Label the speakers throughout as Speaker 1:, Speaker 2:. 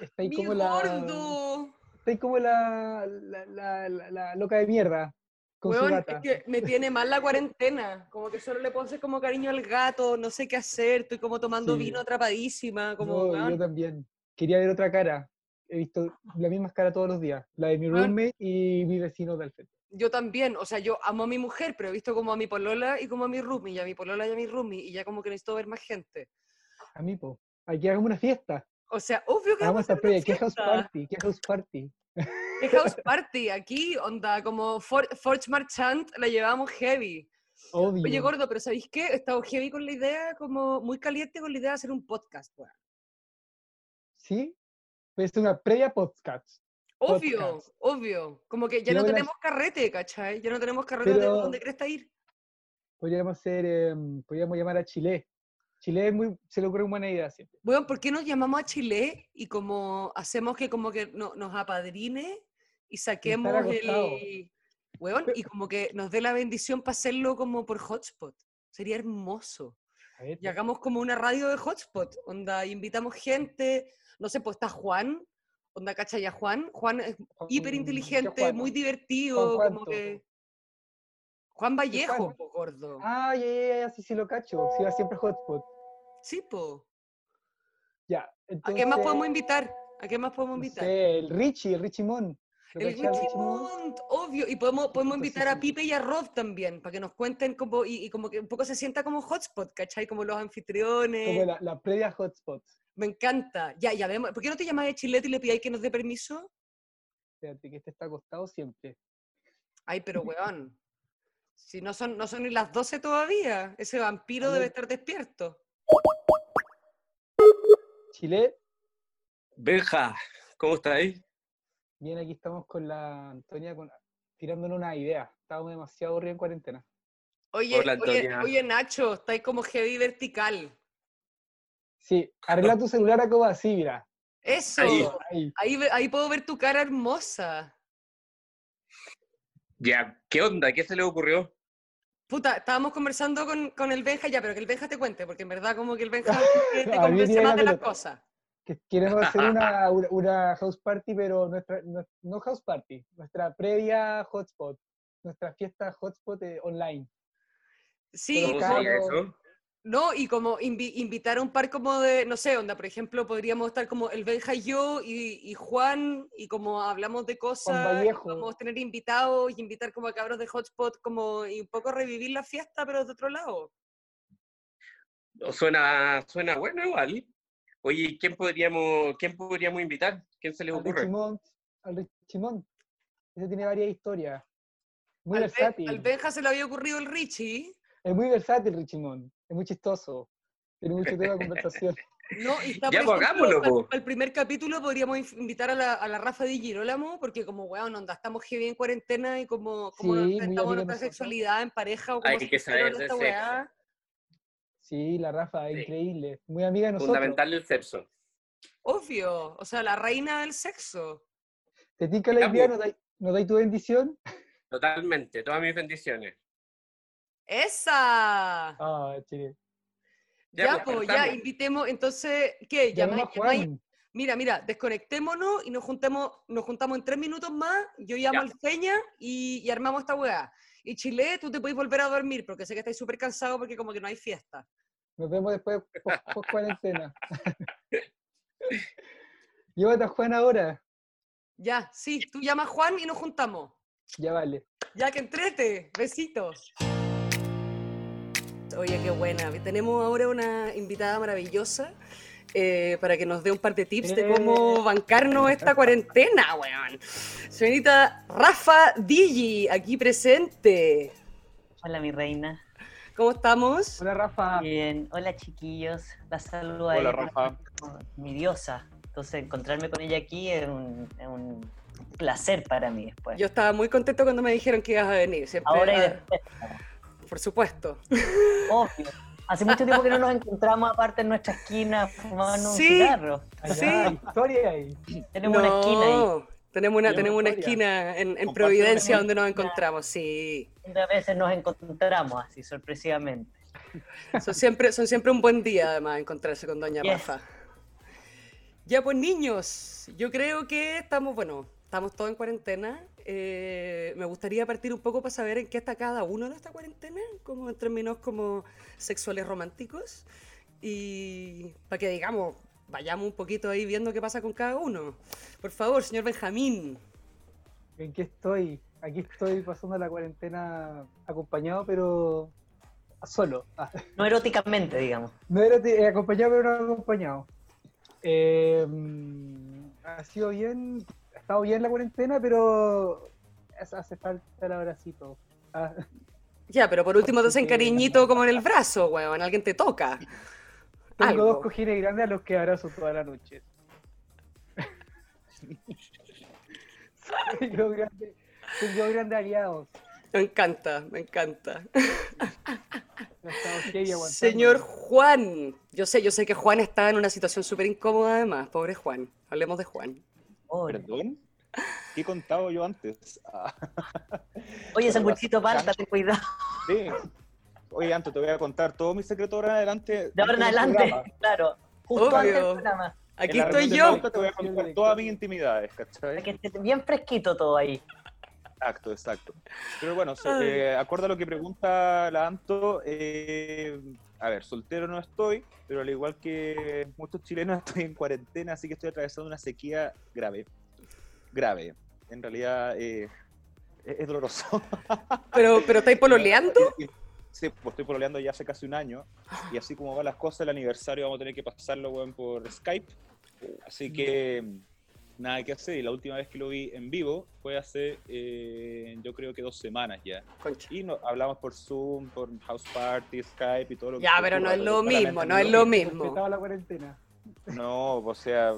Speaker 1: Está ahí como la. Está ahí como la, la, la, la loca de mierda. Con
Speaker 2: Weón,
Speaker 1: su
Speaker 2: es
Speaker 1: gata.
Speaker 2: que me tiene mal la cuarentena. Como que solo le puedo hacer como cariño al gato, no sé qué hacer, estoy como tomando
Speaker 1: Sí.
Speaker 2: vino atrapadísima, como
Speaker 1: No,
Speaker 2: weón.
Speaker 1: yo también. Quería ver otra cara. He visto las mismas caras todos los días. La de mi
Speaker 2: Weón.
Speaker 1: roommate y mi vecino de al frente.
Speaker 2: Yo también, o sea, yo amo a mi mujer, pero he visto como a mi polola y como a mi roomie, y a mi polola y a mi roomie, y ya como que necesito ver más gente.
Speaker 1: A mí, po. Aquí hagamos una fiesta.
Speaker 2: O sea, obvio que
Speaker 1: Hagamos
Speaker 2: vamos
Speaker 1: esta
Speaker 2: a hacer una
Speaker 1: previa. ¿Qué house
Speaker 2: fiesta.
Speaker 1: party? ¿Qué house party?
Speaker 2: ¿Qué house party? Aquí, onda, como For- Forge Marchant, la llevamos heavy.
Speaker 1: Obvio.
Speaker 2: Oye, gordo, pero ¿sabéis qué? He estado heavy con la idea, como muy caliente con la idea de hacer un podcast, weón.
Speaker 1: ¿Sí? Pues es una previa podcast.
Speaker 2: Obvio,
Speaker 1: Podcast.
Speaker 2: obvio. Como que ya
Speaker 1: Yo
Speaker 2: no
Speaker 1: la-
Speaker 2: tenemos carrete, ¿cachai? Ya no tenemos carrete, no
Speaker 1: Pero-
Speaker 2: tenemos dónde cresta ir.
Speaker 1: Podríamos hacer, em, podríamos llamar a Chile. Chile es muy, se le ocurre una buena idea siempre.
Speaker 2: Bueno, ¿por qué nos llamamos a Chile y como hacemos que como que no- nos apadrine y saquemos
Speaker 1: acostado.
Speaker 2: el... Weón, y como que nos dé la bendición para hacerlo como por hotspot. Sería hermoso.
Speaker 1: A ver,
Speaker 2: Y hagamos como una radio de hotspot, onda, invitamos gente, no sé, pues está Juan, onda, cacha ya Juan, Juan es
Speaker 1: Juan-
Speaker 2: hiperinteligente,
Speaker 1: Juan-
Speaker 2: muy divertido,
Speaker 1: Juan
Speaker 2: como
Speaker 1: cuánto?
Speaker 2: que... Juan Vallejo,
Speaker 1: Juan?
Speaker 2: po, gordo.
Speaker 1: Ah, ya, ya, ya, sí, sí lo cacho. Sí, va siempre a hotspot.
Speaker 2: Sí, po.
Speaker 1: Ya.
Speaker 2: ¿A qué más
Speaker 1: entonces,
Speaker 2: podemos invitar? ¿A qué más podemos
Speaker 1: no
Speaker 2: invitar?
Speaker 1: sé, el Richie, el Richie Mon. ¿Lo
Speaker 2: El
Speaker 1: cachai al
Speaker 2: Richie
Speaker 1: Richie Mon?
Speaker 2: Mont, obvio. Y podemos, podemos invitar a
Speaker 1: chistosísimo.
Speaker 2: Pipe y a Rob también, para que nos cuenten como, y, y como que un poco se sienta como hotspot, ¿cachai? Como los anfitriones.
Speaker 1: Como la, la previa hotspot.
Speaker 2: Me encanta. Ya, ya vemos. ¿Por qué no te llamas de Chilete y le pidáis que nos dé permiso?
Speaker 1: Espérate, que este está acostado siempre.
Speaker 2: Ay, pero weón. Si no son, no son ni las 12 todavía. Ese vampiro
Speaker 1: A
Speaker 2: debe
Speaker 1: ver.
Speaker 2: estar despierto.
Speaker 1: Chile,
Speaker 3: Benja, ¿cómo estáis?
Speaker 1: bien, aquí estamos con la Antonia con, tirándonos una idea. Estábamos demasiado aburridos en cuarentena.
Speaker 2: Oye,
Speaker 3: Hola,
Speaker 2: oye,
Speaker 3: Antonia.
Speaker 2: oye, Nacho, estáis como heavy vertical.
Speaker 1: Sí, arregla tu celular a como así, mira.
Speaker 2: Eso.
Speaker 3: Ahí.
Speaker 1: Ahí.
Speaker 2: Ahí, ve- ahí puedo ver tu cara hermosa.
Speaker 3: Ya, ¿qué onda? ¿Qué se le ocurrió?
Speaker 2: Puta, estábamos conversando con, con el Benja ya, pero que el Benja te cuente, porque en verdad como que el Benja eh, te, te
Speaker 1: A mí
Speaker 2: convence
Speaker 1: tiene
Speaker 2: más
Speaker 1: la
Speaker 2: de las
Speaker 1: pelota.
Speaker 2: cosas.
Speaker 1: Que queremos hacer una, una- una house party, pero nuestra, no, no house party, nuestra previa hotspot. Nuestra fiesta hotspot eh, online.
Speaker 2: Sí,
Speaker 3: ¿Cómo
Speaker 1: claro.
Speaker 3: sería eso?
Speaker 2: no, y como invi- invitar a un par como de, no sé, onda, por ejemplo, podríamos estar como el Benja y yo y, y Juan, y como hablamos de cosas, y
Speaker 1: Vallejo.
Speaker 2: podemos tener invitados y invitar como a cabros de hotspot, como y un poco revivir la fiesta, pero de otro lado.
Speaker 3: O Suena, suena bueno igual. Oye, ¿quién podríamos, ¿quién podríamos invitar? ¿Quién se les
Speaker 1: Al Richie
Speaker 3: ocurre?
Speaker 1: Mont, al Richie Mont. Ese tiene varias historias. Muy
Speaker 2: al, Ben-
Speaker 1: versátil.
Speaker 2: al Benja se le había ocurrido el Richie,
Speaker 1: Es muy versátil Richie Mont. Es muy chistoso. Tiene mucho tema de conversación.
Speaker 2: No, y está,
Speaker 3: Ya,
Speaker 2: por
Speaker 3: pues,
Speaker 2: ejemplo,
Speaker 3: hagámoslo,
Speaker 2: para-
Speaker 3: po.
Speaker 2: para el primer capítulo podríamos inf- invitar a la, a la Rafa Di Girolamo, porque como, weón, onda, estamos heavy en cuarentena y como, como nos
Speaker 1: Sí, muy
Speaker 2: enfrentamos a
Speaker 1: amiga
Speaker 2: nuestra
Speaker 1: nosotros.
Speaker 2: sexualidad en pareja o como
Speaker 3: Hay que
Speaker 2: se hicieron
Speaker 3: saber de
Speaker 2: esta
Speaker 3: sexo.
Speaker 2: weá.
Speaker 1: Sí, la Rafa, es
Speaker 3: Sí.
Speaker 1: increíble. Muy amiga de nosotros.
Speaker 3: Fundamental el sexo.
Speaker 2: Obvio, o sea, la reina del sexo.
Speaker 1: ¿Te tinca la
Speaker 3: Ya,
Speaker 1: idea?
Speaker 3: po.
Speaker 1: ¿Nos dais nos dais tu bendición?
Speaker 3: Totalmente, todas mis bendiciones.
Speaker 2: ¡Esa!
Speaker 1: Ah, chile.
Speaker 3: Ya,
Speaker 2: Ya,
Speaker 3: pues,
Speaker 2: pues, ya,
Speaker 3: partamos.
Speaker 2: invitemos, entonces, ¿qué?
Speaker 1: Llamemos
Speaker 2: Llamáis,
Speaker 1: a
Speaker 2: llamáis-
Speaker 1: Juan.
Speaker 2: Mira, mira, desconectémonos y nos juntemos, nos juntamos en tres minutos más, yo llamo
Speaker 3: Ya.
Speaker 2: al Peña y, y armamos esta weá. Y Chile, tú te podés volver a dormir, porque sé que estáis súper cansados porque como que no hay fiesta.
Speaker 1: Nos vemos después, post cuarentena. Llévate a Juan ahora.
Speaker 2: Ya, sí, tú llamas a Juan y nos juntamos.
Speaker 1: Ya vale.
Speaker 2: Ya que entrete, besitos. Oye, qué buena. Tenemos ahora una invitada maravillosa eh, para que nos dé un par de tips de cómo bancarnos esta cuarentena, weón. Señorita Rafa Digi, aquí presente.
Speaker 4: Hola, mi reina.
Speaker 2: ¿Cómo estamos?
Speaker 1: Hola,
Speaker 2: Ah.
Speaker 1: Rafa.
Speaker 4: Bien. Hola, chiquillos. La saludo a
Speaker 5: Hola,
Speaker 4: ella,
Speaker 5: Rafa.
Speaker 4: como mi diosa. Entonces, encontrarme con ella aquí es un, es un placer para mí después.
Speaker 2: Yo estaba muy contento cuando me dijeron que ibas a venir. Siempre,
Speaker 4: Ahora y
Speaker 2: ah,
Speaker 4: después,
Speaker 2: por supuesto.
Speaker 4: obvio. Hace mucho tiempo que no nos encontramos aparte en nuestra esquina fumando
Speaker 2: Sí.
Speaker 4: un cigarro.
Speaker 1: Allá,
Speaker 2: Sí.
Speaker 1: Historia ahí.
Speaker 4: Tenemos una esquina ahí
Speaker 2: No, Tenemos una,
Speaker 1: Tenemos
Speaker 2: tenemos una
Speaker 1: historia.
Speaker 2: esquina en, en
Speaker 5: Comparte
Speaker 2: Providencia
Speaker 4: una
Speaker 2: donde nos
Speaker 4: esquina.
Speaker 2: encontramos, sí.
Speaker 4: donde a veces nos encontramos así sorpresivamente.
Speaker 2: Son siempre, son siempre un buen día, además, encontrarse con Doña
Speaker 4: Yes.
Speaker 2: Rafa. Ya pues niños, yo creo que estamos, bueno, estamos todos en cuarentena. Eh, me gustaría partir un poco para saber en qué está cada uno en esta cuarentena, como en términos como sexuales románticos. Y para que digamos, vayamos un poquito ahí viendo qué pasa con cada uno. Por favor, señor Benjamín.
Speaker 1: ¿En qué estoy? Aquí estoy pasando la cuarentena acompañado, pero solo. Ah.
Speaker 4: No eróticamente, digamos.
Speaker 1: No era eh, acompañado, pero no acompañado. Eh, ha sido bien, ha estado bien la cuarentena, pero hace falta el abracito. Ah.
Speaker 2: Ya, pero por último te hacen cariñito como en el brazo, weón. Alguien te toca.
Speaker 1: Tengo
Speaker 2: Algo.
Speaker 1: dos cojines grandes a los que abrazo toda la noche. tengo, grandes, tengo grandes aliados.
Speaker 2: Me encanta, me encanta.
Speaker 1: No estamos heavy aguantando.
Speaker 2: Señor Juan, yo sé, yo sé que Juan está en una situación súper incómoda además, pobre Juan. Hablemos de Juan.
Speaker 4: Pobre.
Speaker 5: ¿Perdón? ¿Qué he contado yo antes? Ah,
Speaker 4: Oye, sanguchito palta, ten cuidado.
Speaker 5: sí. Oye, Anto, te voy a contar todos mis secretos ahora en adelante.
Speaker 4: De ahora en
Speaker 5: antes del
Speaker 4: adelante,
Speaker 5: programa.
Speaker 4: claro. Justo
Speaker 2: Obvio.
Speaker 4: antes del programa.
Speaker 2: Aquí
Speaker 5: En la
Speaker 2: estoy
Speaker 5: reunión de
Speaker 2: yo.
Speaker 5: pauta Te voy a contar todas mis intimidades, ¿cachai?
Speaker 4: Para que esté bien fresquito todo ahí.
Speaker 5: Exacto, exacto. Pero bueno, so-
Speaker 2: Ay.
Speaker 5: eh, acuerda lo que pregunta la Anto. eh, a ver, soltero no estoy, pero al igual que muchos chilenos estoy en cuarentena, así que estoy atravesando una sequía grave. Grave. En realidad eh, es, es doloroso.
Speaker 2: Pero, pero estáis pololeando.
Speaker 5: Y- y- Sí, pues estoy pololeando ya hace casi un año. Y así como van las cosas, el aniversario vamos a tener que pasarlo weón, por Skype. Así que nada que hacer. Y la última vez que lo vi en vivo fue hace, eh, yo creo que dos semanas ya.
Speaker 2: Concha.
Speaker 5: Y no, hablamos por Zoom, por House Party, Skype y todo lo que
Speaker 2: Ya, pero no es lo
Speaker 5: claramente
Speaker 2: mismo, no es lo mismo.
Speaker 1: Respetaba la cuarentena.
Speaker 5: No, o sea,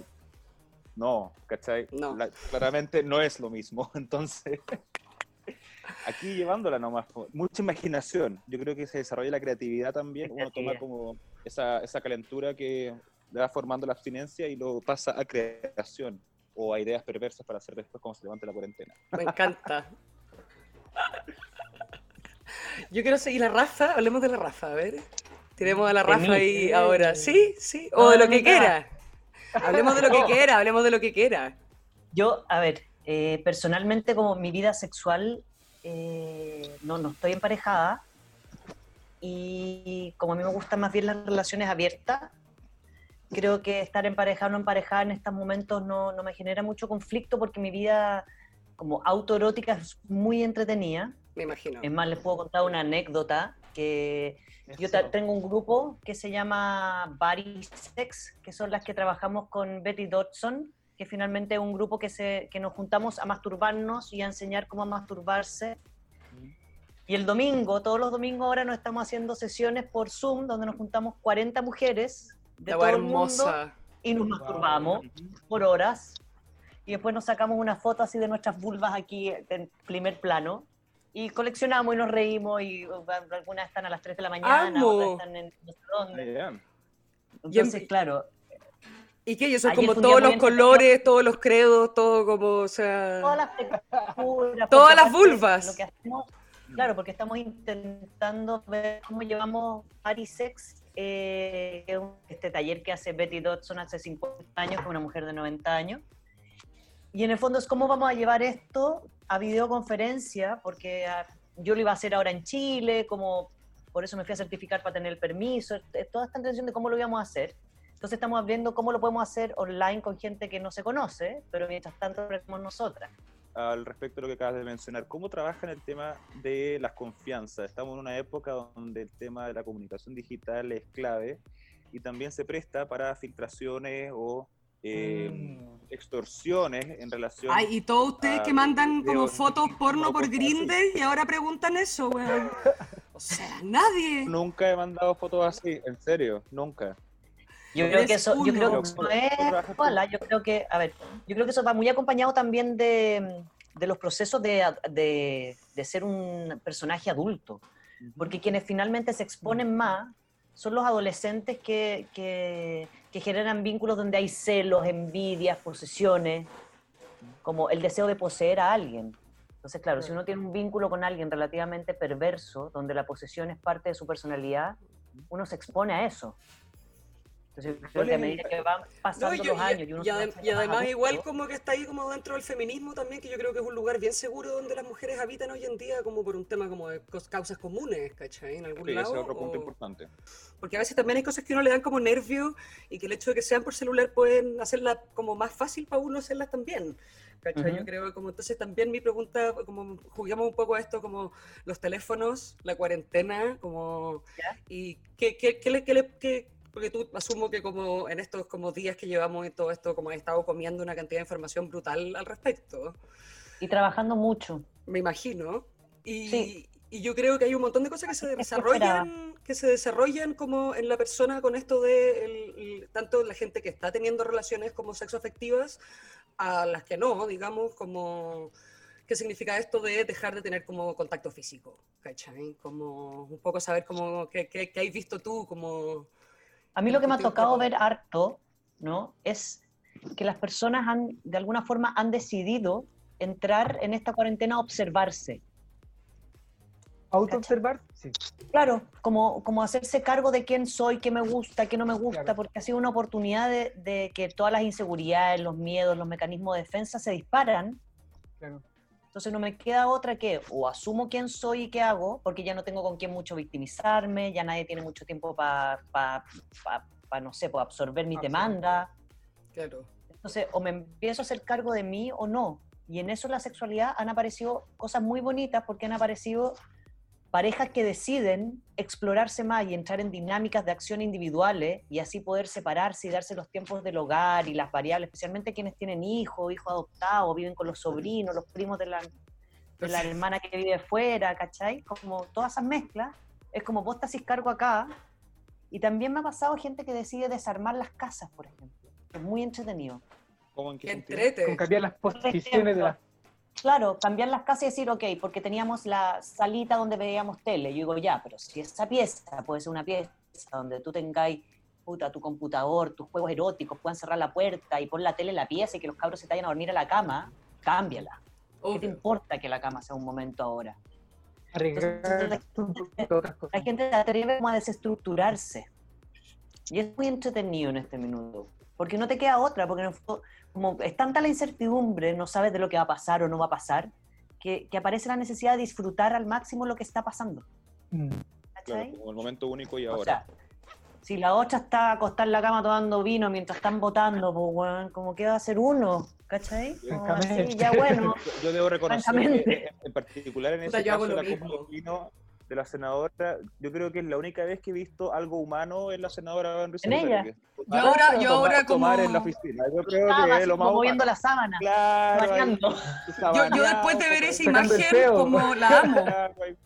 Speaker 5: no, ¿cachai?
Speaker 2: No.
Speaker 5: La- claramente no es lo mismo. Entonces, aquí llevándola nomás, po, mucha imaginación. Yo creo que se desarrolla la creatividad también. Uno toma
Speaker 4: Creatividad.
Speaker 5: como esa, esa calentura que le va formando la abstinencia y lo pasa a creación o a ideas perversas para hacer después cuando se levante la cuarentena.
Speaker 2: Me encanta. Yo quiero seguir la Rafa, hablemos de la Rafa, a ver. Tenemos a la
Speaker 4: De
Speaker 2: Rafa
Speaker 4: mí.
Speaker 2: ahí ahora.
Speaker 4: Eh.
Speaker 2: ¿Sí? ¿Sí? O de
Speaker 4: No,
Speaker 2: lo que
Speaker 4: no, no.
Speaker 2: quiera. Hablemos de lo que
Speaker 4: No.
Speaker 2: quiera, hablemos de lo que quiera.
Speaker 4: Yo, a ver, eh, personalmente como mi vida sexual, eh, no, no estoy emparejada y como a mí me gustan más bien las relaciones abiertas, creo que estar emparejada o no emparejada en estos momentos no, no me genera mucho conflicto porque mi vida como autoerótica es muy entretenida.
Speaker 2: Me imagino.
Speaker 4: Es más, les puedo contar una anécdota que yo ta- tengo un grupo que se llama Barisex, que son las que trabajamos con Betty Dodson, que finalmente es un grupo que, se, que nos juntamos a masturbarnos y a enseñar cómo masturbarse. Y el domingo, todos los domingos ahora nos estamos haciendo sesiones por Zoom, donde nos juntamos 40 mujeres de
Speaker 2: La
Speaker 4: todo
Speaker 2: wea
Speaker 4: el mundo
Speaker 2: hermosa.
Speaker 4: y nos masturbamos por horas. Y después nos sacamos una foto así de nuestras vulvas aquí en primer plano. Y coleccionamos y nos reímos. Y uh, algunas están a las 3 de la mañana,
Speaker 2: ¡Amo!
Speaker 4: otras están en no sé
Speaker 5: Ah,
Speaker 4: dónde.
Speaker 5: ya.
Speaker 2: Y en-
Speaker 4: Entonces, claro,
Speaker 2: Y que yo soy como
Speaker 4: Ayer fue un día
Speaker 2: todos
Speaker 4: muy
Speaker 2: los colores, todos los credos, todo como, o sea.
Speaker 4: todas las texturas.
Speaker 2: Todas
Speaker 4: porque
Speaker 2: las
Speaker 4: aparte
Speaker 2: vulvas.
Speaker 4: Lo que hacemos, claro, porque estamos intentando ver cómo llevamos Parisex, eh, que es un- este taller que hace Betty Dodson hace 50 años, con una mujer de 90 años. Y en el fondo es cómo vamos a llevar esto a videoconferencia, porque ah, yo lo iba a hacer ahora en Chile, como por eso me fui a certificar para tener el permiso, eh, toda esta intención de cómo lo íbamos a hacer. Entonces estamos viendo cómo lo podemos hacer online con gente que no se conoce, pero mientras tanto lo hacemos nosotras.
Speaker 5: al respecto de lo que acabas de mencionar. ¿Cómo trabajan el tema de las confianzas? Estamos en una época donde el tema de la comunicación digital es clave y también se presta para filtraciones o eh,
Speaker 1: Mm.
Speaker 5: extorsiones en relación
Speaker 2: Mm. Ay, y todos ustedes
Speaker 5: Ah,
Speaker 2: que mandan como
Speaker 5: videos,
Speaker 2: fotos porno
Speaker 5: no,
Speaker 2: por
Speaker 5: cosas así.
Speaker 2: Grindr y ahora preguntan eso, weón. O sea, nadie.
Speaker 5: Nunca he mandado fotos así, en serio, nunca.
Speaker 4: Yo
Speaker 2: Eres
Speaker 4: creo que eso, yo creo
Speaker 2: uno.
Speaker 4: que eso es, Paula, yo creo que, a ver, yo creo que eso va muy acompañado también de, de los procesos de, de, de ser un personaje adulto, porque quienes finalmente se exponen más son los adolescentes que, que, que generan vínculos donde hay celos, envidias, posesiones, como el deseo de poseer a alguien. Entonces, claro, si uno tiene un vínculo con alguien relativamente perverso, donde la posesión es parte de su personalidad, uno se expone a eso. Entonces, yo creo que a medida que van
Speaker 2: No,
Speaker 4: pasando
Speaker 2: yo-
Speaker 4: los años y uno
Speaker 2: y
Speaker 4: se va
Speaker 2: adem-
Speaker 4: haciendo
Speaker 2: y
Speaker 4: más
Speaker 2: además
Speaker 4: adulto,
Speaker 2: igual como que está ahí como dentro del feminismo también, que yo creo que es un lugar bien seguro donde las mujeres habitan hoy en día como por un tema como de cos- causas comunes, ¿cachai? En algún
Speaker 5: Sí, ese es
Speaker 2: lado.
Speaker 5: otro punto
Speaker 2: o-
Speaker 5: importante.
Speaker 2: Porque a veces también hay cosas que uno le dan como nervios y que el hecho de que sean por celular pueden hacerla como más fácil para uno hacerlas también. ¿cachai? Yo
Speaker 4: Ujú.
Speaker 2: creo como entonces también mi pregunta, como jugamos un poco a esto, como los teléfonos, la cuarentena, como y qué, qué, qué le, qué le- qué- porque tú asumo que como en estos como días que llevamos y todo esto, como he estado comiendo una cantidad de información brutal al respecto
Speaker 4: y trabajando mucho.
Speaker 2: me imagino. Y,
Speaker 4: Sí.
Speaker 2: y yo creo que hay un montón de cosas que se
Speaker 4: Es que
Speaker 2: desarrollan, que se desarrollan como en la persona con esto de el- el- tanto la gente que está teniendo relaciones como sexo afectivas a las que no, digamos, como qué significa esto de dejar de tener como contacto físico, ¿cachai? Como un poco saber como qué, qué, qué has visto tú, como
Speaker 4: A mí lo que me ha
Speaker 2: Contigo,
Speaker 4: tocado
Speaker 2: Paco.
Speaker 4: ver harto, ¿no? Es que las personas han, de alguna forma, han decidido entrar en esta cuarentena a observarse.
Speaker 1: Autoobservar, sí.
Speaker 4: Claro, como, como hacerse cargo de quién soy, qué me gusta, qué no me gusta,
Speaker 1: Claro.
Speaker 4: porque ha sido una oportunidad de, de que todas las inseguridades, los miedos, los mecanismos de defensa se disparan.
Speaker 1: Claro.
Speaker 4: Entonces no me queda otra que o asumo quién soy y qué hago, porque ya no tengo con quién mucho victimizarme, ya nadie tiene mucho tiempo para, no sé, para absorber mi
Speaker 1: Absorber.
Speaker 4: demanda.
Speaker 2: claro.
Speaker 4: Entonces, o me empiezo a hacer cargo de mí o no. Y en eso la sexualidad han aparecido cosas muy bonitas porque han aparecido parejas que deciden explorarse más y entrar en dinámicas de acción individuales y así poder separarse y darse los tiempos del hogar y las variables, especialmente quienes tienen hijos, hijos adoptados, viven con los sobrinos, los primos de la, de la hermana que vive fuera, ¿cachai? Como todas esas mezclas, es como vos te haces cargo acá. Y también me ha pasado gente que decide desarmar las casas, por ejemplo. Es muy entretenido.
Speaker 5: ¿Cómo en qué
Speaker 2: Qué
Speaker 5: sentido?
Speaker 1: Con
Speaker 2: entrete.
Speaker 1: cambiar las
Speaker 4: Por ejemplo,
Speaker 1: posiciones de las.
Speaker 4: Claro, cambiar las casas y decir, ok, porque teníamos la salita donde veíamos tele. Yo digo, ya, pero si esa pieza puede ser una pieza donde tú tengáis puta, tu computador, tus juegos eróticos, puedan cerrar la puerta y pon la tele en la pieza y que los cabros se te vayan a dormir a la cama, cámbiala. ¿Qué te
Speaker 2: Obvio.
Speaker 4: importa que la cama sea un momento ahora?
Speaker 1: Arreglar un poquito otras
Speaker 4: La
Speaker 1: cosas.
Speaker 4: gente se atreve como a desestructurarse. Y es muy entretenido en este minuto. Porque no te queda otra, porque en el fondo, como es tanta la incertidumbre, no sabes de lo que va a pasar o no va a pasar, que, que aparece la necesidad de disfrutar al máximo lo que está pasando.
Speaker 1: Mm.
Speaker 5: Claro,
Speaker 4: ¿Cachai?
Speaker 5: como el momento único y
Speaker 4: o
Speaker 5: ahora.
Speaker 4: sea, si la otra está acostada en la cama tomando vino mientras están votando, pues, weón, como que va a ser uno, ¿cachai? Como así, ya bueno.
Speaker 5: Yo- Yo debo reconocer,
Speaker 4: Francamente.
Speaker 5: que, en, en particular en
Speaker 2: Puta,
Speaker 5: ese
Speaker 2: yo hago
Speaker 5: caso,
Speaker 2: lo
Speaker 5: la copa
Speaker 2: mismo.
Speaker 5: de vino de la senadora, yo creo que es la única vez que he visto algo humano en la senadora Van
Speaker 4: ¿En ella?
Speaker 2: Yo ahora- yo ahora
Speaker 5: Tomar
Speaker 2: como-
Speaker 5: en la oficina, yo creo
Speaker 4: Estaba
Speaker 5: que
Speaker 4: así
Speaker 5: es lo más
Speaker 4: como moviendo
Speaker 5: humano.
Speaker 4: la sábana,
Speaker 5: Claro, ahí,
Speaker 4: bailando. Ah,
Speaker 2: Yo, yo después de ver esa
Speaker 1: Sacando el
Speaker 2: imagen,
Speaker 1: feo.
Speaker 2: como la amo.
Speaker 5: Claro, ahí.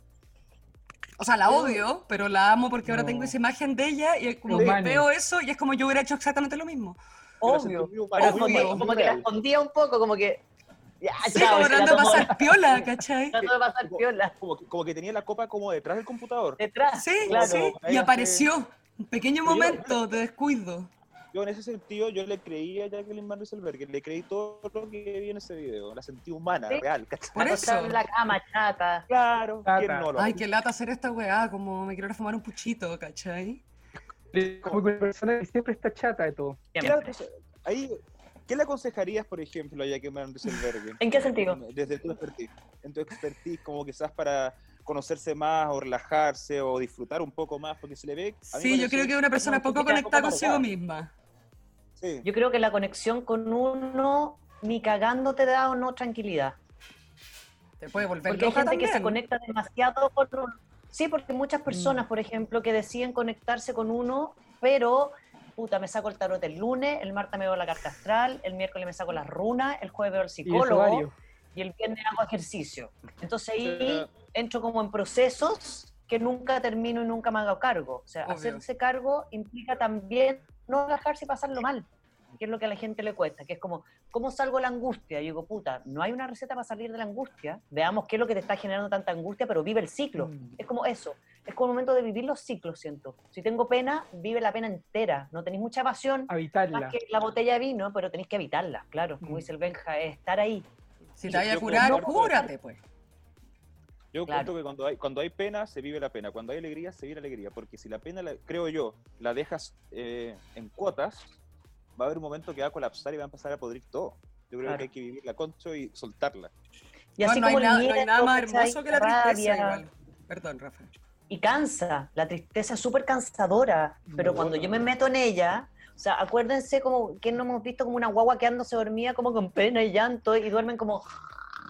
Speaker 2: O sea, la odio, pero la amo porque ahora
Speaker 1: No.
Speaker 2: tengo esa imagen de ella y es como
Speaker 1: Sí.
Speaker 2: que
Speaker 1: Humano.
Speaker 2: veo eso y es como yo hubiera hecho exactamente lo mismo.
Speaker 5: Pero
Speaker 4: Obvio.
Speaker 5: sentí muy humano,
Speaker 4: Pero como,
Speaker 5: muy
Speaker 2: Obvio.
Speaker 4: que,
Speaker 5: humano,
Speaker 4: como
Speaker 5: muy
Speaker 4: que la
Speaker 5: real.
Speaker 4: escondía un poco, como que. Ya,
Speaker 2: Sí,
Speaker 4: chao,
Speaker 2: como
Speaker 4: se la
Speaker 2: tratando de
Speaker 4: tomó,
Speaker 2: pasar piola, ¿cachai?
Speaker 4: trató de pasar piola
Speaker 5: Como que- como que tenía la copa como detrás del computador.
Speaker 4: detrás.
Speaker 2: Sí,
Speaker 4: claro.
Speaker 2: sí.
Speaker 5: ahí
Speaker 2: Y
Speaker 5: hace-
Speaker 2: apareció. Un pequeño
Speaker 5: Pero yo-
Speaker 2: momento de descuido.
Speaker 5: Yo en ese sentido, yo le creí a Jacqueline Van Rieselberg, le creí todo lo que vi en ese video, la sentí humana,
Speaker 4: Sí.
Speaker 5: real, ¿cachai?
Speaker 2: Por eso.
Speaker 4: Acostada en la cama, chata.
Speaker 5: Claro,
Speaker 1: Tata.
Speaker 5: ¿quién no lo
Speaker 2: Ay, qué lata hacer esta weá, como me quiero ir a fumar un puchito, ¿cachai?
Speaker 1: Como que una persona que siempre está chata de todo.
Speaker 5: ¿Qué le aconse- ahí, ¿Qué le aconsejarías, por ejemplo, a Jacqueline Van Rieselberg?
Speaker 4: ¿En qué sentido?
Speaker 5: Desde tu expertise, en tu expertise, como quizás para conocerse más o relajarse o disfrutar un poco más, porque se le ve... a mí
Speaker 2: Sí, yo
Speaker 5: parece-
Speaker 2: creo que es una persona
Speaker 5: no, tú
Speaker 2: poco
Speaker 5: te quedas
Speaker 2: conectada
Speaker 5: poco
Speaker 2: consigo
Speaker 5: marcada.
Speaker 2: misma.
Speaker 5: Sí,
Speaker 4: Yo creo que la conexión con uno ni cagando te da o no tranquilidad.
Speaker 2: Te puede volver
Speaker 4: Porque hay
Speaker 2: loca
Speaker 4: gente que se
Speaker 2: también. Mm.
Speaker 4: conecta demasiado con uno. Sí, porque muchas personas, por ejemplo, que deciden conectarse con uno, pero puta, me saco el tarot el lunes, el martes me veo la carta astral, el miércoles me saco las runas, el jueves veo al
Speaker 1: Y eso
Speaker 4: psicólogo.
Speaker 1: varios.
Speaker 4: y el viernes hago ejercicio. Entonces ahí
Speaker 5: Pero-
Speaker 4: entro como en procesos que nunca termino y nunca me hago cargo. O sea,
Speaker 2: Obvio.
Speaker 4: hacerse cargo implica también no relajarse y pasarlo mal, que es lo que a la gente le cuesta, que es como, ¿cómo salgo de la angustia? Y digo, puta, no hay una receta para salir de la angustia. Veamos qué es lo que te está generando tanta angustia, pero vive el ciclo.
Speaker 1: Mm.
Speaker 4: Es como eso. Es como el momento de vivir los ciclos, siento. Si tengo pena, vive la pena entera. No tenéis mucha pasión,
Speaker 1: Habitarla.
Speaker 4: más que la botella de vino, pero tenéis que evitarla, claro. Como
Speaker 1: Mm.
Speaker 4: dice el Benja, es estar ahí.
Speaker 2: Si te
Speaker 5: Yo
Speaker 2: vayas a
Speaker 5: creo que
Speaker 2: curar,
Speaker 5: no-
Speaker 2: cúrate, pues.
Speaker 5: Yo
Speaker 4: Claro.
Speaker 5: cuento que cuando hay, cuando hay pena, se vive la pena. Cuando hay alegría, se vive la alegría. Porque si la pena, la- creo yo, la dejas eh, en cuotas, va a haber un momento que va a colapsar y va a empezar a podrir todo. Yo creo
Speaker 4: Claro.
Speaker 5: que hay que vivirla concho y soltarla.
Speaker 4: Y así
Speaker 2: no, hay
Speaker 4: como el
Speaker 2: nada, no hay
Speaker 4: miedo,
Speaker 2: nada más
Speaker 4: ¿cachai?
Speaker 2: hermoso que la tristeza
Speaker 4: Rabia.
Speaker 2: igual. Perdón, Rafa.
Speaker 4: y cansa. La tristeza es súper cansadora, pero cuando yo me meto en ella, o sea, acuérdense como que no hemos visto como una guagua quedándose dormida como con pena y llanto y duermen como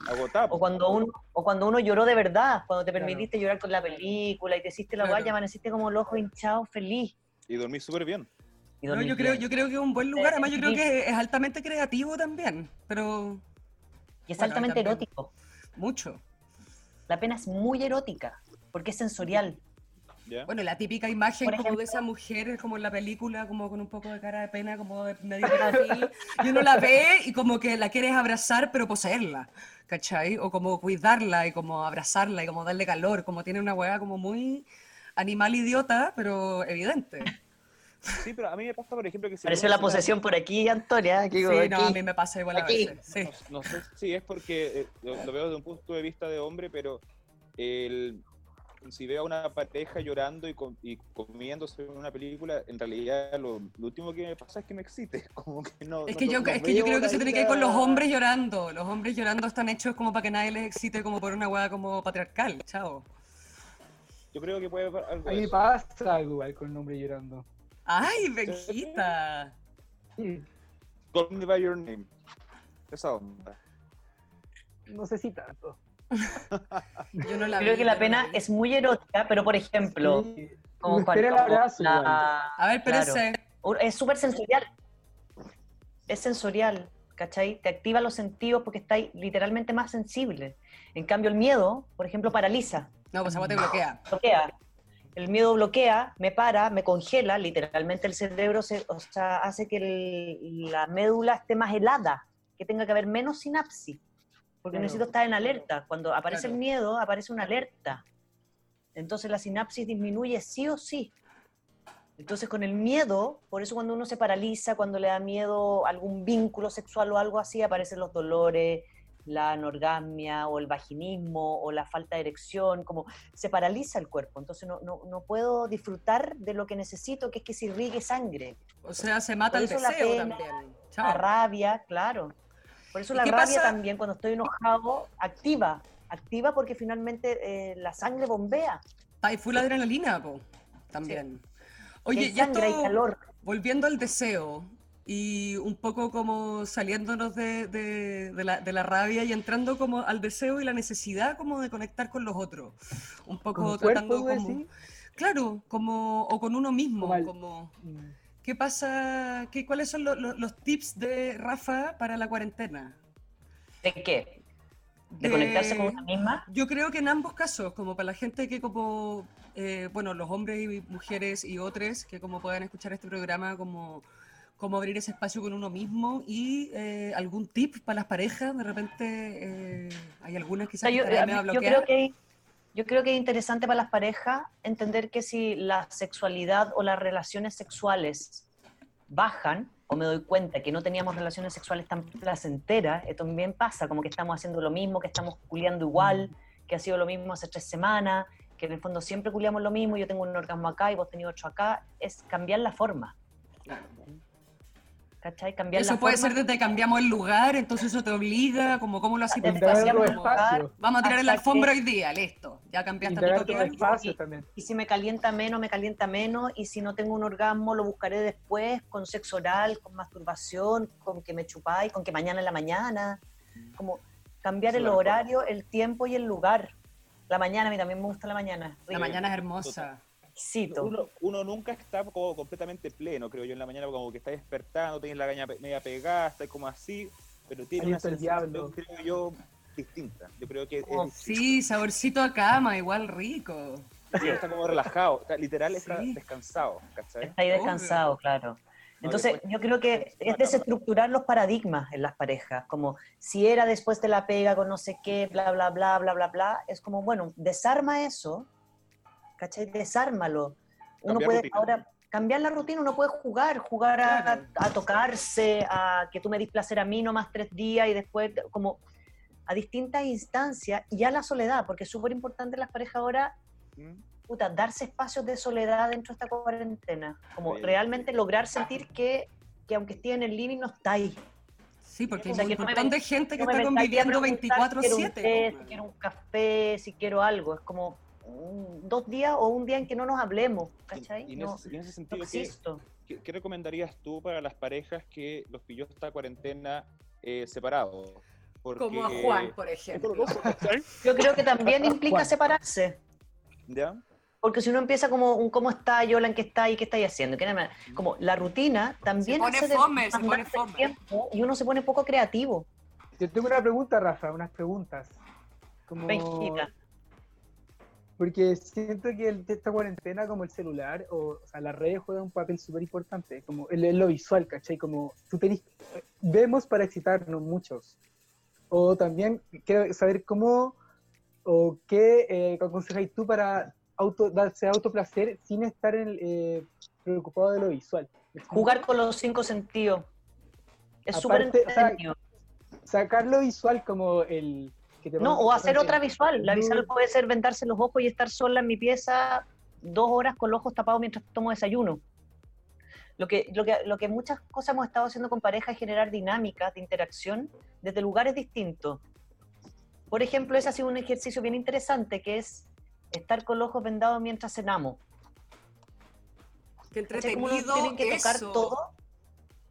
Speaker 5: Agotada.
Speaker 4: o cuando uno o cuando uno lloró de verdad, cuando te
Speaker 1: Claro.
Speaker 4: permitiste llorar con la película y te hiciste la
Speaker 2: Claro.
Speaker 4: guaya, amaneciste como el ojo hinchado, feliz.
Speaker 5: Y dormí súper bien.
Speaker 4: Y
Speaker 2: No,
Speaker 4: dormís
Speaker 2: yo creo,
Speaker 4: bien.
Speaker 2: yo creo que es un buen lugar, además yo creo
Speaker 4: Sí.
Speaker 2: que es altamente creativo también, pero
Speaker 4: y es
Speaker 2: bueno, ahí
Speaker 4: altamente
Speaker 2: también.
Speaker 4: erótico.
Speaker 2: mucho.
Speaker 4: La pena es muy erótica porque es sensorial.
Speaker 5: ¿ya?
Speaker 2: Bueno, la típica imagen
Speaker 4: Por
Speaker 2: como de esa mujer, como en la película, como con un poco de cara de pena, como de medio perfil, y uno la ve y como que la quieres abrazar, pero poseerla, ¿cachai? O como cuidarla y como abrazarla y como darle calor, como tiene una hueá como muy animal idiota, pero evidente.
Speaker 5: Sí, pero a mí me pasa, por ejemplo, que si
Speaker 4: Pareció
Speaker 5: uno
Speaker 4: la
Speaker 5: se
Speaker 4: posesión por aquí, Antonia.
Speaker 2: Sí,
Speaker 4: que digo,
Speaker 2: no, a
Speaker 4: aquí.
Speaker 2: mí me pasa igual a
Speaker 4: Aquí.
Speaker 2: veces. Sí.
Speaker 5: No, no sé si es porque eh, lo, lo veo desde un punto de vista de hombre, pero el, si veo a una pareja llorando y, com- y comiéndose en una película, en realidad lo, lo último que me pasa es que me excite. Como que no,
Speaker 2: Es
Speaker 5: no-
Speaker 2: que, yo,
Speaker 5: no
Speaker 2: es que yo
Speaker 5: veo
Speaker 2: creo que
Speaker 5: la
Speaker 2: se tiene que ir con
Speaker 5: vida-
Speaker 2: los hombres llorando. Los hombres llorando están hechos como para que nadie les excite como por una hueá como patriarcal, chao.
Speaker 5: Yo creo que puede haber algo
Speaker 1: A
Speaker 5: de
Speaker 1: mí
Speaker 5: eso.
Speaker 1: pasa algo igual con un hombre llorando.
Speaker 2: ¡Ay, Benjita!
Speaker 1: Sí,
Speaker 5: Call me by your name. Esa onda.
Speaker 1: no sé si tanto.
Speaker 2: Yo no la
Speaker 4: Creo
Speaker 2: vi,
Speaker 4: que
Speaker 2: yo
Speaker 4: la
Speaker 2: no
Speaker 4: pena
Speaker 2: vi.
Speaker 4: es muy erótica, pero por ejemplo,
Speaker 1: Sí,
Speaker 4: como
Speaker 1: espera
Speaker 4: cuando
Speaker 1: el abrazo
Speaker 4: la-
Speaker 1: igual.
Speaker 2: A ver,
Speaker 4: Claro.
Speaker 2: espérense.
Speaker 4: Ur- Es súper sensorial. Es sensorial, ¿cachai? Te activa los sentidos porque estás literalmente más sensible. En cambio, el miedo, por ejemplo, paraliza,
Speaker 2: No, pues agua te bloquea.
Speaker 4: bloquea. El miedo bloquea, me para, me congela, literalmente el cerebro se, o sea, hace que el- la médula esté más helada, que tenga que haber menos sinapsis, porque
Speaker 1: Claro.
Speaker 4: necesito estar en alerta. Cuando aparece
Speaker 2: Claro.
Speaker 4: el miedo, aparece una alerta. Entonces la sinapsis disminuye sí o sí. Entonces con el miedo, por eso cuando uno se paraliza, cuando le da miedo algún vínculo sexual o algo así, aparecen los dolores, la anorgasmia o el vaginismo o la falta de erección, como se paraliza el cuerpo. Entonces no, no, no puedo disfrutar de lo que necesito, que es que se irrigue sangre.
Speaker 2: O sea, se mata
Speaker 4: Por
Speaker 2: el
Speaker 4: eso la
Speaker 2: deseo
Speaker 4: pena,
Speaker 2: también.
Speaker 4: La
Speaker 2: Chao.
Speaker 4: rabia, claro. Por eso
Speaker 2: ¿Y
Speaker 4: la
Speaker 2: qué
Speaker 4: rabia
Speaker 2: pasa?
Speaker 4: también, cuando estoy enojado, activa. Activa porque finalmente eh, la sangre bombea.
Speaker 2: Está y full adrenalina, po. También. Oye,
Speaker 4: hay
Speaker 2: ya
Speaker 4: sangre, hay calor.
Speaker 2: Volviendo al deseo y un poco como saliéndonos de, de- de la, de la rabia y entrando como al deseo y la necesidad como de conectar con los otros. Un poco
Speaker 1: Con
Speaker 2: tratando
Speaker 1: cuerpo,
Speaker 2: como...
Speaker 1: sí.
Speaker 2: Claro, como, o con uno mismo,
Speaker 1: Como al-
Speaker 2: como... ¿Qué pasa? ¿Qué, ¿Cuáles son lo- lo- los tips de Rafa para la cuarentena?
Speaker 4: ¿De qué? ¿De
Speaker 2: Eh,
Speaker 4: conectarse con una misma?
Speaker 2: Yo creo que en ambos casos, como para la gente que como, eh, bueno, los hombres y mujeres y otros que como puedan escuchar este programa, como, como abrir ese espacio con uno mismo y eh, algún tip para las parejas, de repente eh, hay algunas
Speaker 4: O
Speaker 2: quizás
Speaker 4: sea,
Speaker 2: que
Speaker 4: yo,
Speaker 2: estarán
Speaker 4: a mí-
Speaker 2: medio
Speaker 4: yo
Speaker 2: bloqueadas.
Speaker 4: creo que, yo creo que es interesante para las parejas entender que si la sexualidad o las relaciones sexuales bajan, o me doy cuenta que no teníamos relaciones sexuales tan placenteras, eh, también pasa, como que estamos haciendo lo mismo, que estamos culiando igual,
Speaker 2: Mm.
Speaker 4: que ha sido lo mismo hace tres semanas, que en el fondo siempre culiamos lo mismo, yo tengo un orgasmo acá y vos tenés otro acá, es cambiar la forma. ¿Cachai? Cambiar
Speaker 2: Eso
Speaker 4: la
Speaker 2: puede
Speaker 4: forma.
Speaker 2: ser desde cambiamos el lugar, entonces eso te obliga, como cómo lo haces.
Speaker 4: Desde
Speaker 1: Indagar
Speaker 4: Hacíamos
Speaker 1: los
Speaker 4: el lugar,
Speaker 1: espacios.
Speaker 2: Vamos a tirar la
Speaker 4: hasta que-
Speaker 2: alfombra hoy día, listo. Ya cambiaste tu
Speaker 1: Indagar los
Speaker 2: toque.
Speaker 1: espacios también.
Speaker 4: y si me calienta menos, me calienta menos, y si no tengo un orgasmo, lo buscaré después, con sexo oral, con masturbación, con que me chupáis, con que mañana en la mañana, como cambiar
Speaker 5: Esa es
Speaker 4: el
Speaker 5: la mejor.
Speaker 4: horario, el tiempo y el lugar. La mañana, a mí también me gusta la mañana.
Speaker 2: La mañana es hermosa.
Speaker 4: Exquisito.
Speaker 5: Uno, uno nunca está como completamente pleno, creo yo, en la mañana, como que está despertando, tienes la gaña pe- media pegada, está como así, pero tiene
Speaker 1: Ahí
Speaker 5: una
Speaker 1: está el
Speaker 5: sensación,
Speaker 1: diablo.
Speaker 5: creo yo, distinta. Yo creo que es
Speaker 4: Oh,
Speaker 2: Sí, saborcito a cama, igual rico.
Speaker 5: Sí, está como relajado, está- literal está
Speaker 2: Sí.
Speaker 5: descansado, ¿cachai?
Speaker 4: Está ahí descansado, claro.
Speaker 5: No,
Speaker 4: Entonces,
Speaker 5: después-
Speaker 4: yo creo que es desestructurar los paradigmas en las parejas, como si era después de la pega con no sé qué, bla, bla, bla, bla, bla, bla, es como, bueno, desarma eso, ¿cachai? Desármalo. Uno
Speaker 5: Cambiar
Speaker 4: puede
Speaker 5: rutina.
Speaker 4: ahora cambiar la rutina, uno puede jugar, jugar a,
Speaker 2: Claro.
Speaker 4: a tocarse, a que tú me dis placer a mí nomás tres días y después como a distintas instancias y a la soledad, porque es súper importante en las parejas ahora puta, darse espacios de soledad dentro de esta cuarentena, como
Speaker 5: Sí.
Speaker 4: realmente lograr sentir que, que aunque esté en el living no está ahí.
Speaker 2: Sí, porque hay
Speaker 4: O sea,
Speaker 2: un
Speaker 4: que no me
Speaker 2: montón de
Speaker 4: ven-
Speaker 2: gente que
Speaker 4: No me
Speaker 2: está
Speaker 4: metáis a
Speaker 2: conviviendo
Speaker 4: preguntar si quiero un té,
Speaker 2: 24-7.
Speaker 4: Si quiero un café, si quiero algo, es como mm, dos días o un día en que no nos hablemos, ¿cachai?
Speaker 5: Y, y en,
Speaker 4: no,
Speaker 5: ese, y en ese
Speaker 4: no pues
Speaker 5: sentido, ¿qué,
Speaker 4: existo.
Speaker 5: qué, qué recomendarías tú para las parejas que los pilló esta cuarentena eh, separados? Porque-
Speaker 2: Como a Juan, por
Speaker 5: Es
Speaker 2: ejemplo.
Speaker 5: doloroso, ¿cachai?
Speaker 4: Yo creo que también implica
Speaker 1: Juan.
Speaker 4: separarse.
Speaker 5: ¿Ya?
Speaker 4: Porque si uno empieza como un cómo está, Yola, en qué está y qué estáis haciendo, que nada
Speaker 5: Mm.
Speaker 4: más, como la rutina también
Speaker 2: Se pone
Speaker 4: hace de-
Speaker 2: fome, se pone
Speaker 4: mandarte
Speaker 2: fome.
Speaker 4: tiempo y uno se pone poco creativo.
Speaker 1: Yo tengo una pregunta, Rafa, unas preguntas. Como...
Speaker 4: Benjica.
Speaker 1: Porque siento que el, de esta cuarentena, como el celular, o, o sea, las redes juegan un papel súper importante, como el, el lo visual, ¿cachai? Como tú tenés, vemos para excitarnos muchos. O también quiero saber cómo o qué eh, aconsejáis tú para auto, darse autoplacer sin estar en el, eh, preocupado de lo visual.
Speaker 4: Jugar con los cinco sentidos. Es súper
Speaker 1: Aparte, o sea,
Speaker 4: entretenido.
Speaker 1: Sacar lo visual como el... Que te
Speaker 4: No,
Speaker 1: pongas-
Speaker 4: o hacer otra visual. La
Speaker 1: No.
Speaker 4: visual puede ser vendarse los ojos y estar sola en mi pieza dos horas con los ojos tapados mientras tomo desayuno. Lo que, lo que, lo que muchas cosas hemos estado haciendo con pareja es generar dinámicas de interacción desde lugares distintos. Por ejemplo, ese ha sido un ejercicio bien interesante que es estar con los ojos vendados mientras cenamos.
Speaker 2: Qué
Speaker 4: ¿Cachai? Como
Speaker 2: entretenido
Speaker 4: uno tiene que tocar
Speaker 2: eso.
Speaker 4: todo,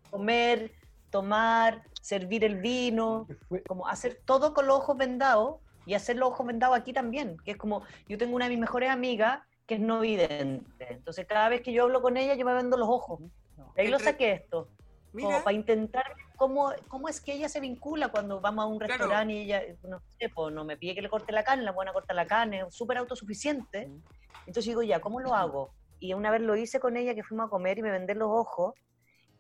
Speaker 4: comer, tomar, servir el vino,
Speaker 1: Fue-
Speaker 4: como hacer todo con los ojos vendados y hacer los ojos vendados aquí también, que es como yo tengo una de mis mejores amigas que es no vidente, entonces cada vez que yo hablo con ella yo me vendo los ojos. De ahí lo
Speaker 2: Entre-
Speaker 4: saqué esto, como
Speaker 2: Mira,
Speaker 4: para intentar ver cómo, cómo es que ella se vincula cuando vamos a un
Speaker 2: Claro.
Speaker 4: restaurante y ella, no sé, pues, no me pide que le corte la carne, la buena corta la carne, es súper autosuficiente. Entonces digo, ya, ¿cómo lo hago? Y una vez lo hice con ella que fuimos a comer y me vendé los ojos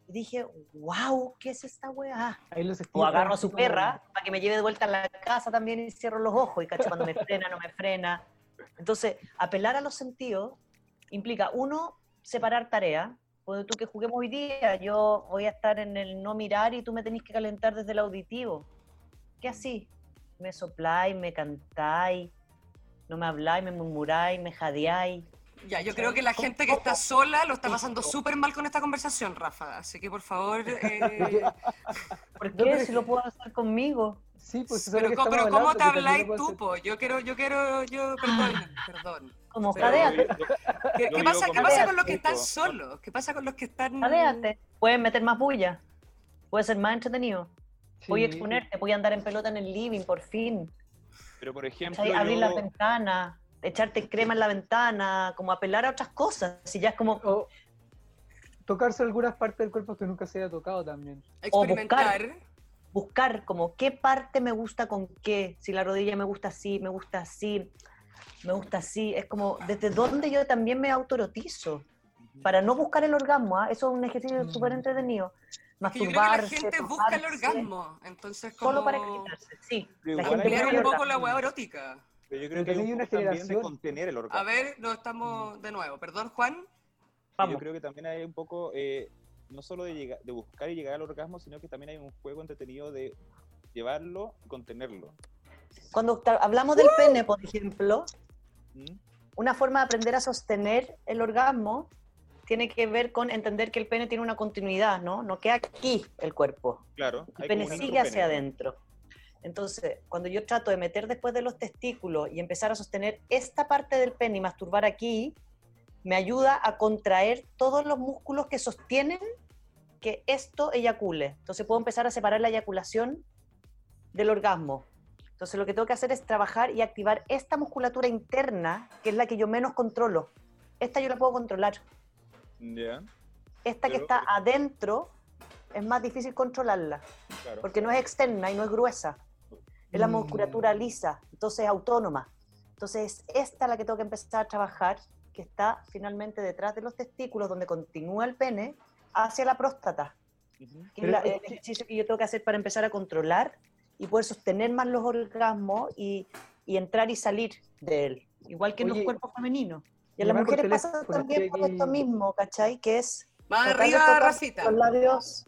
Speaker 4: y dije, wow, ¿qué es esta weá?
Speaker 1: Ahí los
Speaker 4: O
Speaker 1: estilo,
Speaker 4: agarro a su
Speaker 1: como-
Speaker 4: perra para que me lleve de vuelta a la casa también y cierro los ojos y cacho cuando me frena, no me frena. Entonces, apelar a los sentidos implica, uno, separar tareas. Cuando tú que juguemos hoy día, yo voy a estar en el no mirar y tú me tenés que calentar desde el auditivo. ¿Qué así? Me sopláis, me cantáis, no me habláis, me murmuráis, me jadeáis.
Speaker 2: ya, yo creo que la gente que está sola lo está pasando súper mal con esta conversación, Rafa. Así que por favor. eh,
Speaker 4: ¿Por
Speaker 1: No,
Speaker 4: qué?
Speaker 1: pero-
Speaker 4: Si lo puedo hacer conmigo.
Speaker 1: Sí, pues eso es lo
Speaker 2: pero,
Speaker 1: que
Speaker 2: co-
Speaker 1: estamos
Speaker 2: pero ¿cómo
Speaker 1: hablando,
Speaker 2: te
Speaker 1: que también
Speaker 2: habláis
Speaker 1: lo puedes
Speaker 2: tú, po? Yo quiero, yo quiero,
Speaker 4: Ah.
Speaker 2: yo, perdón, perdón.
Speaker 4: Como
Speaker 2: Pero-
Speaker 4: jadea,
Speaker 5: Yo- yo-
Speaker 2: ¿Qué,
Speaker 5: Yo
Speaker 2: qué
Speaker 5: vivo
Speaker 2: pasa,
Speaker 5: con
Speaker 2: ¿qué
Speaker 4: mi
Speaker 2: pasa
Speaker 4: gato,
Speaker 2: con los que están
Speaker 5: hijo.
Speaker 2: solos? ¿Qué pasa con los que están...?
Speaker 4: jadeate. Puedes meter más bulla. Puede ser más entretenido.
Speaker 1: hacer.
Speaker 4: Voy a
Speaker 1: Sí.
Speaker 4: exponerte, voy a andar en pelota en el living, por fin.
Speaker 5: Pero por ejemplo,
Speaker 4: ¿Cachai? Abrir
Speaker 5: yo-
Speaker 4: la ventana, echarte crema en la ventana, como apelar a otras cosas. Si ya es como,
Speaker 1: O tocarse algunas partes del cuerpo que nunca se haya tocado también.
Speaker 4: O buscar.
Speaker 2: Experimentar.
Speaker 4: buscar como qué parte me gusta con qué, si la rodilla me gusta así, me gusta así, me gusta así, es como desde dónde yo también me autorotizo para no buscar el orgasmo, ¿ah? eso es un ejercicio
Speaker 1: Mm.
Speaker 4: súper entretenido,
Speaker 2: Es que yo creo que
Speaker 4: masturbarse,
Speaker 2: la gente busca el
Speaker 4: tocarse,
Speaker 2: orgasmo, entonces como...
Speaker 4: solo para excitarse, sí,
Speaker 5: Pero
Speaker 4: la
Speaker 5: igual
Speaker 4: gente
Speaker 5: hay
Speaker 2: ampliar
Speaker 4: busca
Speaker 5: que-
Speaker 4: el
Speaker 2: un poco
Speaker 4: orgasmo.
Speaker 2: la hueá erótica.
Speaker 5: Pero yo
Speaker 1: Pero
Speaker 5: creo que hay
Speaker 1: también
Speaker 5: un
Speaker 1: hay una
Speaker 5: poco también de
Speaker 1: generación-
Speaker 5: contener el orgasmo.
Speaker 2: A ver, no estamos de nuevo, perdón, Juan.
Speaker 5: Yo
Speaker 4: Vamos.
Speaker 5: creo que también hay un poco, eh, no solo de, llega- de buscar y llegar al orgasmo, sino que también hay un juego entretenido de llevarlo y contenerlo.
Speaker 4: Cuando ta- hablamos del pene, por ejemplo,
Speaker 5: ¿Mm?
Speaker 4: una forma de aprender a sostener el orgasmo tiene que ver con entender que el pene tiene una continuidad, ¿no? No queda aquí el cuerpo.
Speaker 5: Claro.
Speaker 4: El
Speaker 5: hay
Speaker 4: pene
Speaker 5: como un
Speaker 4: sigue
Speaker 5: pene.
Speaker 4: hacia adentro. Entonces, cuando yo trato de meter después de los testículos y empezar a sostener esta parte del pene y masturbar aquí, me ayuda a contraer todos los músculos que sostienen que esto eyacule. Entonces puedo empezar a separar la eyaculación del orgasmo. Entonces lo que tengo que hacer es trabajar y activar esta musculatura interna, que es la que yo menos controlo. Esta yo la puedo controlar.
Speaker 5: Ya,
Speaker 4: Esta que
Speaker 5: Pero-
Speaker 4: está adentro es más difícil controlarla
Speaker 5: claro.
Speaker 4: porque no es externa y no es gruesa. Es la
Speaker 1: Mm.
Speaker 4: musculatura lisa, entonces es autónoma. Entonces es esta la que tengo que empezar a trabajar, que está finalmente detrás de los testículos, donde continúa el pene, hacia la próstata,
Speaker 5: Ujú.
Speaker 4: que
Speaker 1: Pero
Speaker 4: es la-
Speaker 1: es
Speaker 4: el
Speaker 1: que-
Speaker 4: ejercicio que yo tengo que hacer para empezar a controlar y poder sostener más los orgasmos y, y entrar y salir de él, igual que en los
Speaker 1: Oye,
Speaker 4: cuerpos femeninos. Y a las
Speaker 1: llama por
Speaker 4: mujeres pasa
Speaker 1: teléfono,
Speaker 4: también
Speaker 1: estoy
Speaker 4: por
Speaker 1: aquí.
Speaker 4: esto mismo, ¿cachai? Que es
Speaker 2: Más
Speaker 4: Tocar
Speaker 2: arriba,
Speaker 4: los
Speaker 2: Rafita.
Speaker 4: Los labios,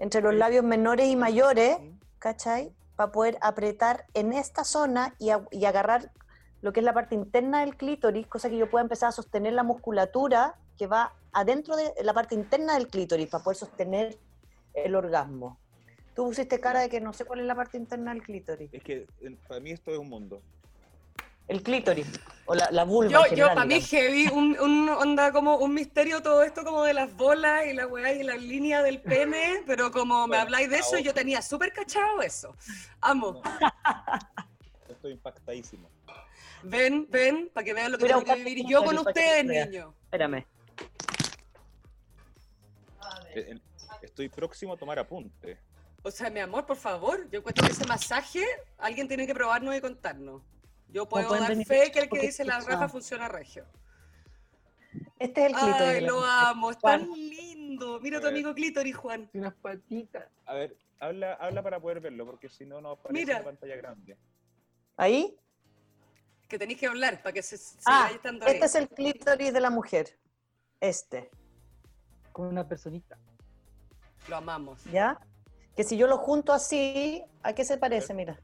Speaker 4: entre los labios menores y mayores,
Speaker 5: Ujú.
Speaker 4: ¿cachai? para poder apretar en esta zona y, a- y agarrar lo que es la parte interna del clítoris, cosa que yo pueda empezar a sostener la musculatura que va adentro de la parte interna del clítoris para poder sostener el orgasmo. Tú pusiste cara de que no sé cuál es la parte interna del clítoris.
Speaker 5: Es que en- para mí esto es un mundo.
Speaker 4: El clítoris o la, la vulva.
Speaker 2: Yo,
Speaker 4: en
Speaker 2: yo
Speaker 4: general,
Speaker 2: para mí
Speaker 4: digamos.
Speaker 2: heavy, un, un onda como un misterio todo esto como de las bolas y la weá y la línea del pene, pero como me
Speaker 5: Bueno,
Speaker 2: habláis de eso,
Speaker 5: ahora-
Speaker 2: yo tenía súper cachado eso. Amo.
Speaker 5: Yo Estoy impactadísimo.
Speaker 2: Ven, ven, para que vean lo que
Speaker 4: Voy a
Speaker 2: tengo que
Speaker 4: buscar
Speaker 2: vivir
Speaker 4: tu
Speaker 2: yo con
Speaker 4: clítoris para que
Speaker 2: ustedes,
Speaker 4: lo vean.
Speaker 2: niño.
Speaker 4: Espérame.
Speaker 5: Eh, en- Estoy próximo a tomar apunte.
Speaker 2: O sea, mi amor, por favor, yo encuentro que ese masaje alguien tiene que probarnos y contarnos. Yo puedo
Speaker 4: pueden
Speaker 2: dar
Speaker 4: venir
Speaker 2: fe que el que
Speaker 4: porque
Speaker 2: dice la
Speaker 4: escucha.
Speaker 2: rafa funciona regio.
Speaker 4: Este es el clítoris.
Speaker 2: Ay,
Speaker 4: la-
Speaker 2: lo amo, es
Speaker 4: Juan.
Speaker 2: tan lindo. Mira
Speaker 5: A
Speaker 2: tu
Speaker 5: ver.
Speaker 2: amigo clítoris, Juan.
Speaker 1: Unas patitas.
Speaker 5: A ver, habla, habla para poder verlo, porque si no, no aparece
Speaker 2: Mira.
Speaker 5: una pantalla grande.
Speaker 4: Ahí.
Speaker 2: Que tenéis que hablar para que se, se
Speaker 4: Ah,
Speaker 2: vaya estando ahí.
Speaker 4: Este es el clítoris de la mujer. Este,
Speaker 1: Con una personita.
Speaker 2: Lo amamos.
Speaker 4: ¿ya? Que si yo lo junto así, ¿a qué se parece? Mira.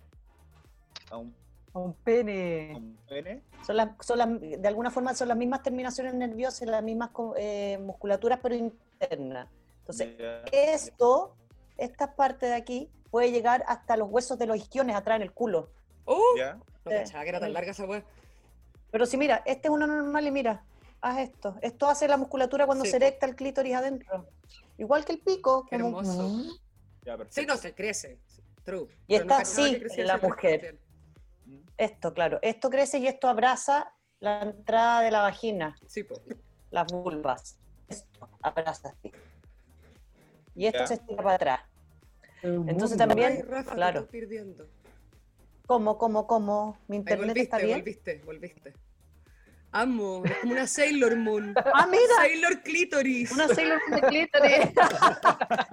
Speaker 5: A un,
Speaker 1: A un
Speaker 5: a
Speaker 1: pene.
Speaker 5: un pene.
Speaker 4: Son las, son las- de alguna forma son las mismas terminaciones nerviosas, las mismas co- eh, musculaturas, pero internas. Entonces,
Speaker 5: ya.
Speaker 4: esto, esta parte de aquí, puede llegar hasta los huesos de los isquiones atrás en el culo.
Speaker 2: ¡Oh!
Speaker 5: ya.
Speaker 2: No
Speaker 4: Sí.
Speaker 2: cachaba que era tan larga esa weá.
Speaker 4: Pero si mira, este es uno normal y mira, haz esto. Esto hace la musculatura cuando
Speaker 2: Sí.
Speaker 4: se erecta el clítoris adentro. Igual que el pico.
Speaker 2: Qué
Speaker 4: como-
Speaker 2: hermoso.
Speaker 5: Ya,
Speaker 2: Sí,
Speaker 5: perfecto.
Speaker 2: no, se crece. True. Pero
Speaker 4: Y
Speaker 2: no
Speaker 4: está
Speaker 2: cachaba
Speaker 4: así
Speaker 2: que crecía
Speaker 4: la
Speaker 2: así, pero
Speaker 4: mujer.
Speaker 2: bien.
Speaker 4: Esto, claro. Esto crece y esto abraza la entrada de la vagina,
Speaker 2: Sí, po.
Speaker 4: las vulvas. Esto abraza así. Y esto
Speaker 5: Ya.
Speaker 4: se estira para atrás. Entonces
Speaker 2: Ay,
Speaker 4: también,
Speaker 2: Rafa,
Speaker 4: claro.
Speaker 2: te estoy perdiendo.
Speaker 4: ¿Cómo, cómo, cómo? ¿Mi
Speaker 2: Ahí
Speaker 4: internet
Speaker 2: volviste,
Speaker 4: está bien?
Speaker 2: volviste, volviste. Amo, es como una Sailor Moon.
Speaker 4: ¡Ah, mira!
Speaker 2: Sailor Clítoris.
Speaker 4: Una Sailor Moon de clítoris.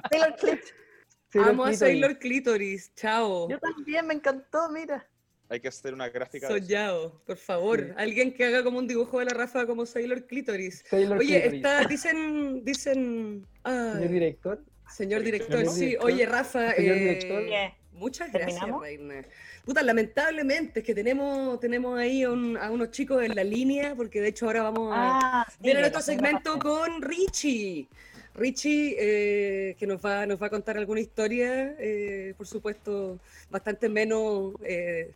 Speaker 4: Sailor Clit-
Speaker 2: Amo a Sailor Clítoris. Chao.
Speaker 4: Yo también, me encantó, mira.
Speaker 5: Hay que hacer una gráfica. de eso.
Speaker 2: Soñado, por favor.
Speaker 1: Sí.
Speaker 2: Alguien que haga como un dibujo de la Rafa como Sailor Clítoris.
Speaker 1: Sailor
Speaker 2: Oye,
Speaker 1: Clítoris.
Speaker 2: está, dicen, dicen. ay,
Speaker 1: Señor director,
Speaker 2: señor director,
Speaker 1: Señor
Speaker 2: sí.
Speaker 1: director.
Speaker 2: Oye, Rafa.
Speaker 1: Señor
Speaker 2: eh,
Speaker 1: director.
Speaker 4: Bien.
Speaker 2: Muchas gracias,
Speaker 4: ¿Terminamos?
Speaker 2: Reina. Puta, lamentablemente es que tenemos, tenemos ahí a un- a unos chicos en la línea, porque de hecho ahora vamos a,
Speaker 4: Ah, sí,
Speaker 2: Viene
Speaker 4: me
Speaker 2: nuestro
Speaker 4: pasé, me
Speaker 2: segmento
Speaker 4: pasé.
Speaker 2: con Richie. Richie, eh, que nos va, nos va a contar alguna historia, eh, por supuesto, bastante menos. eh,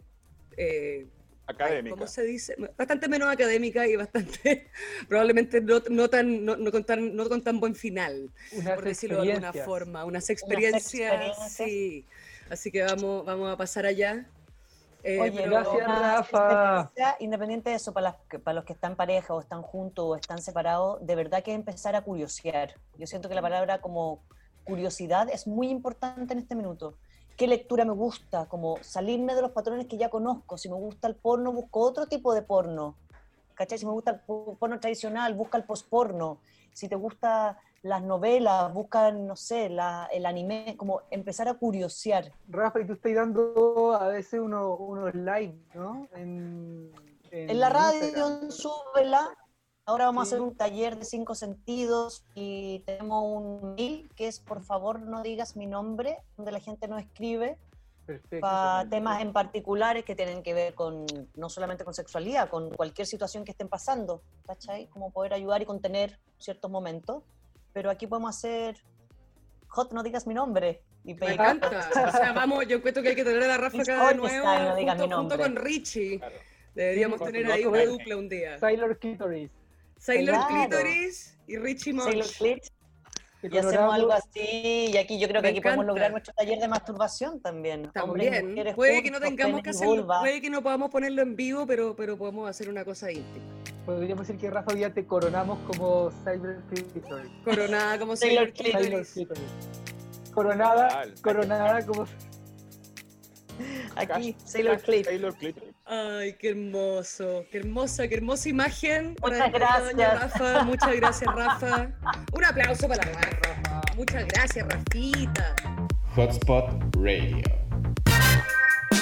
Speaker 2: eh, ay,
Speaker 5: Académica.
Speaker 2: ¿Cómo se dice? Bastante menos académica y bastante. probablemente no, no tan, no, no con tan, no con tan buen final,
Speaker 1: unas
Speaker 2: por decirlo de alguna
Speaker 1: experiencias.
Speaker 2: forma. Unas experiencias.
Speaker 4: experiencias.
Speaker 2: sí. Así que vamos, vamos a pasar allá. Eh,
Speaker 4: Oye,
Speaker 2: pero-
Speaker 1: gracias.
Speaker 4: una
Speaker 1: Rafa.
Speaker 4: experiencia, Independiente de eso, para, las que- para los que están pareja o están juntos o están separados, de verdad que es empezar a curiosear. Yo siento
Speaker 1: Mm.
Speaker 4: que la palabra como curiosidad es muy importante en este minuto. ¿Qué lectura me gusta? Como salirme de los patrones que ya conozco. Si me gusta el porno, busco otro tipo de porno. ¿Cachai? Si me gusta el po- porno tradicional, busca el posporno. Si te gusta las novelas, busca, no sé, la- el anime. Como empezar a curiosear.
Speaker 1: Rafa, y tú estás dando a veces uno- unos live, ¿no? En, en
Speaker 4: En la radio,
Speaker 1: Instagram.
Speaker 4: en Súbela. Ahora vamos
Speaker 1: Sí.
Speaker 4: a hacer un taller de cinco sentidos y tenemos un mail que es por favor no digas mi nombre, donde la gente nos escribe
Speaker 1: Perfecto.
Speaker 4: para temas en particulares que tienen que ver con no solamente con sexualidad, con cualquier situación que estén pasando, ¿cachai? Como poder ayudar y contener ciertos momentos. Pero aquí podemos hacer hot no digas mi nombre y
Speaker 2: Me
Speaker 4: pedir
Speaker 2: encanta. O sea, vamos, yo encuentro que hay que tener a la Rafa acá de
Speaker 4: Ahorita está,
Speaker 2: nuevo
Speaker 4: no digas
Speaker 2: junto,
Speaker 4: mi
Speaker 2: junto
Speaker 4: nombre.
Speaker 2: con Richie.
Speaker 5: Claro.
Speaker 2: Deberíamos
Speaker 1: Sí,
Speaker 2: tener
Speaker 1: por
Speaker 2: ahí una
Speaker 1: supuesto.
Speaker 2: dupla un día.
Speaker 1: Sailor Clitoris.
Speaker 2: Sailor
Speaker 4: Claro.
Speaker 2: Clítoris y Richie Monch.
Speaker 4: Sailor Clip.
Speaker 1: Te
Speaker 4: Y hacemos
Speaker 1: coloramos.
Speaker 4: algo así, y aquí yo creo que
Speaker 2: Me
Speaker 4: aquí
Speaker 2: encanta.
Speaker 4: podemos lograr nuestro taller de masturbación también. Hombres y
Speaker 2: También.
Speaker 4: mujeres
Speaker 2: Puede que no
Speaker 4: juntos,
Speaker 2: tengamos
Speaker 4: penes
Speaker 2: que
Speaker 4: y
Speaker 2: hacerlo,
Speaker 4: vulva.
Speaker 2: puede que no podamos ponerlo en vivo, pero, pero podemos hacer una cosa íntima.
Speaker 1: Podríamos decir que Rafa hoy día te coronamos como Sailor Clitoris.
Speaker 2: Coronada como
Speaker 4: Sailor
Speaker 2: Sailor
Speaker 4: Clítoris.
Speaker 1: Sailor
Speaker 2: Clítoris.
Speaker 1: Clitoris. Coronada,
Speaker 5: Total.
Speaker 1: coronada como
Speaker 4: Aquí,
Speaker 5: Hashtag
Speaker 4: Sailor Clip.
Speaker 5: Sailor Clitoris.
Speaker 2: Ay, qué hermoso, qué hermosa, qué hermosa imagen. para
Speaker 4: Muchas
Speaker 2: despertar a doña
Speaker 4: gracias.
Speaker 2: Rafa. Muchas gracias, Rafa. Un aplauso para la Rafa. Muchas gracias, Rafita.
Speaker 6: Hotspot Radio.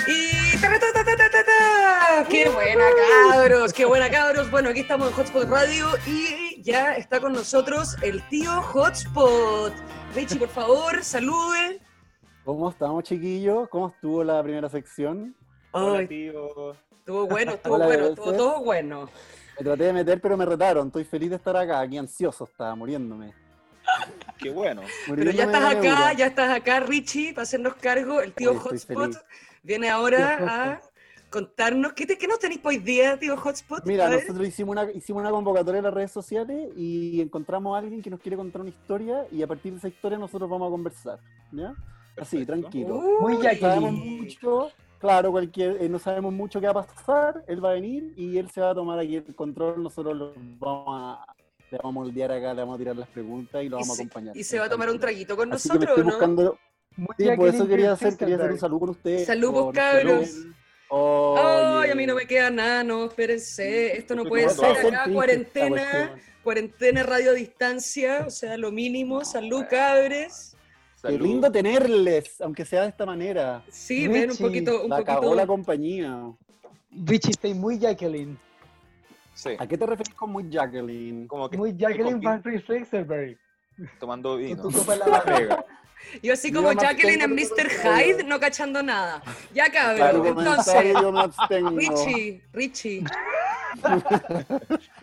Speaker 2: Y ta, ta, ta, ta, ta, ta, ta. ¡Qué buena, cabros! ¡Qué buena, cabros! Bueno, aquí estamos en Hotspot Radio y ya está con nosotros el tío Hotspot. Richie, por favor, salude.
Speaker 7: ¿Cómo estamos, chiquillos? ¿Cómo estuvo la primera sección?
Speaker 5: Hola,
Speaker 2: Ay,
Speaker 5: tío.
Speaker 2: estuvo bueno, estuvo
Speaker 7: Hola,
Speaker 2: bueno,
Speaker 7: Belce.
Speaker 2: estuvo todo bueno.
Speaker 7: Me traté de meter, pero me retaron. Estoy feliz de estar acá, aquí ansioso estaba, muriéndome.
Speaker 5: Qué bueno.
Speaker 2: Pero ya
Speaker 7: Muriéndome
Speaker 2: estás
Speaker 7: de
Speaker 2: acá,
Speaker 7: neura.
Speaker 2: ya estás acá, Richie, para hacernos cargo. El tío
Speaker 7: Ay, estoy
Speaker 2: Hotspot
Speaker 7: feliz.
Speaker 2: viene ahora a contarnos. ¿Qué, te, qué nos tenéis por hoy día, tío Hotspot?
Speaker 7: Mira,
Speaker 2: A ver.
Speaker 7: nosotros hicimos una, hicimos una convocatoria en las redes sociales y encontramos a alguien que nos quiere contar una historia y a partir de esa historia nosotros vamos a conversar. ¿ya? Así,
Speaker 5: Perfecto.
Speaker 7: tranquilo.
Speaker 1: Muy
Speaker 2: Uy,
Speaker 7: sabemos
Speaker 1: Jacqueline.
Speaker 7: mucho, claro, cualquier, eh, no sabemos mucho qué va a pasar, él va a venir y él se va a tomar aquí el control, nosotros lo vamos a, le vamos a moldear acá, le vamos a tirar las preguntas y lo
Speaker 2: Y
Speaker 7: vamos
Speaker 2: se-
Speaker 7: a acompañar.
Speaker 2: Y se va a tomar un traguito con
Speaker 7: Así que me
Speaker 2: nosotros,
Speaker 7: estoy
Speaker 2: ¿o ¿no?
Speaker 7: buscando,
Speaker 1: Muy
Speaker 7: sí, por eso
Speaker 1: Jacqueline
Speaker 7: quería hacer, quería hacer
Speaker 1: Christenberg.
Speaker 7: un saludo con ustedes.
Speaker 2: Salud, pues,
Speaker 7: por-
Speaker 2: cabros.
Speaker 7: Oh,
Speaker 2: Ay,
Speaker 7: yeah.
Speaker 2: a mí no me queda nada, no, espérense, esto no
Speaker 5: Estoy
Speaker 2: puede
Speaker 5: tomando
Speaker 2: ser
Speaker 5: agua.
Speaker 2: acá, cuarentena,
Speaker 7: pues,
Speaker 2: cuarentena, radio distancia, o sea, lo mínimo, salud cabres.
Speaker 7: Qué
Speaker 5: Salud.
Speaker 7: lindo tenerles, aunque sea de esta manera.
Speaker 2: Sí, ven un
Speaker 1: Richie,
Speaker 2: poquito, un
Speaker 7: la cagó la
Speaker 2: poquito.
Speaker 7: compañía.
Speaker 1: Richie, estoy muy Jacqueline.
Speaker 5: Sí.
Speaker 7: ¿A qué te referís con muy Jacqueline?
Speaker 5: Como que
Speaker 1: Muy
Speaker 5: con
Speaker 1: Jacqueline
Speaker 5: vino.
Speaker 1: Van Rieselberg.
Speaker 5: tomando vino.
Speaker 1: Con tu copa en la
Speaker 5: La
Speaker 1: mano.
Speaker 5: pega.
Speaker 2: Yo así
Speaker 7: Yo
Speaker 2: como
Speaker 7: me
Speaker 2: Jacqueline en
Speaker 7: abstengo de
Speaker 2: Mr.
Speaker 7: todo.
Speaker 2: Hyde, no cachando nada. Ya
Speaker 7: Claro,
Speaker 2: cabros, entonces,
Speaker 7: comentario yo me abstengo.
Speaker 2: Richie, Richie.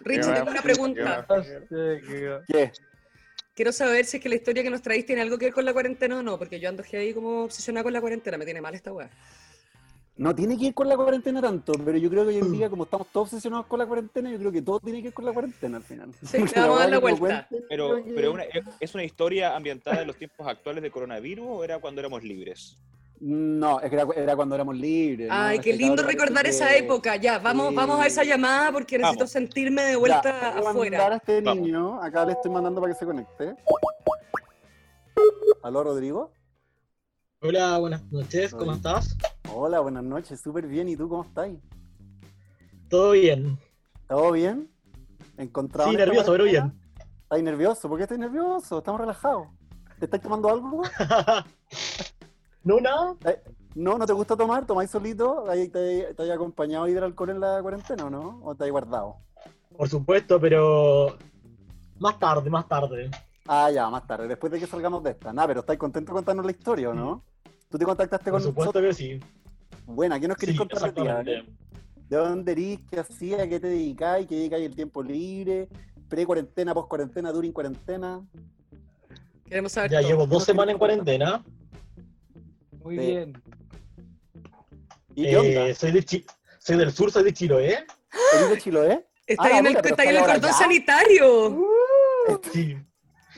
Speaker 2: Richie, tengo una pregunta.
Speaker 7: ¿Qué?
Speaker 2: Quiero saber si es que la historia que nos traís tiene algo que ver con la cuarentena o no, porque yo ando ahí como obsesionada con la cuarentena, me tiene mal esta weá.
Speaker 7: No tiene que ir con la cuarentena tanto, pero yo creo que hoy en día, como estamos todos obsesionados con la cuarentena, yo creo que todo tiene que ir con la cuarentena al final.
Speaker 2: Sí,
Speaker 7: Porque
Speaker 2: le vamos a dar la
Speaker 7: verdad que
Speaker 2: vuelta.
Speaker 7: me cuenten,
Speaker 5: Pero,
Speaker 7: creo que-
Speaker 5: pero una- eh, ¿es una historia ambientada en los tiempos actuales de coronavirus o era cuando éramos libres?
Speaker 7: No, es que era, era cuando éramos libres. ¿no?
Speaker 2: Ay, qué
Speaker 7: Este
Speaker 2: lindo
Speaker 7: cabrón
Speaker 2: recordar
Speaker 7: parece
Speaker 2: esa
Speaker 7: que-
Speaker 2: época. Ya, vamos,
Speaker 7: Sí.
Speaker 2: vamos a esa llamada porque necesito
Speaker 5: Vamos.
Speaker 2: sentirme de vuelta
Speaker 7: Ya, voy a mandar
Speaker 2: afuera.
Speaker 7: a este
Speaker 5: Vamos.
Speaker 7: niño, acá le estoy mandando para que se conecte. ¿Aló, Rodrigo?
Speaker 8: Hola, buenas noches, ¿cómo estás?
Speaker 7: Hola, buenas noches, súper bien. ¿Y tú cómo estás?
Speaker 8: Todo bien.
Speaker 7: ¿Todo bien? ¿Encontrado?
Speaker 8: Sí,
Speaker 7: en esta
Speaker 8: nervioso, pero
Speaker 7: cuarentena?
Speaker 8: bien.
Speaker 7: ¿Estás nervioso? ¿Por qué estás nervioso? Estamos relajados. ¿Te estás tomando algo?
Speaker 8: ¿No, nada?
Speaker 7: No, ¿no te gusta tomar? ¿Tomáis solito? ¿Ahí ¿Te, te has acompañado a ir alcohol en la cuarentena o no? ¿O te has guardado?
Speaker 8: Por supuesto, pero más tarde, más tarde.
Speaker 7: Ah, ya, más tarde, después de que salgamos de esta. Nada, pero ¿estáis contento de contarnos la historia o no? ¿Tú te contactaste
Speaker 8: Mm. Por
Speaker 7: con
Speaker 8: supuesto
Speaker 7: nosotros?
Speaker 8: que sí.
Speaker 7: Buena, ¿qué nos
Speaker 8: Sí,
Speaker 7: querés contar de ti? A ver,
Speaker 8: exactamente.
Speaker 7: ¿De dónde erís? ¿Qué hacías? ¿Qué te dedicáis? ¿Qué dedicáis el tiempo libre? ¿Pre-cuarentena, post-cuarentena, during cuarentena?
Speaker 2: Queremos saber.
Speaker 8: Ya
Speaker 2: todo.
Speaker 8: llevo dos
Speaker 7: ¿Qué nos
Speaker 8: semanas en
Speaker 7: querés contar?
Speaker 8: cuarentena.
Speaker 1: Muy
Speaker 7: Sí.
Speaker 1: bien.
Speaker 7: ¿Y qué onda?
Speaker 8: Eh, soy, de Chi- soy del sur, soy de Chiloé.
Speaker 7: ¿Erís de Chiloé?
Speaker 2: Está
Speaker 7: Ah,
Speaker 2: ahí en el,
Speaker 7: puta, pero
Speaker 2: está ahí en el
Speaker 7: está ahora
Speaker 2: cordón
Speaker 7: ya.
Speaker 2: sanitario.
Speaker 8: Sí.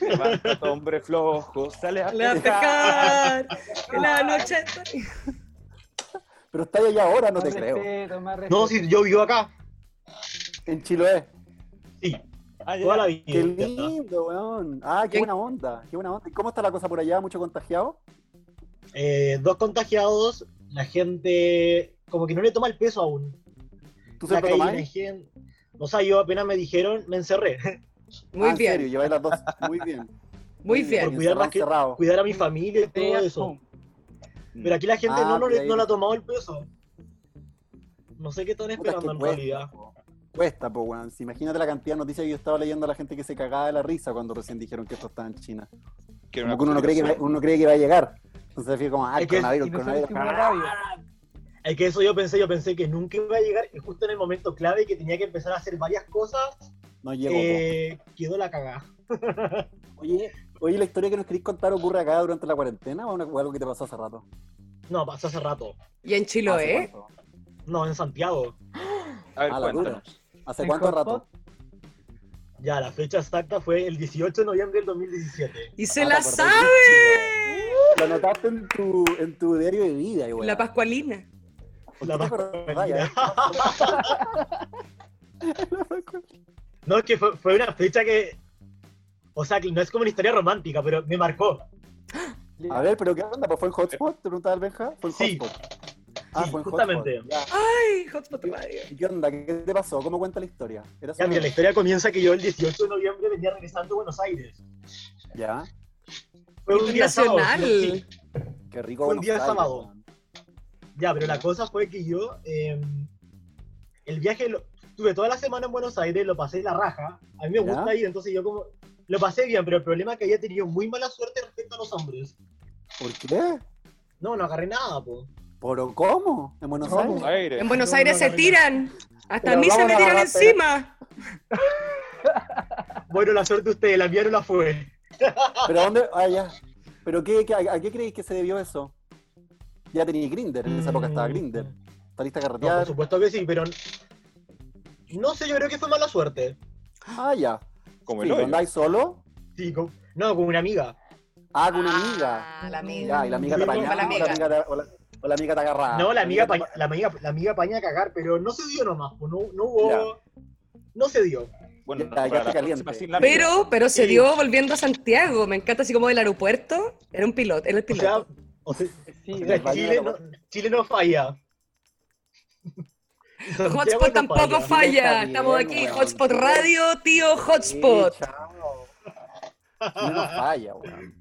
Speaker 5: Levántate, hombre flojo, sale a
Speaker 2: La pescar.
Speaker 7: Ah,
Speaker 2: en la noche. está-
Speaker 7: Pero estáis allá ahora, no te
Speaker 1: Más
Speaker 7: creo.
Speaker 1: respeto, más
Speaker 8: No,
Speaker 1: respeto.
Speaker 8: sí, yo vivo acá.
Speaker 7: En Chiloé.
Speaker 8: Sí,
Speaker 5: Ah, ya.
Speaker 8: toda la vida.
Speaker 7: Qué lindo, weón. Ah, qué
Speaker 2: Ya-
Speaker 7: buena onda, qué buena onda. ¿Y cómo está la cosa por allá? ¿Mucho contagiado?
Speaker 8: Eh, dos contagiados, la gente como que no le toma el peso aún.
Speaker 7: ¿Tú
Speaker 8: La
Speaker 7: siempre
Speaker 8: calle,
Speaker 7: tomás?
Speaker 8: la gente... No sé, yo apenas me dijeron, me encerré.
Speaker 2: Muy
Speaker 7: ah, En serio,
Speaker 2: bien,
Speaker 7: lleváis las dos. Muy bien.
Speaker 2: muy
Speaker 8: Por
Speaker 2: bien.
Speaker 8: cuidar más que-
Speaker 7: cerrado.
Speaker 8: Cuidar a mi familia y todo eso. Pero aquí la gente
Speaker 7: Oh. Ah,
Speaker 8: no, no, le-
Speaker 7: pero ahí-
Speaker 8: no le ha tomado el peso. No sé qué están
Speaker 7: Puta, es
Speaker 8: esperando
Speaker 7: que
Speaker 8: en
Speaker 7: cuesta,
Speaker 8: realidad.
Speaker 7: po. cuesta, po, weón. Si imagínate la cantidad de noticias que yo estaba leyendo a la gente que se cagaba de la risa cuando recién dijeron que esto estaba en China.
Speaker 5: Que era
Speaker 7: Como
Speaker 5: una
Speaker 7: que uno no cree que, va- uno cree que va a llegar. Entonces fui como, ah, el
Speaker 8: Es que-
Speaker 7: coronavirus,
Speaker 1: Y
Speaker 7: el
Speaker 1: no sabes
Speaker 7: coronavirus.
Speaker 1: si hubo rabia.
Speaker 8: Ah. Es que eso yo pensé, yo pensé que nunca iba a llegar, y justo en el momento clave que tenía que empezar a hacer varias cosas,
Speaker 7: ah, No llegó.
Speaker 8: eh, quedó la cagada.
Speaker 7: po. Oye, oye, la historia que nos queréis contar ocurre acá durante la cuarentena o una- o algo que te pasó hace rato.
Speaker 8: No, pasó hace rato.
Speaker 2: Y en
Speaker 7: ¿Hace
Speaker 2: Chiloé.
Speaker 7: Ah, cuánto?
Speaker 8: No, en Santiago.
Speaker 5: A ver,
Speaker 7: Ah, la dura.
Speaker 5: cuéntanos.
Speaker 7: ¿Hace
Speaker 1: ¿En
Speaker 7: cuánto
Speaker 1: Hotspot?
Speaker 7: rato? Ah,
Speaker 8: Ya, la fecha exacta fue el 18 de noviembre del 2017.
Speaker 2: Y se
Speaker 7: Ah,
Speaker 2: la
Speaker 7: te acordás,
Speaker 2: sabe.
Speaker 7: Lo notaste en tu, en tu diario de vida, igual.
Speaker 2: La Pascualina.
Speaker 8: La
Speaker 7: te acordás, ya?
Speaker 8: No, es que fue, fue una fecha que... O sea, que no es como una historia romántica, pero me marcó.
Speaker 7: A ver, pero ¿qué onda? ¿Pues ¿Fue en hotspot? ¿Te preguntaba el Benja? ¿Fue en
Speaker 8: Sí.
Speaker 7: hotspot? Ah,
Speaker 8: Sí, justamente.
Speaker 7: Ya.
Speaker 2: Ay, Hotspot Radio.
Speaker 7: ¿Y ¿Qué onda? ¿Qué te pasó? ¿Cómo cuenta la historia? ¿Era
Speaker 8: Ya,
Speaker 7: solo-
Speaker 8: mira, la historia comienza que yo el 18 de noviembre venía regresando a Buenos Aires.
Speaker 7: Ya.
Speaker 8: Fue un día sábado.
Speaker 2: Internacional.
Speaker 8: sí.
Speaker 7: Qué rico.
Speaker 8: Fue un
Speaker 7: Buenos
Speaker 8: día
Speaker 7: Aires,
Speaker 8: sábado.
Speaker 7: weón.
Speaker 8: Ya, pero la cosa fue que yo, eh, el viaje, lo, tuve toda la semana en Buenos Aires, lo pasé la raja. A mí me
Speaker 7: ¿Ya?
Speaker 8: gusta ir, entonces yo como, lo pasé bien, pero el problema es que había tenido muy mala suerte respecto a los hombres.
Speaker 7: ¿Por qué?
Speaker 8: No, no agarré nada, po.
Speaker 7: ¿Pero cómo? ¿En Buenos
Speaker 1: ¿Cómo?
Speaker 7: Aires?
Speaker 5: Aire.
Speaker 2: En Buenos
Speaker 1: No,
Speaker 2: Aires
Speaker 1: no,
Speaker 2: se
Speaker 1: no, no.
Speaker 2: tiran. Hasta a mí
Speaker 7: Pero
Speaker 2: se
Speaker 7: vamos
Speaker 2: me
Speaker 7: a
Speaker 2: tiran
Speaker 7: la batalla.
Speaker 2: encima.
Speaker 8: Bueno, la suerte de ustedes, la mía no la fue.
Speaker 7: ¿Pero a dónde? Ah, ya. ¿Pero qué, qué- a, a qué creéis que se debió eso? Ya tenía Grinder, en esa época estaba Grinder. Saliste a
Speaker 8: No, Mm. por
Speaker 7: carretear.
Speaker 8: supuesto que sí, pero. No sé, yo creo que fue mala suerte.
Speaker 7: Ah, ya.
Speaker 5: Como el
Speaker 7: Sí,
Speaker 5: hoyo.
Speaker 7: ¿Andáis solo?
Speaker 8: Sí, con- no, con una amiga.
Speaker 7: Ah, con una amiga.
Speaker 2: Ah, la amiga.
Speaker 7: Ya, y la amiga te
Speaker 8: Sí, con
Speaker 7: apañaba,
Speaker 2: la
Speaker 7: o la
Speaker 2: amiga.
Speaker 7: amiga te- o la- o Ah, la amiga te agarraba.
Speaker 8: No, la amiga,
Speaker 7: te-
Speaker 8: pa- la amiga, la amiga paña a cagar, pero no se dio nomás, po, no, no hubo. No se dio.
Speaker 5: Bueno,
Speaker 7: Ya,
Speaker 5: para
Speaker 7: ya
Speaker 5: la
Speaker 7: está
Speaker 5: próxima
Speaker 7: caliente.
Speaker 5: sin la amiga.
Speaker 2: Pero, pero se
Speaker 8: Sí.
Speaker 2: dio volviendo a Santiago. Me encanta así como del aeropuerto. Era un piloto, era el
Speaker 8: O sea,
Speaker 2: piloto.
Speaker 8: o sea,
Speaker 1: Sí,
Speaker 8: o sea,
Speaker 7: el baño
Speaker 8: Chile,
Speaker 7: era
Speaker 8: no,
Speaker 7: bueno.
Speaker 8: Chile no falla. Santiago
Speaker 2: Hotspot
Speaker 8: no
Speaker 2: tampoco
Speaker 8: falla.
Speaker 2: falla.
Speaker 7: Está bien,
Speaker 2: Estamos aquí,
Speaker 7: weón.
Speaker 2: Hotspot Radio, tío Hotspot.
Speaker 7: Sí, chao. No nos falla, weón.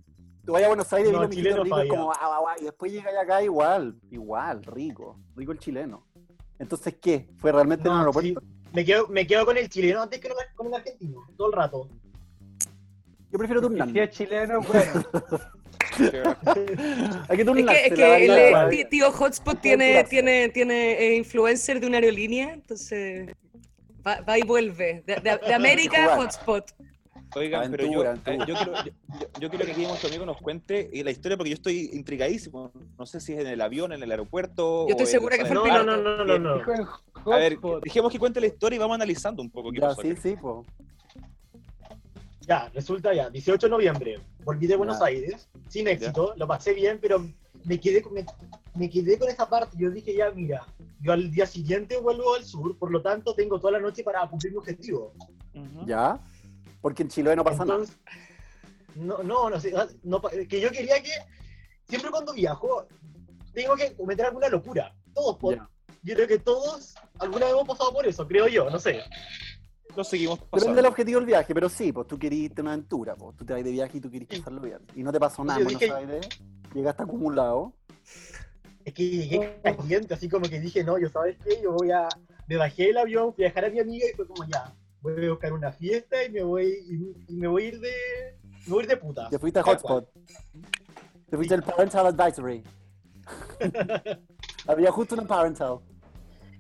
Speaker 7: Tú vayas a Buenos Aires y
Speaker 8: No,
Speaker 7: no, chileno
Speaker 8: chileno
Speaker 7: rico, es
Speaker 8: falla.
Speaker 7: como guau, guau, guau, y después llegas acá igual, igual, rico, rico el chileno. Entonces, ¿qué? ¿Fue realmente en un
Speaker 8: No,
Speaker 7: aeropuerto?
Speaker 8: Me quedo, me quedo con el chileno antes que con el- con el argentino, todo el rato.
Speaker 7: Yo prefiero
Speaker 1: Si
Speaker 7: turnarme.
Speaker 1: es chileno, bueno.
Speaker 7: Hay que
Speaker 2: Es
Speaker 7: turnarse.
Speaker 2: que, es
Speaker 7: la
Speaker 2: que el
Speaker 7: verdad.
Speaker 2: eh, ti- tío Hotspot tiene,
Speaker 7: Cultura.
Speaker 2: tiene, tiene eh, influencer de una aerolínea, entonces va, va y vuelve. De, de- de América a
Speaker 7: Jugar.
Speaker 2: Hotspot.
Speaker 5: Oigan,
Speaker 7: Aventura,
Speaker 5: pero yo, eh,
Speaker 7: aventura.
Speaker 5: yo, quiero, yo, yo quiero que aquí nuestro amigo nos cuente eh, la historia porque yo estoy intrigadísimo. No sé si es en el avión, en el aeropuerto.
Speaker 2: Yo estoy
Speaker 5: o en-
Speaker 2: segura que
Speaker 5: o
Speaker 2: fue
Speaker 5: sea,
Speaker 2: el
Speaker 8: No,
Speaker 5: en-
Speaker 8: no,
Speaker 2: piloto.
Speaker 8: no, no, no, no.
Speaker 1: Dijo en
Speaker 5: A ver,
Speaker 1: hotspot.
Speaker 5: dejemos que cuente la historia y vamos analizando un poco qué
Speaker 7: Ya,
Speaker 5: pasó
Speaker 7: sí,
Speaker 5: acá.
Speaker 7: sí, po.
Speaker 2: ¿Ah?
Speaker 8: Ya, resulta ya, 18 de noviembre, volví de Buenos
Speaker 7: Ya.
Speaker 8: Aires, sin éxito, lo pasé bien, pero me quedé, con- me, me quedé con esa parte. Yo dije, ya, mira, yo al día siguiente vuelvo al sur, por lo tanto tengo toda la noche para cumplir mi objetivo.
Speaker 5: Ujú.
Speaker 7: Ya. Porque en Chile no pasa nada.
Speaker 8: Entonces, no, no, no, sé, no, pa- que yo quería que, siempre cuando viajo, tengo que cometer alguna locura. Todos, po-
Speaker 7: Ya.
Speaker 8: yo creo que todos alguna vez hemos pasado por eso, creo yo, no sé.
Speaker 5: Lo seguimos pasando.
Speaker 7: Depende del objetivo del viaje, pero sí, pues tú querías irte a una aventura, pues tú te vas de viaje y tú querías pasarlo bien. Y no te pasó nada en
Speaker 8: Yo
Speaker 7: Buenos
Speaker 8: dije-
Speaker 7: Aires, llegaste acumulado.
Speaker 8: Es que
Speaker 7: Oh.
Speaker 8: llegué caliente, así como que dije, no, yo sabes qué, yo voy a... Me bajé del avión, fui a dejar a mi amiga y fue como ya, voy a buscar una fiesta y me voy, y, y me voy a ir de... Me voy a ir de puta.
Speaker 7: Te fuiste a
Speaker 8: Tal
Speaker 7: Hotspot. Te fuiste al Parental Advisory. Había justo una Parental.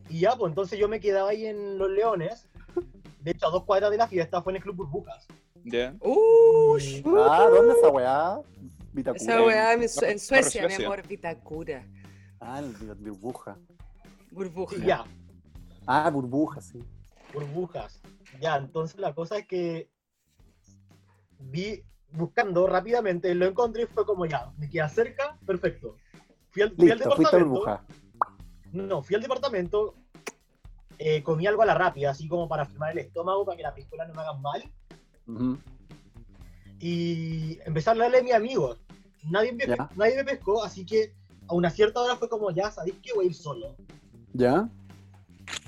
Speaker 8: Y ya, pues entonces yo me quedaba ahí en Los Leones. De hecho, a dos cuadras de la fiesta fue en el Club Burbujas.
Speaker 5: Ya.
Speaker 2: Ush.
Speaker 7: Ah, ¿dónde esa weá? Vitacura.
Speaker 2: Esa weá en, Su- en
Speaker 5: Barrio
Speaker 2: Suecia, mi
Speaker 5: Suecia.
Speaker 2: amor, Vitacura.
Speaker 7: Ah, el vi- burbuja.
Speaker 2: Burbuja.
Speaker 8: Y ya,
Speaker 7: Ah, burbuja, sí.
Speaker 8: Burbujas. Ya, entonces la cosa es que vi buscando rápidamente, lo encontré y fue como ya, me queda cerca, perfecto. Fui al, fui al
Speaker 7: Listo, fuiste a
Speaker 8: departamento.
Speaker 7: burbuja.
Speaker 8: No, fui al departamento, eh, comí algo a la rápida, así como para firmar el estómago, para que las piscolas no me hagan mal.
Speaker 7: Ujú.
Speaker 8: Y empecé a hablarle a mis amigos. Nadie me,
Speaker 7: Ya.
Speaker 8: nadie me pescó, así que a una cierta hora fue como, ya sabéis que voy a ir solo.
Speaker 7: ¿Ya?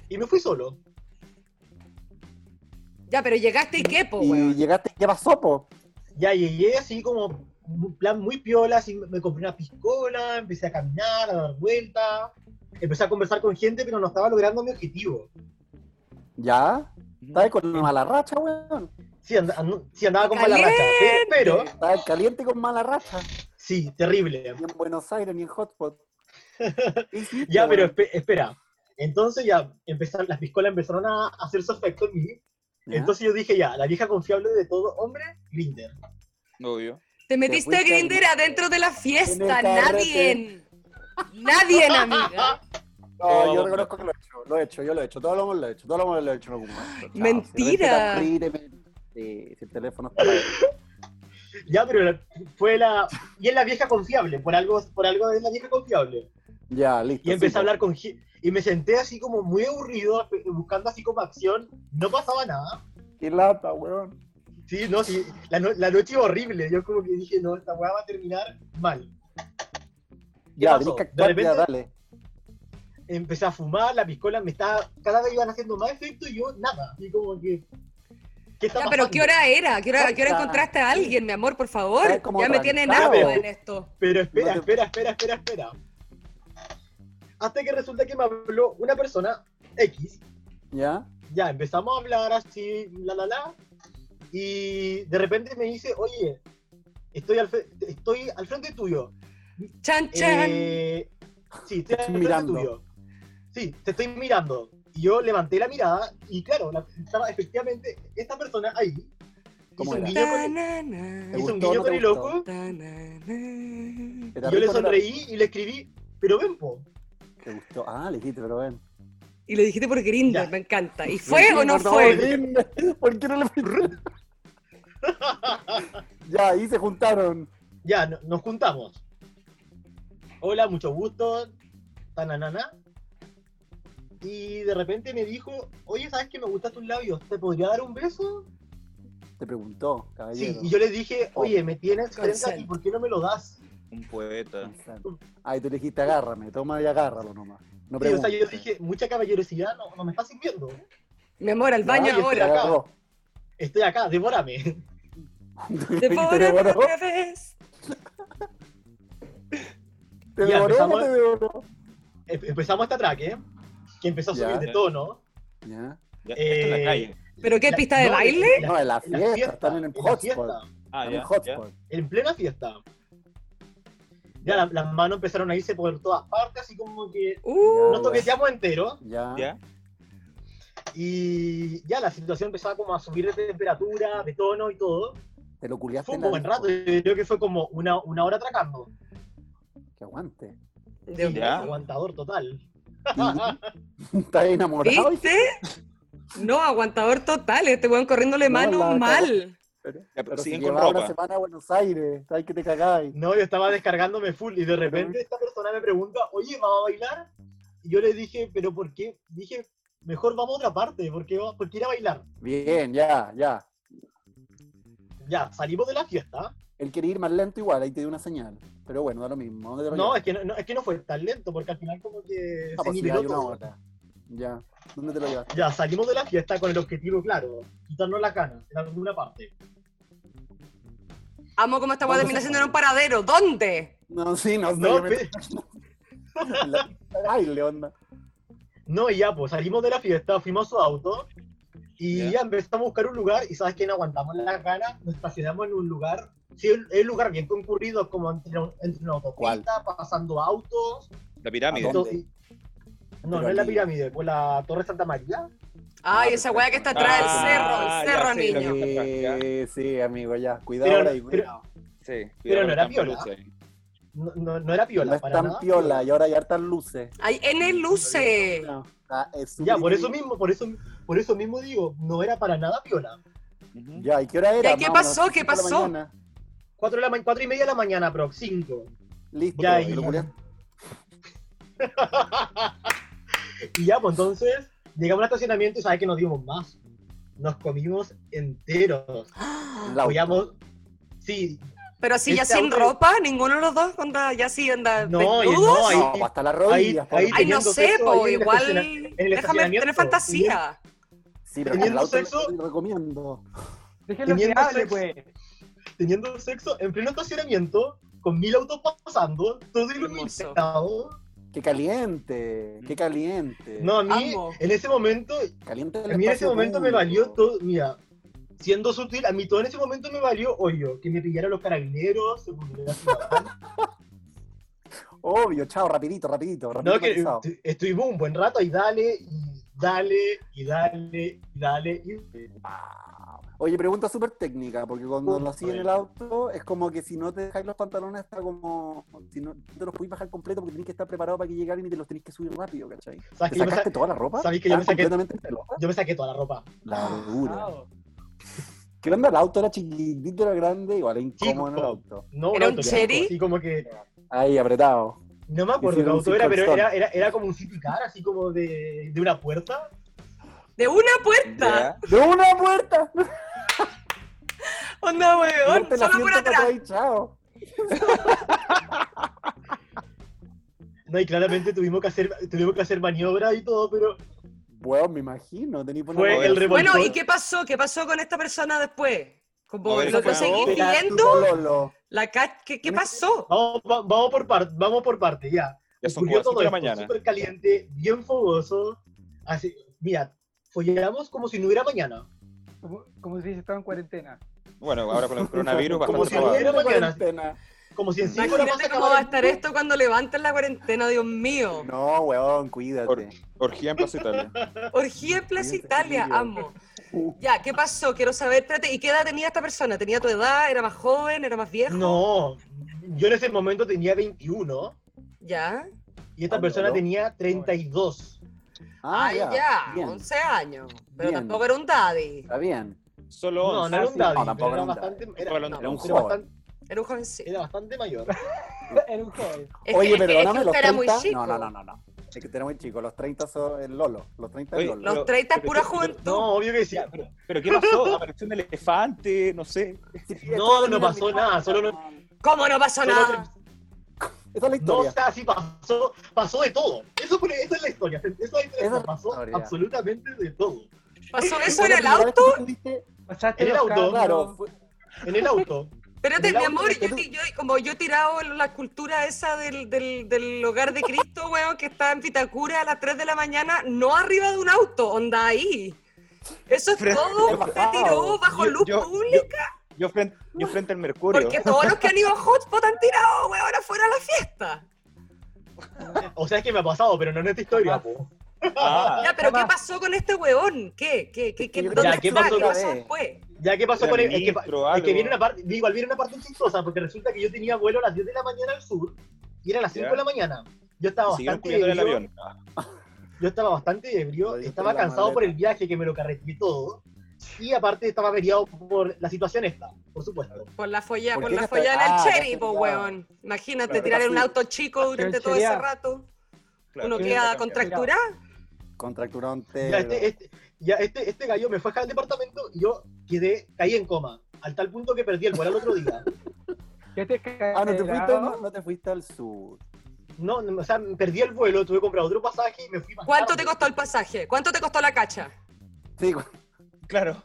Speaker 8: Y me fui solo.
Speaker 2: Ya, pero llegaste y qué, po,
Speaker 7: Y
Speaker 2: Oh, weón.
Speaker 7: llegaste, ¿qué pasó, po?
Speaker 8: Ya llegué así como un plan muy piola, así me compré una piscola, empecé a caminar, a dar vueltas, empecé a conversar con gente, pero no estaba logrando mi objetivo.
Speaker 7: ¿Ya? Estabas con una mala racha, weón.
Speaker 8: Sí, and- and- sí, andaba con mala racha, pe- pero,
Speaker 7: Estabas caliente con mala racha.
Speaker 8: sí, terrible.
Speaker 7: Ni en Buenos Aires, ni en Hotspot. ¿Qué hiciste,
Speaker 8: Ya, pero
Speaker 7: weón?
Speaker 8: espe- espera. Entonces ya empezaron, las piscolas empezaron a hacer su efecto en mí.
Speaker 7: ¿Ya?
Speaker 8: Entonces yo dije, ya, la vieja confiable de todo hombre, Grinder.
Speaker 5: Obvio.
Speaker 2: Te metiste a
Speaker 7: fuiste al-
Speaker 2: Grindr adentro de la fiesta.
Speaker 7: En el carrete.
Speaker 2: Nadie. Nadie, amiga.
Speaker 8: Eh,
Speaker 7: No, yo reconozco que lo he hecho, lo he hecho, yo lo he hecho, todos lo hemos lo hecho, todos lo hemos lo hecho en algún momento. Chao,
Speaker 2: Mentira.
Speaker 7: Si, realmente te aburrí, te- sí, si el teléfono está ahí.
Speaker 8: Ya, pero la- fue la... Y es la vieja confiable, por algo, por algo es la vieja confiable.
Speaker 7: Ya, listo.
Speaker 8: Y empecé
Speaker 7: sí,
Speaker 8: a hablar con gen- y me senté así como muy aburrido, pe- buscando así como acción, no pasaba nada.
Speaker 7: po. Qué lata, weón.
Speaker 8: Sí, no, sí, la, no- la noche iba horrible, yo como que dije, no, esta weá va a terminar mal.
Speaker 7: Ya, tenés
Speaker 8: pasó?
Speaker 7: que
Speaker 8: De
Speaker 7: actuar,
Speaker 8: repente-
Speaker 7: ya, dale.
Speaker 8: Empecé a fumar, la piscola me estaba, cada vez iban haciendo más efecto y yo nada, y como que... ¿Qué está
Speaker 2: Ya, pero
Speaker 8: pasando?
Speaker 2: ¿qué hora era? ¿Qué hora, qué hora
Speaker 7: Corta.
Speaker 2: encontraste a alguien, mi amor? Por favor.
Speaker 7: Estás como
Speaker 2: Ya me tiene
Speaker 7: trancado.
Speaker 2: nabo en esto.
Speaker 8: Pero espera,
Speaker 7: No te-
Speaker 8: espera, espera, espera, espera. Hasta que resulta que me habló una persona X.
Speaker 7: ¿Ya?
Speaker 8: Ya empezamos a hablar así, la la la. Y de repente me dice, oye, estoy al, fe- estoy al frente tuyo.
Speaker 2: Chan, chan.
Speaker 8: Eh, sí,
Speaker 7: Te
Speaker 8: te
Speaker 7: estoy
Speaker 8: estoy
Speaker 7: mirando.
Speaker 8: mirando. Sí, te estoy mirando. Y yo levanté la mirada y claro, la- estaba efectivamente esta persona ahí.
Speaker 7: ¿Cómo
Speaker 8: hizo un
Speaker 7: era?
Speaker 8: guiño con,
Speaker 2: Ta-na-na,
Speaker 7: ¿Te
Speaker 8: hizo
Speaker 7: gustó
Speaker 8: un
Speaker 7: o
Speaker 8: guiño
Speaker 7: no te
Speaker 8: con el
Speaker 7: gustó?
Speaker 8: ojo
Speaker 2: ta-na-na.
Speaker 7: ¿Era rico o
Speaker 8: y yo le
Speaker 7: no era-
Speaker 8: sonreí y le escribí, pero ven, po.
Speaker 7: ¿Te gustó? Ah, le dijiste, pero ven.
Speaker 2: Y lo dijiste por Grindr,
Speaker 8: Ya.
Speaker 2: me encanta. ¿Y fue o no
Speaker 7: Por
Speaker 2: fue?
Speaker 7: favor, ¿Por qué no le pedí? Ya, ahí se juntaron.
Speaker 8: Ya, no- nos juntamos. Hola, mucho gusto. Tananana. Y de repente me dijo, oye, ¿sabes que me gustan tus labios? ¿Te podría dar un beso?
Speaker 7: Te preguntó,
Speaker 8: Sí,
Speaker 7: caballero.
Speaker 8: y yo le dije,
Speaker 7: Oh.
Speaker 8: oye, me tienes frente a ti,
Speaker 2: Consent.
Speaker 8: ¿por qué no me lo das?
Speaker 5: Un poeta.
Speaker 7: Ahí tú le dijiste, agárrame, toma y agárralo nomás. No
Speaker 8: Sí, o sea, yo
Speaker 7: preguntes.
Speaker 8: dije, mucha caballerosidad, no, no me estás sirviendo.
Speaker 2: Mi amor, al baño
Speaker 8: Ay,
Speaker 7: Te
Speaker 2: ahora.
Speaker 8: espera.
Speaker 7: agarró.
Speaker 8: Estoy acá, devórame.
Speaker 2: Te
Speaker 7: Te devoró.
Speaker 2: devoré otra vez.
Speaker 7: ¿Te
Speaker 8: Ya,
Speaker 7: devoró o
Speaker 8: empezamos.
Speaker 7: te devoró?
Speaker 8: Em- Empezamos este traque, que empezó a
Speaker 7: Ya.
Speaker 8: subir de tono.
Speaker 7: Ya.
Speaker 5: Ya, esto en la
Speaker 8: Eh,
Speaker 5: calle.
Speaker 2: ¿Pero qué,
Speaker 8: La-
Speaker 2: pista de
Speaker 8: no,
Speaker 2: baile?
Speaker 8: en la-
Speaker 7: No, en la
Speaker 8: en la
Speaker 7: fiesta,
Speaker 8: fiesta,
Speaker 7: están en el
Speaker 8: en la
Speaker 7: hotspot.
Speaker 8: fiesta.
Speaker 5: Ah,
Speaker 7: Están en
Speaker 5: ya,
Speaker 7: el
Speaker 5: ya.
Speaker 7: hotspot.
Speaker 8: en plena fiesta. Ya la- las manos empezaron a irse por todas partes, así como que
Speaker 2: Uh,
Speaker 8: nos toqueteamos entero.
Speaker 7: Ya.
Speaker 5: Ya.
Speaker 8: Y ya la situación empezaba como a subir de temperatura, de tono y todo.
Speaker 7: Te lo culiaste
Speaker 8: Fue
Speaker 7: en
Speaker 8: un
Speaker 7: la
Speaker 8: buen
Speaker 7: disco.
Speaker 8: rato, yo creo que fue como una, una hora atracando.
Speaker 7: Que aguante.
Speaker 2: Dios
Speaker 8: Y
Speaker 5: Ya.
Speaker 2: mío.
Speaker 8: Aguantador total.
Speaker 7: Y- Estás enamorado.
Speaker 2: ¿Viste? No, aguantador total. Este weón corriéndole
Speaker 7: No,
Speaker 2: mano
Speaker 7: la-
Speaker 2: mal.
Speaker 5: Ya, pero
Speaker 7: Pero si
Speaker 5: siguen con
Speaker 7: llevaba una
Speaker 5: ropa.
Speaker 7: semana a Buenos Aires, sabes que te cagáis.
Speaker 8: No, yo estaba descargándome full y de repente esta persona me pregunta, oye, ¿vamos a bailar? Y yo le dije, ¿pero por qué? Dije, mejor vamos a otra parte, porque, va- porque ir a bailar.
Speaker 7: Bien, ya, ya.
Speaker 8: Ya, salimos de la fiesta.
Speaker 7: Él quiere ir más lento igual, ahí te dio una señal. Pero bueno, da lo mismo. ¿Dónde te lo
Speaker 8: No,
Speaker 7: llevas?
Speaker 8: es que no, no, es que no fue tan lento, porque al final como que
Speaker 7: Ah,
Speaker 8: se
Speaker 7: pues sí,
Speaker 8: niveló
Speaker 7: hay una
Speaker 8: todo.
Speaker 7: hora. Ya. ¿Dónde te lo llevas?
Speaker 8: Ya, salimos de la fiesta con el objetivo claro, quitarnos las ganas en alguna parte.
Speaker 2: Amo cómo esta weón
Speaker 8: Vamos
Speaker 2: termina
Speaker 8: a-
Speaker 2: siendo en un paradero. ¿Dónde?
Speaker 7: No, sí, no sé.
Speaker 8: No,
Speaker 7: yo me-
Speaker 8: pe-
Speaker 7: la pista de baile, onda.
Speaker 8: no, y ya, pues salimos de la fiesta, fuimos a su auto y
Speaker 5: Ya.
Speaker 8: ya empezamos a buscar un lugar y sabes que no aguantamos las ganas, nos estacionamos en un lugar, sí, es un lugar bien concurrido, como entre, un- entre una autopista, pasando autos.
Speaker 5: La pirámide.
Speaker 7: ¿A dónde?
Speaker 8: entonces- no,
Speaker 7: Pero
Speaker 8: no es la
Speaker 7: aquí-
Speaker 8: pirámide, pues la Torre Santa María.
Speaker 2: Ay, esa weá que está atrás del
Speaker 5: Ah,
Speaker 2: cerro,
Speaker 5: ya
Speaker 2: el
Speaker 5: sé,
Speaker 2: cerro,
Speaker 5: la
Speaker 2: niño.
Speaker 5: Ya.
Speaker 7: Sí, Eh, sí, amigo, ya. Cuidado
Speaker 8: Pero-
Speaker 7: ahora y
Speaker 8: pero-
Speaker 7: cuidado.
Speaker 5: Sí,
Speaker 8: Pero
Speaker 5: cuidado
Speaker 8: no
Speaker 5: con
Speaker 8: era
Speaker 5: las
Speaker 8: piola.
Speaker 5: luces ahí.
Speaker 8: No, no, no era piola,
Speaker 7: no es
Speaker 8: para
Speaker 7: tan
Speaker 8: nada.
Speaker 7: piola y ahora hay hartas luces.
Speaker 2: Hay N luces.
Speaker 7: No, está- es
Speaker 8: Ya,
Speaker 7: súper
Speaker 8: por eso
Speaker 7: increíble.
Speaker 8: mismo, por eso, por eso mismo digo, no era para nada piola.
Speaker 5: Ujú.
Speaker 7: Ya, ¿y qué hora era?
Speaker 2: ¿qué
Speaker 7: Más o menos,
Speaker 2: pasó? ¿Qué
Speaker 7: cinco de la
Speaker 2: pasó?
Speaker 7: mañana.
Speaker 8: Cuatro, de la ma- cuatro y media de la mañana, pro, cinco.
Speaker 7: Listo,
Speaker 8: Ya,
Speaker 7: te
Speaker 8: y-
Speaker 7: lo culiaste.
Speaker 8: y ya, pues entonces, llegamos al estacionamiento y sabes que nos dimos más. Nos comimos enteros.
Speaker 7: en el auto.
Speaker 8: Apoyamos. Sí,
Speaker 2: Pero así ya
Speaker 8: Este
Speaker 2: sin
Speaker 8: auto-
Speaker 2: ropa, ninguno de los dos, onda, ya sí, anda.
Speaker 8: No,
Speaker 2: desnudos.
Speaker 8: no, ahí-
Speaker 7: No, hasta las rodillas.
Speaker 8: ahí-
Speaker 7: pobre.
Speaker 2: Ay, no
Speaker 8: teniendo
Speaker 2: sé,
Speaker 8: sexo
Speaker 2: po,
Speaker 8: ahí en el
Speaker 2: igual.
Speaker 8: estaciona- en el
Speaker 2: Déjame tener
Speaker 8: estacionamiento.
Speaker 2: fantasía.
Speaker 7: Sí, pero en el
Speaker 8: teniendo
Speaker 7: auto
Speaker 8: sexo-
Speaker 7: lo recomiendo.
Speaker 1: Déjenlo que
Speaker 8: Teniendo
Speaker 1: hable,
Speaker 8: sexo.
Speaker 1: pues.
Speaker 8: teniendo sexo en pleno estacionamiento, con mil autos pasando, todo iluminado.
Speaker 7: Qué caliente, qué caliente.
Speaker 8: Mm. No, a mí,
Speaker 2: Amo.
Speaker 8: en ese momento,
Speaker 7: caliente el
Speaker 8: a mí en ese
Speaker 7: espacio
Speaker 8: momento me
Speaker 7: público.
Speaker 8: valió todo. Mira, siendo sutil, a mí todo en ese momento me valió hoyo. Que me pillaran los carabineros, seguridad ciudadana.
Speaker 7: Obvio, chao, rapidito, rapidito, rapidito.
Speaker 8: No, que
Speaker 7: pasado.
Speaker 8: estu- estuvimos un buen rato y dale, y dale, y dale, y dale. Y...
Speaker 7: Wow. Oye, pregunta súper técnica, porque cuando lo hacía en el auto es como que si no te dejáis los pantalones está como... Si no no te los podéis bajar completo porque tenés que estar preparado para que llegaran y te los tenés que subir rápido, ¿cachai? ¿Te
Speaker 8: ¿Sabes que yo, me
Speaker 7: sacaste
Speaker 8: sa-
Speaker 7: toda la ropa?
Speaker 8: ¿Sabéis que yo me
Speaker 7: ¿Estabas
Speaker 8: saqué- Ah.
Speaker 7: completamente pelota?
Speaker 8: yo me saqué toda la ropa.
Speaker 7: La dura.
Speaker 1: Chao.
Speaker 7: ¿Qué onda? El auto era chiquitito, era grande, igual era incómodo en el
Speaker 8: Chico.
Speaker 7: auto.
Speaker 8: No,
Speaker 2: ¿Era un
Speaker 8: auto
Speaker 2: Chery?
Speaker 8: Así como que.
Speaker 7: Ahí, apretado.
Speaker 8: No me acuerdo qué
Speaker 7: Hicieron
Speaker 8: auto era,
Speaker 7: cinco
Speaker 8: pero
Speaker 7: stop.
Speaker 8: era, era, era como un city car, así como de, de una puerta.
Speaker 2: De una puerta.
Speaker 5: Ya.
Speaker 7: ¡De una puerta!
Speaker 2: Onda, weón.
Speaker 7: Ponte el
Speaker 2: Solo por
Speaker 7: asiento para
Speaker 2: atrás.
Speaker 7: ahí, chao.
Speaker 8: No, y claramente tuvimos que hacer, tuvimos que hacer maniobras y todo, pero
Speaker 7: Weón, me imagino, tenía por
Speaker 8: fue
Speaker 5: Bueno,
Speaker 8: el revolcón.
Speaker 2: Bueno, ¿y qué pasó? ¿qué pasó con esta persona después? Como,
Speaker 5: Haber
Speaker 2: ¿Lo
Speaker 5: escapado.
Speaker 2: conseguís pidiendo? La ca- ¿Qué, qué pasó?
Speaker 8: Vamos, va- vamos por parte, vamos por parte, ya.
Speaker 5: Ya son
Speaker 8: Ocurrió
Speaker 5: cuatro
Speaker 8: todo
Speaker 5: de la
Speaker 8: esto,
Speaker 5: mañana.
Speaker 8: Súper caliente, bien fogoso. Así, mira, follamos como si no hubiera mañana.
Speaker 1: Como, como si se estaba en cuarentena.
Speaker 5: Bueno, ahora con el coronavirus
Speaker 7: Como
Speaker 5: bastante
Speaker 8: si hubiera-
Speaker 5: probable.
Speaker 8: mañana. Como si en cinco horas
Speaker 2: Imagínate
Speaker 8: más
Speaker 2: cómo va a estar esto cuando levanten la cuarentena, Dios mío.
Speaker 7: No, weón, cuídate.
Speaker 5: Por- Orgía en Plaza Italia.
Speaker 2: Orgía en Plaza
Speaker 7: Cuídate,
Speaker 2: Italia,
Speaker 7: querido.
Speaker 2: amo. Ya, ¿qué pasó? Quiero saber, espérate, ¿y qué edad tenía esta persona? ¿Tenía tu edad? ¿Era más joven? ¿Era más viejo?
Speaker 8: No, yo en ese momento tenía 21
Speaker 2: ¿Ya?
Speaker 8: y esta
Speaker 7: Ah,
Speaker 8: persona
Speaker 7: no.
Speaker 8: tenía 32.
Speaker 7: Ah,
Speaker 2: Ay,
Speaker 7: ya.
Speaker 2: ya,
Speaker 7: Bien.
Speaker 2: 11 años. Pero
Speaker 7: Bien.
Speaker 2: tampoco era un daddy.
Speaker 7: Está bien.
Speaker 5: Solo
Speaker 8: No, no era un daddy,
Speaker 7: No, tampoco
Speaker 8: pero
Speaker 7: era
Speaker 8: era
Speaker 7: un
Speaker 8: bastante,
Speaker 5: Era
Speaker 8: era,
Speaker 5: un
Speaker 7: Era un
Speaker 8: era
Speaker 7: joven.
Speaker 8: bastante,
Speaker 2: Era un jovencito.
Speaker 8: era bastante mayor.
Speaker 1: Era un joven.
Speaker 2: Es que-
Speaker 7: Oye,
Speaker 2: es que-
Speaker 7: perdóname,
Speaker 2: es que
Speaker 7: los
Speaker 2: usted
Speaker 7: 30.
Speaker 2: era muy chico.
Speaker 7: No, no, no, no, no. Es que era muy chico. Los 30 son el Lolo. Los 30
Speaker 5: Oye,
Speaker 7: es Lolo.
Speaker 2: Los
Speaker 5: Pero-
Speaker 2: 30 es
Speaker 5: pero-
Speaker 2: pura
Speaker 5: pero-
Speaker 2: juventud.
Speaker 8: No, obvio que sí.
Speaker 5: Ya, pero, pero ¿qué pasó? Apareció un elefante, no sé.
Speaker 8: No, no pasó nada, solo no-
Speaker 2: ¿Cómo no pasó
Speaker 8: Solo
Speaker 2: nada?
Speaker 7: Esa es la
Speaker 8: No, o
Speaker 7: historia.
Speaker 8: sea, sí pasó, pasó de todo. Eso fue- esa es la historia. Esa es la
Speaker 7: Esa es la
Speaker 8: historia. Pasó
Speaker 7: historia.
Speaker 8: absolutamente de todo.
Speaker 2: ¿Pasó eso
Speaker 7: Fue
Speaker 2: en el
Speaker 7: la primera vez
Speaker 2: auto?
Speaker 7: que tú tuviste-
Speaker 1: Pasaste
Speaker 8: El
Speaker 1: los
Speaker 8: auto,
Speaker 1: cables.
Speaker 7: Claro, fue-
Speaker 8: En el auto.
Speaker 2: Espérate,
Speaker 8: El
Speaker 2: mi
Speaker 8: auto
Speaker 2: amor,
Speaker 7: que
Speaker 2: yo,
Speaker 7: tú-
Speaker 2: yo- como yo he tirado en la cultura esa del, del, del hogar de Cristo, weón, que está en Pitacura a las 3 de la mañana, no arriba de un auto, onda ahí. Eso es
Speaker 5: Fre-
Speaker 2: todo,
Speaker 7: yo-
Speaker 2: usted tiró bajo
Speaker 5: Yo-
Speaker 2: luz
Speaker 5: yo-
Speaker 2: pública,
Speaker 5: yo- Yo frente, yo frente al Mercurio.
Speaker 2: porque todos los que han ido a Hotspot han tirado, weón, afuera a la fiesta.
Speaker 8: O sea, es que me ha pasado, pero no en esta historia. po.
Speaker 5: Ah,
Speaker 2: Ya, pero ¿qué
Speaker 1: jamás.
Speaker 2: pasó con este weón? ¿Qué? ¿Qué? ¿Qué? qué
Speaker 7: Yo-
Speaker 2: ¿Dónde
Speaker 8: Ya, ¿qué
Speaker 2: está?
Speaker 8: pasó
Speaker 2: ¿Qué
Speaker 8: con-
Speaker 2: pasó después?
Speaker 8: Ya, ¿qué pasó
Speaker 5: Era
Speaker 8: con el.? Es que,
Speaker 5: ministro,
Speaker 8: es que
Speaker 5: algo.
Speaker 8: viene una parte. Digo, viene una parte chistosa, porque resulta que yo tenía vuelo a las 10 de la mañana al sur y era las 5
Speaker 5: Ya.
Speaker 8: de la mañana. Yo estaba
Speaker 5: siguieron
Speaker 8: bastante
Speaker 5: cuidando el
Speaker 8: ebrio.
Speaker 5: avión.
Speaker 8: Yo estaba bastante ebrio,
Speaker 7: Lo dijiste
Speaker 8: estaba
Speaker 7: en la
Speaker 8: cansado
Speaker 7: maleta.
Speaker 8: por el viaje que me lo carreteé todo. Y aparte estaba averiado por la situación esta, por supuesto.
Speaker 2: Por la folla,
Speaker 7: ¿Por
Speaker 2: por
Speaker 7: qué
Speaker 2: la
Speaker 7: que
Speaker 2: folla
Speaker 7: está- ah,
Speaker 2: del cherry,
Speaker 7: ya
Speaker 2: po,
Speaker 7: está.
Speaker 2: weón. Imagínate
Speaker 7: Pero
Speaker 2: tirar en un
Speaker 7: sí.
Speaker 2: auto chico durante
Speaker 1: el
Speaker 2: todo ese
Speaker 1: chereado.
Speaker 2: rato.
Speaker 5: Claro,
Speaker 2: Uno
Speaker 5: tiene
Speaker 2: queda
Speaker 5: que cambiar.
Speaker 2: contracturado.
Speaker 7: Contracturado entero.
Speaker 8: Ya, este, este, ya este, este gallo me fue acá al departamento y yo quedé, caí en coma, al tal punto que perdí el vuelo al otro día.
Speaker 1: Ya te caes
Speaker 7: Ah, no te, fuiste,
Speaker 1: helado.
Speaker 7: no, no te fuiste al sur.
Speaker 8: No, no, o sea, perdí el vuelo, tuve que comprar otro pasaje y me fui más
Speaker 2: ¿Cuánto
Speaker 8: tarde.
Speaker 2: te costó el pasaje? ¿Cuánto te costó la cacha?
Speaker 7: Sí,
Speaker 5: Claro.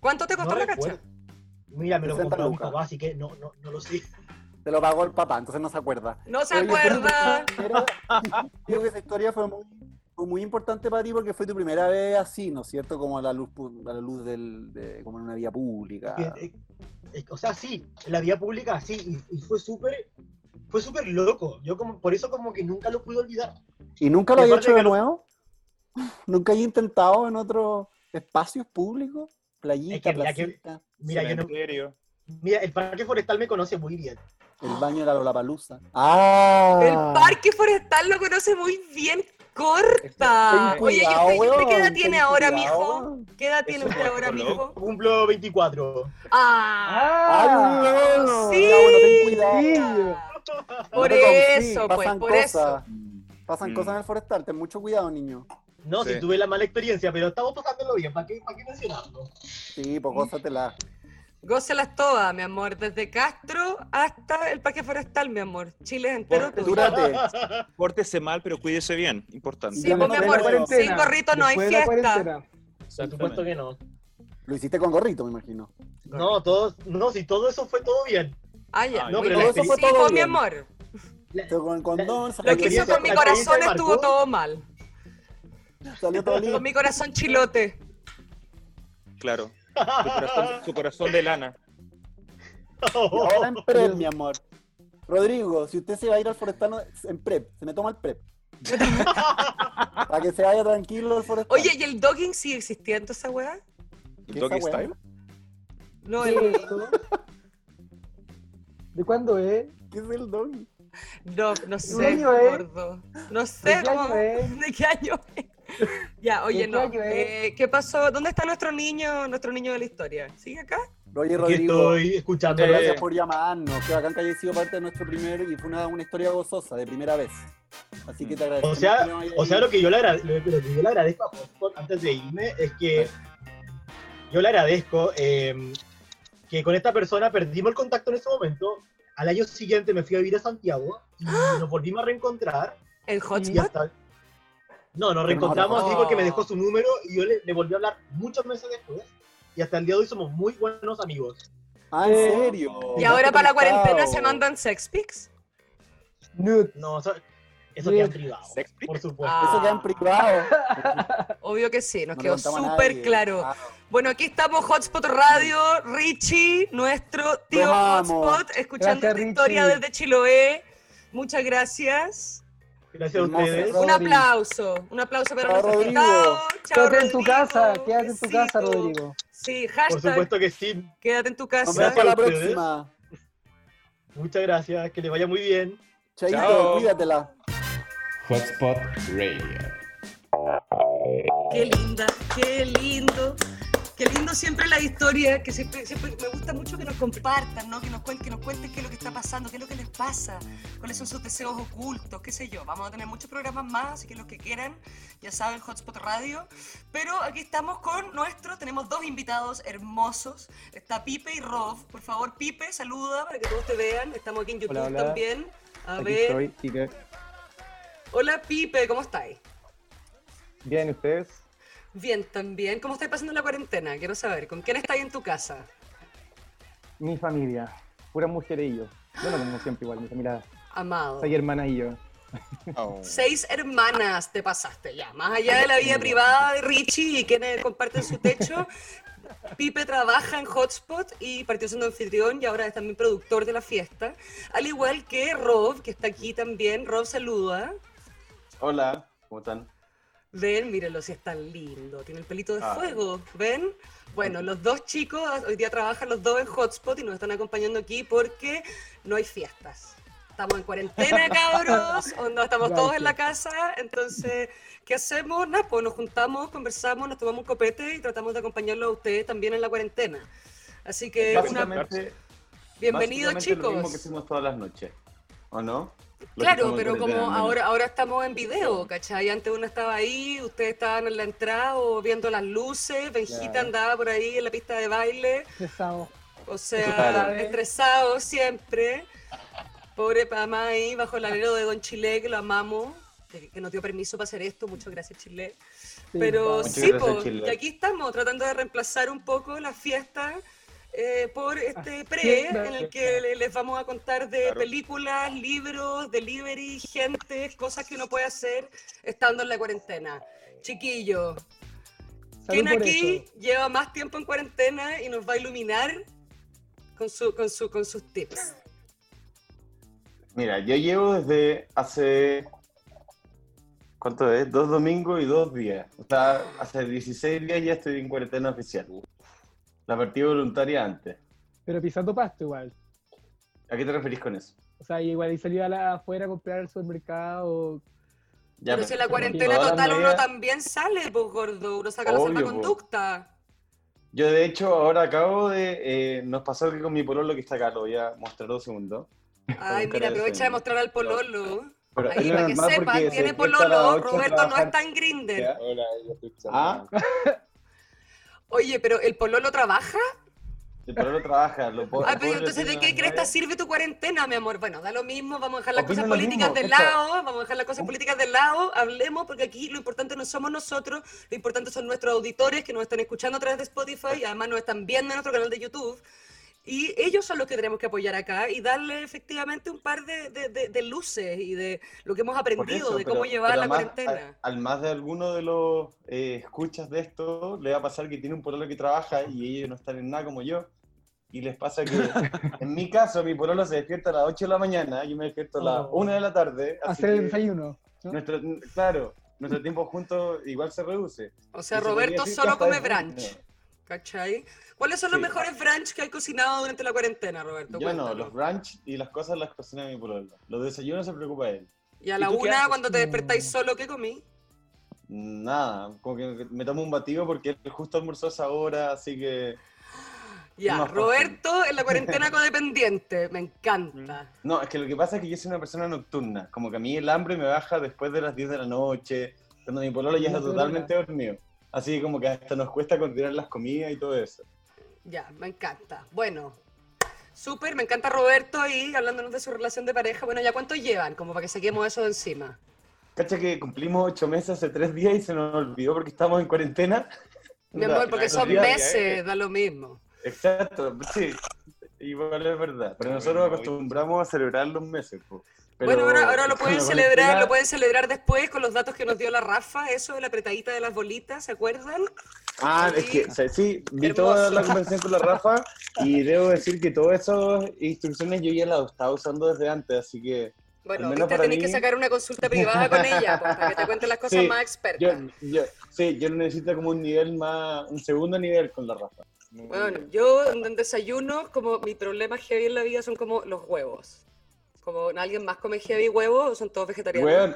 Speaker 2: ¿Cuánto te costó
Speaker 8: No
Speaker 2: la
Speaker 8: recuerdo.
Speaker 2: cacha?
Speaker 8: Mira, me lo
Speaker 7: 60
Speaker 8: compró mi
Speaker 7: lucas.
Speaker 8: papá, así que no, no, no lo sé.
Speaker 7: te lo pagó el papá, entonces no se acuerda.
Speaker 2: No se
Speaker 7: Oye, fue tu
Speaker 2: acuerda.
Speaker 7: primera- Creo que esa historia fue muy, fue muy importante para ti porque fue tu primera vez así, ¿no es cierto? Como a la luz, pu- a la luz del, de- como en una vía pública.
Speaker 8: Eh, eh, O sea, sí, en la vía pública sí, y, y fue súper, fue súper loco. Yo como, por eso como que nunca lo pude olvidar.
Speaker 7: ¿Y nunca lo
Speaker 8: y
Speaker 7: había
Speaker 8: aparte
Speaker 7: hecho de
Speaker 8: que lo-
Speaker 7: nuevo? ¿Nunca había intentado en otros espacios públicos? Playita,
Speaker 8: Es que mira que-
Speaker 7: placita,
Speaker 8: Mira, que no,
Speaker 5: Cementerio.
Speaker 8: mira, el parque forestal me conoce muy bien.
Speaker 7: el baño de la Lollapalooza. ¡Ah!
Speaker 2: El parque forestal lo conoce muy bien. Corta.
Speaker 7: Ten
Speaker 2: Oye, ¿y
Speaker 7: cuidado,
Speaker 2: usted, y usted qué edad
Speaker 7: weón,
Speaker 2: tiene
Speaker 7: ten
Speaker 2: ahora,
Speaker 7: cuidado,
Speaker 2: mijo?
Speaker 7: weón.
Speaker 2: ¿Qué edad tiene
Speaker 5: Eso
Speaker 2: usted
Speaker 5: es
Speaker 2: ahora,
Speaker 5: loco.
Speaker 2: mijo?
Speaker 8: Cumplo 24.
Speaker 2: Ah,
Speaker 7: ¡Ay, weón!
Speaker 2: Oh, sí.
Speaker 7: Ya, bueno, ten cuidado.
Speaker 2: Por
Speaker 7: No te confíes,
Speaker 2: eso, pues,
Speaker 7: pasan
Speaker 2: por
Speaker 7: cosas.
Speaker 2: eso.
Speaker 7: Pasan
Speaker 5: Mm.
Speaker 7: cosas en el forestal, ten mucho cuidado, niño.
Speaker 8: No, si
Speaker 5: Sí.
Speaker 8: tuve la mala experiencia, pero estamos pasándolo bien. ¿Para qué, para qué mencionarlo?
Speaker 7: Sí, pues gózatela.
Speaker 2: Gócelas todas, mi amor. Desde Castro hasta el parque forestal, mi amor. Chile es entero tuyo.
Speaker 7: Dúrate.
Speaker 5: Pórtese mal, pero cuídese bien. Importante.
Speaker 2: Sí,
Speaker 7: Ya
Speaker 2: pues,
Speaker 7: me
Speaker 2: mi
Speaker 7: fue
Speaker 1: Después de
Speaker 7: la
Speaker 2: amor,
Speaker 7: cuarentena.
Speaker 2: sin gorrito no hay
Speaker 1: Después de la
Speaker 2: fiesta.
Speaker 1: cuarentena.
Speaker 8: Por supuesto que no.
Speaker 7: Lo hiciste con gorrito, me imagino.
Speaker 8: No, todo, no, si todo eso fue todo bien.
Speaker 2: Ah, ya.
Speaker 5: Ah,
Speaker 8: no,
Speaker 2: muy
Speaker 8: pero
Speaker 2: bien.
Speaker 8: eso
Speaker 7: fue
Speaker 2: Sí,
Speaker 7: todo
Speaker 2: pues, mi
Speaker 7: bien.
Speaker 2: amor.
Speaker 7: Pero con condón,
Speaker 8: La
Speaker 2: Lo que hizo
Speaker 7: salió,
Speaker 8: experiencia-
Speaker 2: con mi
Speaker 8: la experiencia
Speaker 2: corazón
Speaker 8: de Marcó-
Speaker 2: estuvo todo mal.
Speaker 7: salió todo lindo.
Speaker 2: Con mi corazón chilote.
Speaker 5: Claro. Su corazón, su corazón de lana.
Speaker 7: Y
Speaker 2: Oh.
Speaker 7: ahora en PrEP, mi amor. Rodrigo, si usted se va a ir al forestal no- en PrEP, se me toma el PrEP. Para que se vaya tranquilo al forestal.
Speaker 2: Oye, ¿y el dogging sigue existiendo esa weá?
Speaker 7: ¿Qué
Speaker 5: Doggy
Speaker 7: esa weá?
Speaker 5: style.
Speaker 2: No,
Speaker 1: ¿Qué
Speaker 2: el
Speaker 1: es esto? ¿De cuándo es?
Speaker 7: ¿Qué es el doggy?
Speaker 2: No, no
Speaker 1: ¿De
Speaker 2: sé,
Speaker 1: qué año es?
Speaker 2: gordo. No
Speaker 1: ¿De
Speaker 2: sé
Speaker 1: qué
Speaker 2: cómo.
Speaker 1: año es?
Speaker 2: ¿De qué año es? Ya, oye,
Speaker 1: ¿De qué
Speaker 2: no.
Speaker 1: año es?
Speaker 2: Eh, ¿Qué pasó? ¿Dónde está nuestro niño, nuestro niño de la historia? ¿Sigue acá?
Speaker 7: Oye,
Speaker 8: Aquí
Speaker 7: Rodrigo,
Speaker 8: estoy escuchando.
Speaker 7: muchas gracias
Speaker 5: Eh.
Speaker 7: por llamarnos. Qué bacán que hayas sido parte de nuestro primer y fue una, una historia gozosa de primera vez. Así que te agradezco.
Speaker 8: O sea, O sea, lo que yo le, agrade- lo lo que yo le agradezco a Hotspot antes de irme es que yo le agradezco eh, que con esta persona perdimos el contacto en ese momento. Al año siguiente me fui a vivir a Santiago y nos volvimos a reencontrar.
Speaker 2: ¿En
Speaker 8: Y
Speaker 2: ¡Ah! hotspot?
Speaker 8: hasta... No, nos reencontramos
Speaker 2: no.
Speaker 8: así porque me dejó su número y yo le, le volví a hablar muchos meses después. Y hasta el día de hoy somos muy buenos amigos.
Speaker 7: Ah, ¿en serio?
Speaker 2: Y ahora para la
Speaker 7: Contacto
Speaker 2: cuarentena
Speaker 7: prestado.
Speaker 2: se mandan sex pics.
Speaker 1: Nude.
Speaker 8: No, o sea, Eso queda privado.
Speaker 9: ¿Se explica?
Speaker 8: Por supuesto.
Speaker 2: Ah.
Speaker 7: Eso queda en privado.
Speaker 2: Obvio que sí, nos
Speaker 7: No le
Speaker 2: quedó
Speaker 7: contamos a
Speaker 2: súper
Speaker 7: nadie.
Speaker 2: claro.
Speaker 7: Ah,
Speaker 2: Bueno, aquí estamos, Hotspot Radio, Richie, nuestro tío
Speaker 7: Los amo.
Speaker 2: Hotspot, escuchando
Speaker 1: Gracias,
Speaker 2: esta historia
Speaker 1: Richie.
Speaker 2: desde Chiloé. Muchas gracias.
Speaker 8: Gracias a
Speaker 7: Hermoso.
Speaker 8: ustedes.
Speaker 2: Un
Speaker 1: Rodri.
Speaker 2: aplauso, un aplauso para
Speaker 7: Chao,
Speaker 2: nuestro
Speaker 7: Rodrigo.
Speaker 2: invitado. Chao,
Speaker 1: Quédate en tu
Speaker 2: Rodrigo.
Speaker 1: casa, quédate en tu
Speaker 2: Besito.
Speaker 1: casa, Rodrigo.
Speaker 2: Sí,
Speaker 8: Por
Speaker 2: hashtag,
Speaker 8: supuesto que sí.
Speaker 2: quédate en tu
Speaker 7: Nos
Speaker 2: casa.
Speaker 7: vemos para la
Speaker 8: Ustedes.
Speaker 7: próxima.
Speaker 8: Muchas gracias. Que les vaya muy bien.
Speaker 7: Chaito,
Speaker 9: Chao.
Speaker 7: cuídatela.
Speaker 10: Hotspot Radio.
Speaker 2: Qué linda, qué lindo. Qué lindo siempre la historia, que siempre, siempre me gusta mucho que nos compartan, ¿no? que, nos cuenten, que nos cuenten qué es lo que está pasando, qué es lo que les pasa, cuáles son sus deseos ocultos, qué sé yo. Vamos a tener muchos programas más, así que los que quieran, ya saben, Hotspot Radio. Pero aquí estamos con nuestro, tenemos dos invitados hermosos. Está Pipe y Rob. Por favor, Pipe, saluda para que todos te vean. Estamos aquí en YouTube
Speaker 11: Hola, hola.
Speaker 2: también. A
Speaker 11: Aquí
Speaker 2: ver.
Speaker 11: estoy, Quique.
Speaker 2: Hola, Pipe, ¿cómo estáis?
Speaker 11: Bien, ¿y ustedes?
Speaker 2: Bien, también. ¿Cómo estáis pasando la cuarentena? Quiero saber, ¿con quién estáis en tu casa?
Speaker 11: Mi familia, pura mujer y yo. Bueno, como siempre igual, mi familia,
Speaker 2: Amado.
Speaker 11: seis hermanas y yo.
Speaker 2: Seis hermanas te pasaste ya. Más allá de la vida privada de Richie y quienes comparten su techo, Pipe trabaja en Hotspot y partió siendo anfitrión y ahora es también productor de la fiesta. Al igual que Rob, que está aquí también. Rob, saluda.
Speaker 5: Hola, ¿cómo están?
Speaker 2: Ven, mírenlo, si es tan lindo. Tiene el pelito de
Speaker 5: Ah.
Speaker 2: fuego, ¿ven? Bueno, los dos chicos hoy día trabajan los dos en Hotspot y nos están acompañando aquí porque no hay fiestas. Estamos en cuarentena, cabros, onda, estamos todos en la casa, entonces, ¿qué hacemos? Nada, pues nos juntamos, conversamos, nos tomamos un copete y tratamos de acompañarlo a ustedes también en la cuarentena. Así que, una-
Speaker 5: Básicamente,
Speaker 2: bienvenidos
Speaker 5: básicamente
Speaker 2: chicos.
Speaker 5: Lo mismo que hicimos todas las noches, ¿o no? Lo que
Speaker 2: Claro,
Speaker 5: hicimos
Speaker 2: pero
Speaker 5: en
Speaker 2: como
Speaker 5: cuarentena, al menos.
Speaker 2: ahora, ahora estamos en video, ¿cachai? Antes uno estaba ahí, ustedes estaban en la entrada o viendo las luces, Benjita andaba por ahí en la pista de baile,
Speaker 1: Besamos.
Speaker 2: o sea,
Speaker 5: Claro.
Speaker 2: estresado siempre. Pobre mamá ahí, bajo el alero de Don Chile, que lo amamos, que, que nos dio permiso para hacer esto, muchas gracias Chile. Pero
Speaker 5: Muchas
Speaker 2: sí,
Speaker 5: gracias,
Speaker 2: po,
Speaker 5: Chile.
Speaker 2: y aquí estamos tratando de reemplazar un poco la fiesta eh, por
Speaker 1: Ah,
Speaker 2: este pre
Speaker 1: es,
Speaker 2: en el que le- les vamos a contar de
Speaker 9: Claro.
Speaker 2: películas, libros, delivery, gente, cosas que uno puede hacer estando en la cuarentena. Chiquillo,
Speaker 1: Salud
Speaker 2: ¿quién
Speaker 1: por
Speaker 2: aquí
Speaker 1: eso.
Speaker 2: lleva más tiempo en cuarentena y nos va a iluminar con, su, con, su, con sus tips?
Speaker 5: Mira, yo llevo desde hace. ¿Cuánto es? Dos domingos y dos días. O sea, hace 16 días ya estoy en cuarentena oficial. La partí voluntaria antes.
Speaker 1: Pero pisando pasto igual.
Speaker 5: ¿A qué te referís con eso?
Speaker 1: O sea, igual y salir a la- afuera a comprar al supermercado.
Speaker 5: Ya,
Speaker 2: pero si en la cuarentena
Speaker 5: todas las
Speaker 2: total uno
Speaker 5: medidas-
Speaker 2: también sale, pues gordo, uno saca la
Speaker 5: Obvio, po.
Speaker 2: salvaconducta.
Speaker 5: Yo, de hecho, ahora acabo de. eh, nos pasó que con mi pololo que está acá, lo voy a mostrar dos segundos.
Speaker 2: Ay,
Speaker 5: Con
Speaker 2: mira,
Speaker 5: cara de
Speaker 2: aprovecha de
Speaker 5: sueño.
Speaker 2: mostrar al pololo.
Speaker 5: Pero
Speaker 2: Ahí,
Speaker 5: es
Speaker 2: para que
Speaker 5: normal porque
Speaker 2: sepan,
Speaker 5: se
Speaker 2: tiene
Speaker 5: despierta a
Speaker 2: pololo,
Speaker 5: las ocho a
Speaker 2: Roberto no
Speaker 5: trabajar.
Speaker 2: está en Grindr.
Speaker 5: Ya.
Speaker 9: Hola, yo estoy
Speaker 5: Ah,
Speaker 2: Oye, pero ¿el pololo trabaja?
Speaker 5: el pololo trabaja. Lo po-
Speaker 2: Ah,
Speaker 5: el
Speaker 2: pero
Speaker 5: pobre
Speaker 2: entonces, ¿de
Speaker 5: tiene
Speaker 2: qué
Speaker 5: una-
Speaker 2: cresta sirve tu cuarentena, mi amor? Bueno, da lo mismo, vamos a dejar las
Speaker 5: Opino
Speaker 2: cosas
Speaker 5: lo
Speaker 2: políticas
Speaker 5: mismo,
Speaker 2: de
Speaker 5: cacha.
Speaker 2: lado, vamos a dejar las cosas políticas de lado, hablemos, porque aquí lo importante no somos nosotros, lo importante son nuestros auditores que nos están escuchando a través de Spotify y además nos están viendo en nuestro canal de YouTube. Y ellos son los que tenemos que apoyar acá y darle efectivamente un par de, de- de- de luces y de lo que hemos
Speaker 5: Por
Speaker 2: aprendido,
Speaker 5: eso,
Speaker 2: de
Speaker 5: pero-
Speaker 2: cómo llevar
Speaker 5: pero
Speaker 2: la
Speaker 5: a más-
Speaker 2: cuarentena.
Speaker 5: a- Al, más de alguno de los eh, escuchas de esto, le va a pasar que tiene un pololo que trabaja y ellos no están en nada como yo. Y les pasa que, en mi caso, mi pololo se despierta a las 8 de la mañana, yo me despierto a las
Speaker 1: Oh.
Speaker 5: 1 de la tarde. Así
Speaker 1: Hacer el
Speaker 5: que
Speaker 1: desayuno. ¿no?
Speaker 5: nuestro, claro, nuestro tiempo juntos igual se reduce.
Speaker 2: O sea,
Speaker 5: ah, Y se podría
Speaker 2: Roberto
Speaker 5: decir que
Speaker 2: solo
Speaker 5: hasta
Speaker 2: come
Speaker 5: es
Speaker 2: brunch. ¿Cachai? ¿Cuáles son los
Speaker 5: Sí.
Speaker 2: mejores brunch que hay cocinado durante la cuarentena, Roberto?
Speaker 5: Yo no,
Speaker 2: Cuéntanos.
Speaker 5: los brunch y las cosas las cocina mi pololo. Los desayunos se preocupa él.
Speaker 2: Y a
Speaker 5: ¿Y
Speaker 2: la
Speaker 5: tú qué
Speaker 2: una,
Speaker 5: haces?
Speaker 2: cuando te despertáis
Speaker 1: Mm.
Speaker 2: solo, ¿qué comí?
Speaker 5: Nada, como que me tomo un batido porque él justo almorzó a esa hora, así que...
Speaker 2: Ya,
Speaker 5: Una
Speaker 2: Roberto en la cuarentena codependiente, me encanta.
Speaker 5: No, es que lo que pasa es que yo soy una persona nocturna. Como que a mí el hambre me baja después de las 10 de la noche, cuando mi pololo ya está
Speaker 1: Natural.
Speaker 5: totalmente dormido. Así que como que hasta nos cuesta continuar las comidas y todo eso. Mm.
Speaker 2: Ya, me encanta. Bueno, súper, me encanta Roberto ahí hablándonos de su relación de pareja. Bueno, ¿ya cuánto llevan? Como para que saquemos eso de encima.
Speaker 5: Cacha que cumplimos 8 meses hace 3 días y se nos olvidó porque estamos en cuarentena.
Speaker 2: Mi amor,
Speaker 5: Da,
Speaker 2: porque
Speaker 5: esos
Speaker 2: son
Speaker 5: días- eh.
Speaker 2: meses, da lo mismo.
Speaker 5: Exacto, sí. Igual es verdad. Pero nosotros acostumbramos a celebrar los meses. po.
Speaker 2: bueno, ahora, ahora lo
Speaker 8: sí,
Speaker 2: pueden
Speaker 8: la
Speaker 2: celebrar,
Speaker 8: cuarentena-
Speaker 2: lo pueden celebrar después con los datos que nos dio la Rafa, eso de la apretadita de las bolitas, ¿se acuerdan?
Speaker 8: Ah, es que o sea, sí, vi
Speaker 2: Hermoso.
Speaker 8: toda la conversación con la Rafa y debo decir que todas esas instrucciones yo ya las estaba usando desde antes, así que.
Speaker 2: Bueno,
Speaker 8: al menos
Speaker 2: viste,
Speaker 8: para
Speaker 2: tenés
Speaker 8: mí-
Speaker 2: que sacar una consulta privada con ella, pues, para que te cuente las cosas
Speaker 8: Sí,
Speaker 2: más expertas.
Speaker 8: Yo, yo, sí, yo necesito como un nivel más, un segundo nivel con la Rafa.
Speaker 2: Bueno, yo en en desayuno, como mi problema heavy en la vida son como los huevos. Como alguien más come heavy huevos, son todos vegetarianos.
Speaker 8: Weón,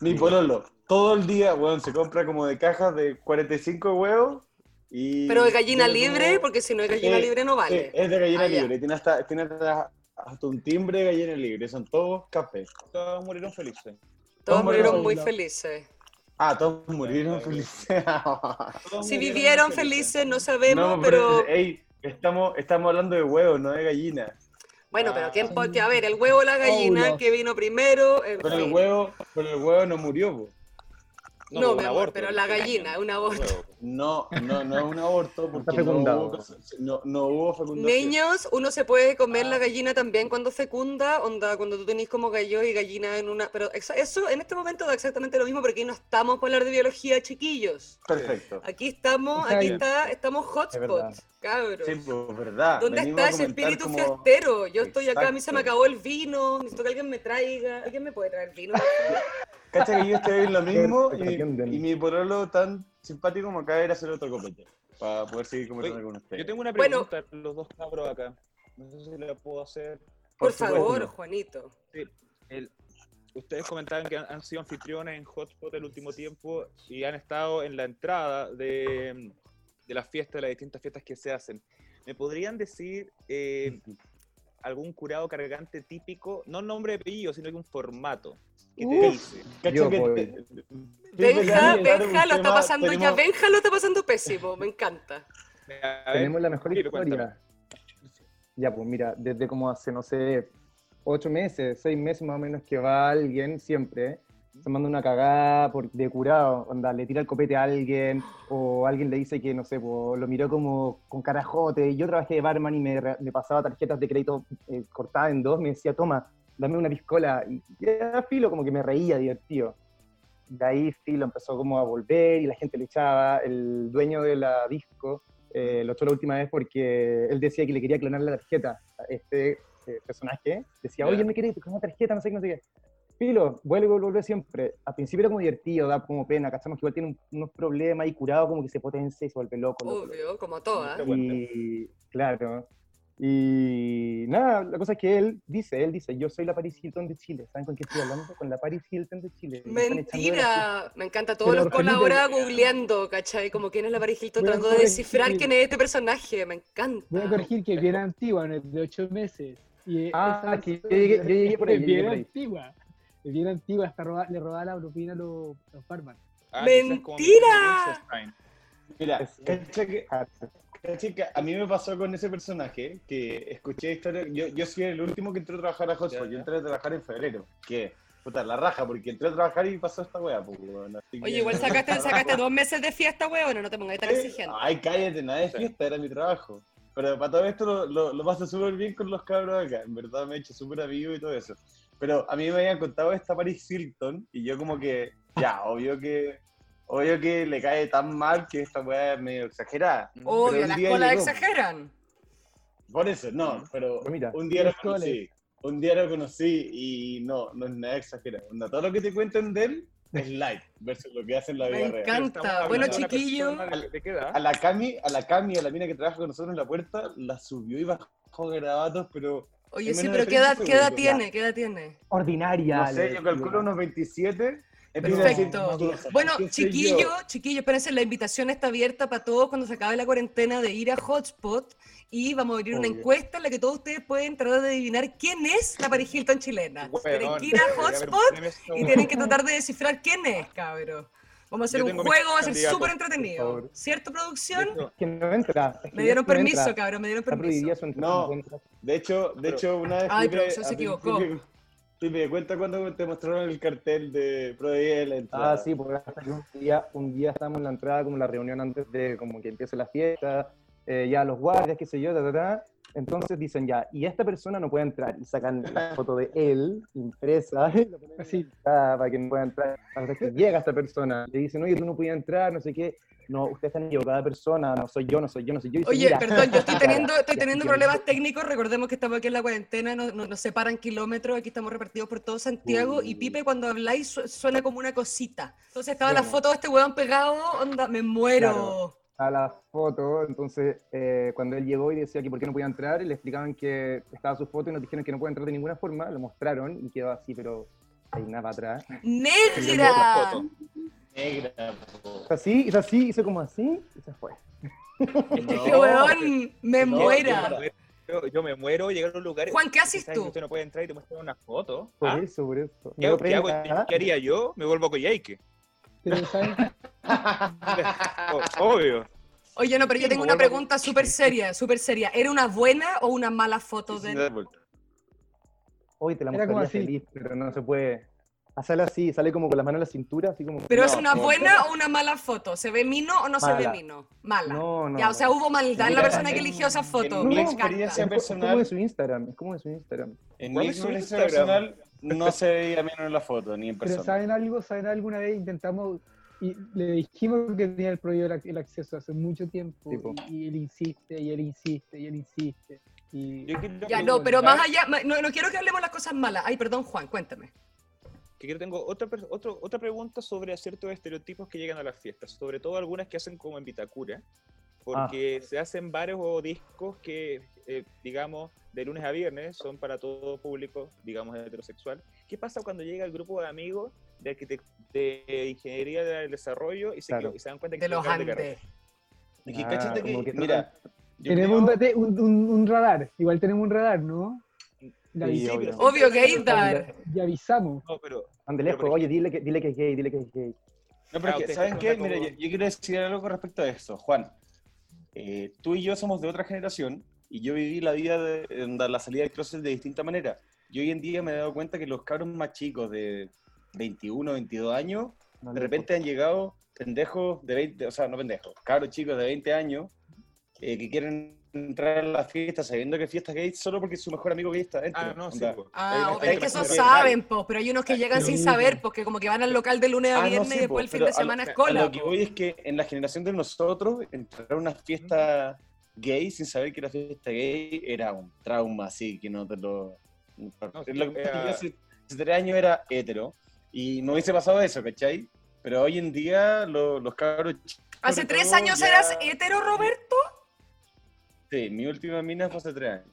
Speaker 8: mi pololo, todo el día, weón, se compra como de cajas de 45 huevos y...
Speaker 2: Pero de gallina
Speaker 8: tiene como-
Speaker 2: libre, porque si no es gallina
Speaker 8: Sí,
Speaker 2: libre no vale.
Speaker 8: sí, es de gallina
Speaker 2: Ah, ya.
Speaker 8: libre, tiene, hasta, tiene hasta, hasta un timbre de gallina libre, son todos cafés. Todos murieron felices.
Speaker 2: Todos murieron muy felices.
Speaker 8: Ah, todos murieron felices.
Speaker 2: Si vivieron felices, no sabemos,
Speaker 8: No,
Speaker 2: pero...
Speaker 8: ey, estamos, estamos hablando de huevos, no de gallina.
Speaker 2: Bueno, pero ¿quién porque A ver, el huevo o la gallina,
Speaker 8: Óvulos.
Speaker 2: que vino primero? En
Speaker 8: Pero
Speaker 2: fin.
Speaker 8: el huevo, pero el huevo no murió, po.
Speaker 2: No, mi amor, pero la gallina, un aborto.
Speaker 8: No, no, no es un aborto porque no
Speaker 1: fecundado.
Speaker 8: hubo, no, no hubo fecundación.
Speaker 2: Niños, uno se puede comer la gallina también cuando fecunda, onda, cuando tú tenés como gallo y gallina en una... Pero exa- eso en este momento da exactamente lo mismo porque aquí no estamos para hablar de biología, chiquillos.
Speaker 8: Perfecto.
Speaker 2: Aquí estamos,
Speaker 8: Está
Speaker 2: aquí
Speaker 8: bien.
Speaker 2: está, estamos
Speaker 8: Es verdad.
Speaker 2: hotspot, cabros.
Speaker 8: Sí, pues, es
Speaker 7: Ah,
Speaker 8: verdad.
Speaker 2: ¿Dónde
Speaker 8: Venimos
Speaker 2: está
Speaker 8: a
Speaker 2: ese
Speaker 8: comentar
Speaker 2: espíritu
Speaker 8: como-
Speaker 2: fiestero? Yo estoy acá, a mí se me
Speaker 8: Exacto.
Speaker 2: acabó el vino, necesito que alguien me traiga. ¿Alguien me puede traer vino?
Speaker 8: Cacha que yo estoy en lo mismo y,
Speaker 1: Entienden.
Speaker 8: y mi porolo tan simpático me acaba de ir a hacer otro copete para poder seguir conversando con ustedes.
Speaker 5: Yo tengo una
Speaker 2: Bueno.
Speaker 5: pregunta, los dos cabros acá. No sé si la puedo hacer.
Speaker 2: Por,
Speaker 8: supuesto.
Speaker 2: favor, Juanito.
Speaker 5: El- ustedes comentaban que han, han sido anfitriones en Hotspot el último tiempo y han estado en la entrada de, de las fiestas, de las distintas fiestas que se hacen. ¿Me podrían decir eh, algún curado cargante típico? No nombre de apellido, sino que un formato. ¿Qué te
Speaker 12: Uf.
Speaker 5: dice?
Speaker 8: Cacha
Speaker 1: Yo
Speaker 8: que
Speaker 1: voy.
Speaker 8: te-
Speaker 2: Benja,
Speaker 8: Felipe, claro,
Speaker 2: "Ah, Benja
Speaker 8: un
Speaker 2: lo está
Speaker 8: tema-
Speaker 2: pasando ya,
Speaker 8: tenemos-
Speaker 2: Benja lo está pasando pésimo, me encanta.
Speaker 5: A ver,
Speaker 1: Tenemos la mejor
Speaker 5: Felipe,
Speaker 1: historia. Ya, pues mira, desde como hace, no sé, ocho meses, seis meses más o menos que va alguien siempre, se manda una cagada por, de curado, onda, le tira el copete a alguien, o alguien le dice que, no sé, pues, lo miró como con carajote. Yo trabajé de barman y me, re- me pasaba tarjetas de crédito eh, cortadas en dos, me decía, toma, dame una piscola. Y ya filo, como que me reía divertido. De ahí filo empezó como a volver y la gente le echaba, el dueño de la disco eh, lo echó la última vez porque él decía que le quería clonar la tarjeta. Este eh, personaje decía,
Speaker 5: Ya.
Speaker 1: oye, me quería clonar la tarjeta, no sé qué, no sé qué. Filo, vuelve, vuelve, vuelve siempre. Al principio era como divertido, da como pena, cachamos que igual tiene un- unos problemas y curado como que se potencia y se vuelve loco. loco, loco.
Speaker 2: Obvio, como todas.
Speaker 5: Bueno.
Speaker 1: Y claro. Y nada, la cosa es que él dice, él dice, yo soy la Paris Hilton de Chile. ¿Saben con qué estoy hablando? Con la Paris Hilton de Chile. Y me están echando de la fiesta.
Speaker 2: Mentira, me encanta todos
Speaker 1: Pero
Speaker 2: los
Speaker 1: Felipe-
Speaker 2: colaboradores googleando, ¿cachai? Como quién es la Parijilton,
Speaker 12: Voy a
Speaker 2: tratando de
Speaker 12: corregir.
Speaker 2: descifrar quién es este personaje, me encanta.
Speaker 12: Voy a corregir que es bien antigua, no es de ocho meses. Y eh,
Speaker 1: Ah,
Speaker 12: esa-
Speaker 1: que yo llegué- yo llegué por ahí,
Speaker 12: Es
Speaker 1: llegué
Speaker 12: bien
Speaker 1: por ahí.
Speaker 12: antigua. Es bien antigua, hasta roba- le robaba la propina a los, los barman.
Speaker 5: Ah, quizás
Speaker 2: ¡Mentira!
Speaker 5: como mi primer Einstein.
Speaker 8: Mira, cacha que, cacha que a mí me pasó con ese personaje que escuché historia. Yo, yo soy el último que entró a trabajar a
Speaker 5: Ya,
Speaker 8: Hotspot. Yo
Speaker 5: ya.
Speaker 8: entré a trabajar en febrero. Que, puta, la raja, porque entré a trabajar y pasó esta wea, pues, weón, así
Speaker 2: Oye,
Speaker 8: que-
Speaker 2: igual sacaste, sacaste dos meses de fiesta, weón, no te pongas tan exigente.
Speaker 8: Ay, cállate, nada de
Speaker 5: Sí.
Speaker 8: fiesta, era mi trabajo. Pero para todo esto lo, lo, lo paso súper bien con los cabros acá. En verdad me he hecho súper amigo y todo eso. Pero a mí me habían contado esta Paris Hilton y yo como que, ya, obvio que obvio que le cae tan mal que esta weá es medio exagerada. Pero
Speaker 2: Obvio,
Speaker 8: un
Speaker 2: las
Speaker 8: día
Speaker 2: colas
Speaker 8: llegó.
Speaker 2: exageran.
Speaker 8: Por eso, no, pero
Speaker 1: Pues mira,
Speaker 8: un día lo
Speaker 12: los
Speaker 8: conocí. Un día lo conocí y no, no es nada exagerado. Onda, todo lo que te cuentan de él es light versus lo que hace en la
Speaker 2: Me
Speaker 8: vida real.
Speaker 2: encanta.
Speaker 5: Estamos
Speaker 2: Bueno,
Speaker 5: hablando de una
Speaker 2: chiquillo,
Speaker 5: persona de- ¿De qué edad?
Speaker 8: A la Cami, a la Cami, a la mina que trabaja con nosotros en la puerta, la subió y bajó grabatos, pero
Speaker 2: oye,
Speaker 8: en
Speaker 2: sí,
Speaker 8: menos
Speaker 2: pero
Speaker 8: de
Speaker 2: ¿qué edad,
Speaker 8: 30
Speaker 2: qué edad
Speaker 8: segundos,
Speaker 2: tiene? ¿Qué edad tiene?
Speaker 1: Ordinaria.
Speaker 8: no sé,
Speaker 1: le
Speaker 8: yo
Speaker 1: decía.
Speaker 8: calculo unos 27. empieza a decir
Speaker 2: Perfecto.
Speaker 8: cosas,
Speaker 2: Bueno,
Speaker 8: ¿qué sé
Speaker 2: chiquillo,
Speaker 8: yo?
Speaker 2: chiquillo, espérense, la invitación está abierta para todos cuando se acabe la cuarentena de ir a Hotspot y vamos a abrir una
Speaker 1: Obvio.
Speaker 2: encuesta en la que todos ustedes pueden tratar de adivinar quién es la Paris Hilton chilena. tienen
Speaker 5: Weón,
Speaker 2: que ir a
Speaker 5: debería haber un
Speaker 2: Hotspot
Speaker 5: premio a esta
Speaker 2: y
Speaker 5: weá.
Speaker 2: tienen que tratar de descifrar quién es, cabros. Vamos a hacer
Speaker 5: Yo
Speaker 2: un
Speaker 5: tengo mis
Speaker 2: juego, va a ser
Speaker 5: candidatos,
Speaker 2: súper
Speaker 1: por
Speaker 2: entretenido.
Speaker 1: favor.
Speaker 2: ¿Cierto, producción?
Speaker 5: Listo.
Speaker 1: Que no entra. es que
Speaker 2: Me dieron
Speaker 1: no
Speaker 2: permiso,
Speaker 1: entra.
Speaker 2: cabrón, me dieron
Speaker 1: Está
Speaker 2: permiso.
Speaker 1: prohibida su entrada,
Speaker 8: No.
Speaker 1: no puede entrar.
Speaker 8: De hecho, de hecho una vez
Speaker 2: Ay,
Speaker 8: Felipe,
Speaker 2: producción se
Speaker 8: a
Speaker 2: equivocó.
Speaker 8: principio- Felipe, cuenta cuando te mostraron el cartel de Proveía la entrada.
Speaker 1: Ah, sí, porque hasta que un día, un día estábamos en la entrada, como la reunión antes de como que empiece la fiesta, eh, ya los guardias, qué sé yo, ta, ta, ta.
Speaker 13: Entonces dicen ya, y esta persona no puede entrar. Y sacan la foto de él, impresa, y la ponen así, ah, para que no pueda entrar. Hasta que llega esta persona, le dicen, oye, tú no podías entrar, no sé qué. No, ustedes están equivocadas, persona, no soy yo, no soy yo, no soy yo. Y dicen,
Speaker 2: Oye,
Speaker 13: "Mira,
Speaker 2: perdón, yo estoy
Speaker 13: cara,
Speaker 2: teniendo, estoy
Speaker 13: ya,
Speaker 2: teniendo
Speaker 13: ya,
Speaker 2: problemas técnicos. Recordemos que estamos aquí en la cuarentena, no- no- nos, separan kilómetros, aquí estamos repartidos por todo Santiago. Y Pipe, cuando habláis, su- suena como una cosita. Entonces estaba la
Speaker 13: Bueno.
Speaker 2: foto de este weón pegado, onda, me muero.
Speaker 13: Claro, a la foto. Entonces, eh, cuando él llegó y decía que por qué no podía entrar, le explicaban que estaba su foto y nos dijeron que no podía entrar de ninguna forma. Lo mostraron y quedó así, pero hay nada para atrás.
Speaker 2: ¡Negra!
Speaker 10: Negra.
Speaker 13: Hizo así, hizo así, hizo como así y se fue.
Speaker 2: ¡Qué Este weón! ¡Me
Speaker 5: No,
Speaker 2: muera!
Speaker 5: Yo me muero, yo me muero, llegar a un lugar.
Speaker 2: Juan, ¿qué haces
Speaker 5: sabes que
Speaker 2: tú?
Speaker 5: Usted no puede entrar y te muestran una foto.
Speaker 13: Por
Speaker 5: Ah,
Speaker 13: eso, por eso. Me
Speaker 5: ¿Qué, hago-
Speaker 13: da
Speaker 5: qué hago-
Speaker 13: pena.
Speaker 5: qué haría yo? Me vuelvo a Coyhaique.
Speaker 1: Pero, ¿saben?
Speaker 2: Ah,
Speaker 5: O- Obvio.
Speaker 2: Oye, no, pero yo
Speaker 5: Sí,
Speaker 2: tengo
Speaker 5: me
Speaker 2: una
Speaker 5: vuelvo a-
Speaker 2: pregunta súper seria, súper seria. ¿Era una buena o una mala foto
Speaker 5: Sin
Speaker 2: de
Speaker 5: dar vuelta.
Speaker 13: Hoy te la
Speaker 1: Era como
Speaker 13: mostraría
Speaker 1: así.
Speaker 13: feliz, pero no se puede. Hacerla así, sale como con las manos en la cintura, así como.
Speaker 2: ¿Pero
Speaker 10: No,
Speaker 2: es una
Speaker 10: no.
Speaker 2: buena o una mala foto? ¿Se ve mino o no se ve
Speaker 13: Mala.
Speaker 2: mino? Mala.
Speaker 13: No, no.
Speaker 2: Ya, o sea, hubo maldad en la
Speaker 10: Mira,
Speaker 2: persona que
Speaker 10: en-
Speaker 2: eligió esa foto.
Speaker 10: en mi
Speaker 2: Me
Speaker 10: experiencia
Speaker 2: encanta.
Speaker 13: es, co- es como
Speaker 10: personal-
Speaker 13: de su Instagram, es como de su Instagram.
Speaker 10: En
Speaker 5: ¿Cuál
Speaker 10: mi
Speaker 5: es su
Speaker 10: experiencia
Speaker 5: Instagram?
Speaker 10: personal no se veía menos en la foto, ni en
Speaker 1: pero
Speaker 10: persona.
Speaker 1: ¿saben algo? ¿Saben algo? Una vez intentamos y le dijimos que tenía el prohibido el ac- el acceso hace mucho tiempo
Speaker 13: Sí, po.
Speaker 1: y, y él insiste y él insiste y él insiste. Y...
Speaker 5: Yo quiero
Speaker 2: Ya, no,
Speaker 5: preguntar
Speaker 2: pero más allá, ma- no, no quiero que hablemos las cosas malas. Ay, perdón, Juan, cuéntame.
Speaker 5: Que yo tengo otra, per- otro- otra pregunta sobre ciertos estereotipos que llegan a las fiestas, sobre todo algunas que hacen como en Vitacura, porque
Speaker 10: Ah.
Speaker 5: se hacen bares o discos que, eh, digamos, de lunes a viernes son para todo público, digamos, heterosexual. ¿Qué pasa cuando llega el grupo de amigos de, arquitec- de ingeniería del desarrollo y se,
Speaker 13: Claro.
Speaker 5: equivo- y se dan cuenta que
Speaker 2: De los
Speaker 5: equivocaron de
Speaker 2: Andes.
Speaker 5: carrera?
Speaker 10: Es que
Speaker 13: Ah,
Speaker 10: cáchate
Speaker 13: como
Speaker 10: que,
Speaker 13: que
Speaker 10: mira, yo
Speaker 1: tenemos
Speaker 10: creo-
Speaker 1: un, date- un- un- un radar, igual tenemos un radar, ¿no? La
Speaker 13: Sí,
Speaker 1: avis-
Speaker 13: obvio.
Speaker 5: pero-
Speaker 2: Obvio, Gaydar.
Speaker 1: y avisamos.
Speaker 5: No, pero
Speaker 13: Andelesco,
Speaker 5: Pero, por
Speaker 13: oye, dile que, dile que es gay, dile que es gay.
Speaker 10: No, pero
Speaker 5: Ah,
Speaker 10: es que,
Speaker 5: ok,
Speaker 10: ¿saben
Speaker 5: ok,
Speaker 10: qué?
Speaker 5: ok,
Speaker 10: Mira, yo,
Speaker 5: como-
Speaker 10: yo quiero decir algo con respecto a eso, Juan. Eh, tú y yo somos de otra generación y yo viví la vida de, en la salida del closet de distinta manera. Y hoy en día me he dado cuenta que los cabros más chicos de 21, 22 años,
Speaker 13: No,
Speaker 10: de repente han llegado pendejos de 20, o sea, no pendejos, cabros chicos de 20 años eh, que quieren entrar a las fiestas sabiendo que es fiesta gay solo porque su mejor amigo gay está dentro.
Speaker 5: Ah, no, sí,
Speaker 10: Onda.
Speaker 5: po. Hay
Speaker 2: Ah,
Speaker 5: una-
Speaker 2: ok,
Speaker 10: hay
Speaker 2: es que
Speaker 10: una
Speaker 2: eso
Speaker 10: cosa
Speaker 2: saben, pues, pero hay unos que llegan
Speaker 1: Sí.
Speaker 2: sin saber, porque como que van al local de lunes a
Speaker 10: Ah, no,
Speaker 2: viernes
Speaker 10: sí,
Speaker 2: y después el fin
Speaker 10: po, pero
Speaker 2: de
Speaker 10: a lo-
Speaker 2: semana es
Speaker 10: A
Speaker 2: cola.
Speaker 10: lo que
Speaker 2: po.
Speaker 10: voy es que en la generación de nosotros, entrar a una fiesta gay sin saber que la fiesta gay era un trauma, así que no te lo.
Speaker 5: No, sí,
Speaker 10: lo que pasa es que yo
Speaker 5: era-
Speaker 10: hace, hace tres años era hétero y no hubiese pasado eso, ¿cachai? Pero hoy en
Speaker 8: Ah,
Speaker 10: día lo- los cabros. chicos,
Speaker 2: ¿Hace
Speaker 10: sobre
Speaker 2: tres
Speaker 10: todo,
Speaker 2: años
Speaker 10: ya-
Speaker 2: eras hetero, Roberto?
Speaker 10: Sí, mi última mina fue hace tres años.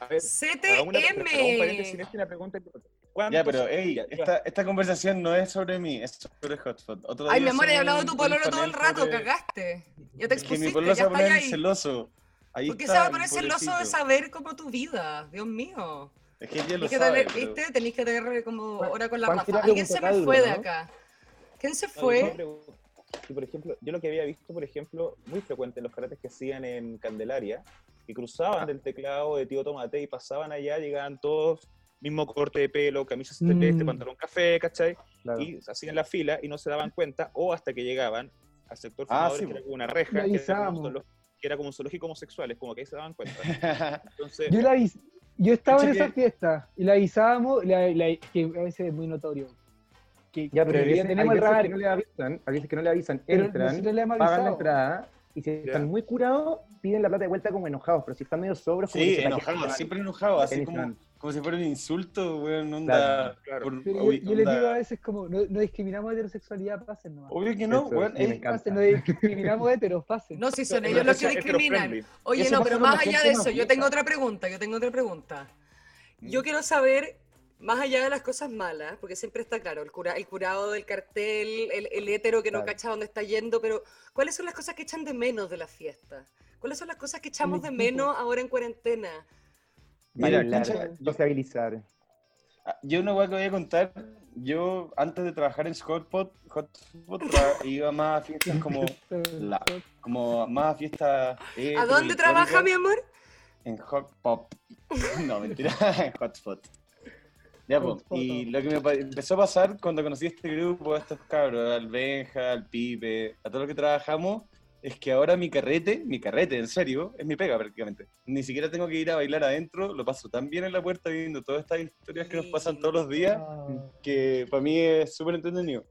Speaker 5: a ver, hagamos una- hagamos un paréntesis en
Speaker 2: CTM.
Speaker 5: este y la pregunta-
Speaker 10: Ya,
Speaker 5: ¿Cuántos-
Speaker 10: pero hey,
Speaker 5: ya, ya.
Speaker 10: esta, esta conversación no es sobre mí, es sobre Hotspot. Otro
Speaker 2: Ay,
Speaker 10: día
Speaker 2: mi amor, he
Speaker 10: hacemos
Speaker 2: hablado de
Speaker 10: un-
Speaker 2: tu
Speaker 10: un
Speaker 2: pololo todo el
Speaker 10: panel
Speaker 2: rato,
Speaker 10: sobre-
Speaker 2: cagaste. Ya te
Speaker 10: Es que mi
Speaker 2: expusiste,
Speaker 10: pololo
Speaker 2: ya
Speaker 10: se va a
Speaker 2: está
Speaker 10: poner
Speaker 2: ahí.
Speaker 10: celoso. Ahí
Speaker 2: ¿Por qué se
Speaker 10: está,
Speaker 2: va a
Speaker 10: el
Speaker 2: poner celoso de
Speaker 10: pobrecito.
Speaker 2: saber como tu vida? Dios mío.
Speaker 10: Es que ella lo
Speaker 2: Tenéis que
Speaker 10: sabe.
Speaker 2: tener,
Speaker 10: pero-
Speaker 2: ¿viste? Tenéis que tener como hora con la
Speaker 13: Juan
Speaker 2: rafa.
Speaker 13: Girardo
Speaker 2: Alguien se me
Speaker 13: Montacalvo,
Speaker 2: fue de
Speaker 13: ¿no?
Speaker 2: acá. ¿Quién se
Speaker 5: No, yo me
Speaker 2: fue?
Speaker 5: pregunto, que, por ejemplo, yo lo que había visto, por ejemplo, muy frecuente en los carretes que hacían en Candelaria, que
Speaker 10: Ah.
Speaker 5: cruzaban del teclado de Tío Tomate y pasaban allá, llegaban todos, mismo corte de pelo, camisas celeste,
Speaker 1: Mm.
Speaker 5: pantalón café, ¿cachai?
Speaker 13: Claro.
Speaker 5: Y hacían la fila y no se daban cuenta, o hasta que llegaban al sector
Speaker 10: Ah,
Speaker 5: fumadores,
Speaker 10: sí,
Speaker 5: que
Speaker 10: bo.
Speaker 5: era como una reja, que era como, un
Speaker 1: Revisábamos.
Speaker 5: zoolo- que era como un zoológico homosexuales, como que ahí se daban cuenta. Entonces,
Speaker 1: Yo, la avis- yo estaba en
Speaker 10: Cacha
Speaker 1: esa
Speaker 10: que-
Speaker 1: fiesta y la avisábamos, la- la- que a veces es muy notorio. Que,
Speaker 13: Ya, pero
Speaker 1: que
Speaker 13: hay veces, hay
Speaker 1: tenemos el
Speaker 13: veces
Speaker 1: radar,
Speaker 13: que no le avisan, hay veces que no le avisan,
Speaker 1: pero
Speaker 13: entran,
Speaker 1: nosotros le hemos
Speaker 13: pagan la
Speaker 1: avisado.
Speaker 13: entrada y si están muy curados, piden la plata de vuelta como enojados, pero si están medio sobros, como que
Speaker 10: Sí,
Speaker 13: se la
Speaker 10: enojado,
Speaker 13: quejan.
Speaker 10: siempre enojado, así
Speaker 13: Tenis
Speaker 10: como,
Speaker 13: man.
Speaker 10: como si fuera un insulto, weón, onda.
Speaker 13: Claro,
Speaker 5: claro.
Speaker 10: por-
Speaker 1: Pero yo,
Speaker 10: uy,
Speaker 1: yo les
Speaker 10: onda-
Speaker 1: digo a veces como, no, no discriminamos heterosexualidad, pasen nomás.
Speaker 10: Obvio que no,
Speaker 13: Eso,
Speaker 10: weón.
Speaker 13: sí,
Speaker 10: ey,
Speaker 13: me encanta.
Speaker 1: Pasen, no discriminamos heteros, pasen.
Speaker 2: No, si son
Speaker 5: Pero
Speaker 2: ellos los que
Speaker 5: eso es
Speaker 2: discriminan.
Speaker 5: hetero-friendly.
Speaker 2: Oye,
Speaker 10: Eso
Speaker 2: no,
Speaker 10: pasa
Speaker 2: pero
Speaker 10: con la
Speaker 2: más allá
Speaker 10: gente
Speaker 2: de
Speaker 10: más
Speaker 2: eso, yo
Speaker 10: vieja.
Speaker 2: tengo otra pregunta, yo tengo otra pregunta.
Speaker 10: Mm.
Speaker 2: Yo quiero saber, más allá de las cosas malas, porque siempre está claro, el, cura, el curado del cartel, el, el hétero que no
Speaker 13: Claro.
Speaker 2: cacha dónde está yendo, pero ¿cuáles son las cosas que echan de menos de la fiesta? ¿Cuáles son las cosas que echamos de
Speaker 1: equipo.
Speaker 2: menos ahora en cuarentena?
Speaker 10: Mira,
Speaker 13: Bailar,
Speaker 10: cacha, yo-
Speaker 13: sociabilizar.
Speaker 10: Ah, Yo una weá que voy a contar, yo antes de trabajar en Hotspot, Hotspot tra- iba más a fiestas como, la- como más a fiestas... eh,
Speaker 2: ¿A dónde trabaja mi amor?
Speaker 10: En Hot Pop. No, mentira, en Hotspot. Ya, po,
Speaker 1: Hotspot,
Speaker 10: y lo que me pa- empezó a pasar cuando conocí este grupo, a estos cabros, al Benja, al Pipe, a todos los que trabajamos, es que ahora mi carrete, mi carrete, en serio, es mi pega prácticamente. Ni siquiera tengo que ir a bailar adentro, lo paso tan bien en la puerta viendo todas estas historias que nos pasan todos los días, que para mí es súper entretenido.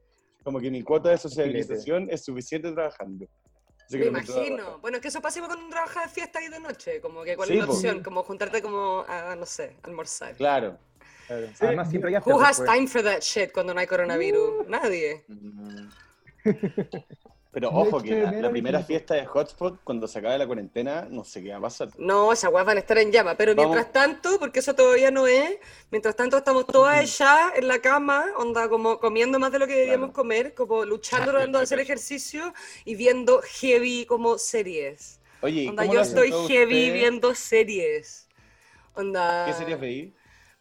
Speaker 10: Como que mi cuota de socialización es suficiente trabajando. Así que
Speaker 2: Me
Speaker 10: lo meto a-
Speaker 2: imagino. Bueno, es que eso pasa igual cuando trabajas de fiesta y de noche, como que cuál
Speaker 10: Sí,
Speaker 2: es la
Speaker 10: po.
Speaker 2: opción, como juntarte como a, no sé, almorzar.
Speaker 10: Claro. pues.
Speaker 13: Además, siempre hay after
Speaker 2: Who has
Speaker 13: después.
Speaker 2: time for that shit cuando no hay
Speaker 10: Uh.
Speaker 2: coronavirus? Nadie.
Speaker 10: Pero
Speaker 2: De
Speaker 10: ojo
Speaker 2: hecho,
Speaker 10: que la,
Speaker 2: me
Speaker 10: la
Speaker 2: da
Speaker 10: primera
Speaker 2: miedo.
Speaker 10: fiesta de Hotspot, cuando se acabe la cuarentena, no sé qué va a pasar.
Speaker 2: No, esas guas van a estar en llama, pero
Speaker 10: Vamos.
Speaker 2: mientras tanto, porque eso todavía no es, mientras tanto estamos todas allá en la cama, onda como comiendo más de lo que debíamos comer, como luchando, tratando de hacer ejercicio y viendo heavy como series.
Speaker 10: Oye, ¿y
Speaker 2: Onda,
Speaker 10: ¿cómo
Speaker 2: yo
Speaker 10: lo hace
Speaker 2: estoy
Speaker 10: todo
Speaker 2: heavy
Speaker 10: usted?
Speaker 2: viendo series. Onda.
Speaker 10: ¿Qué series veí?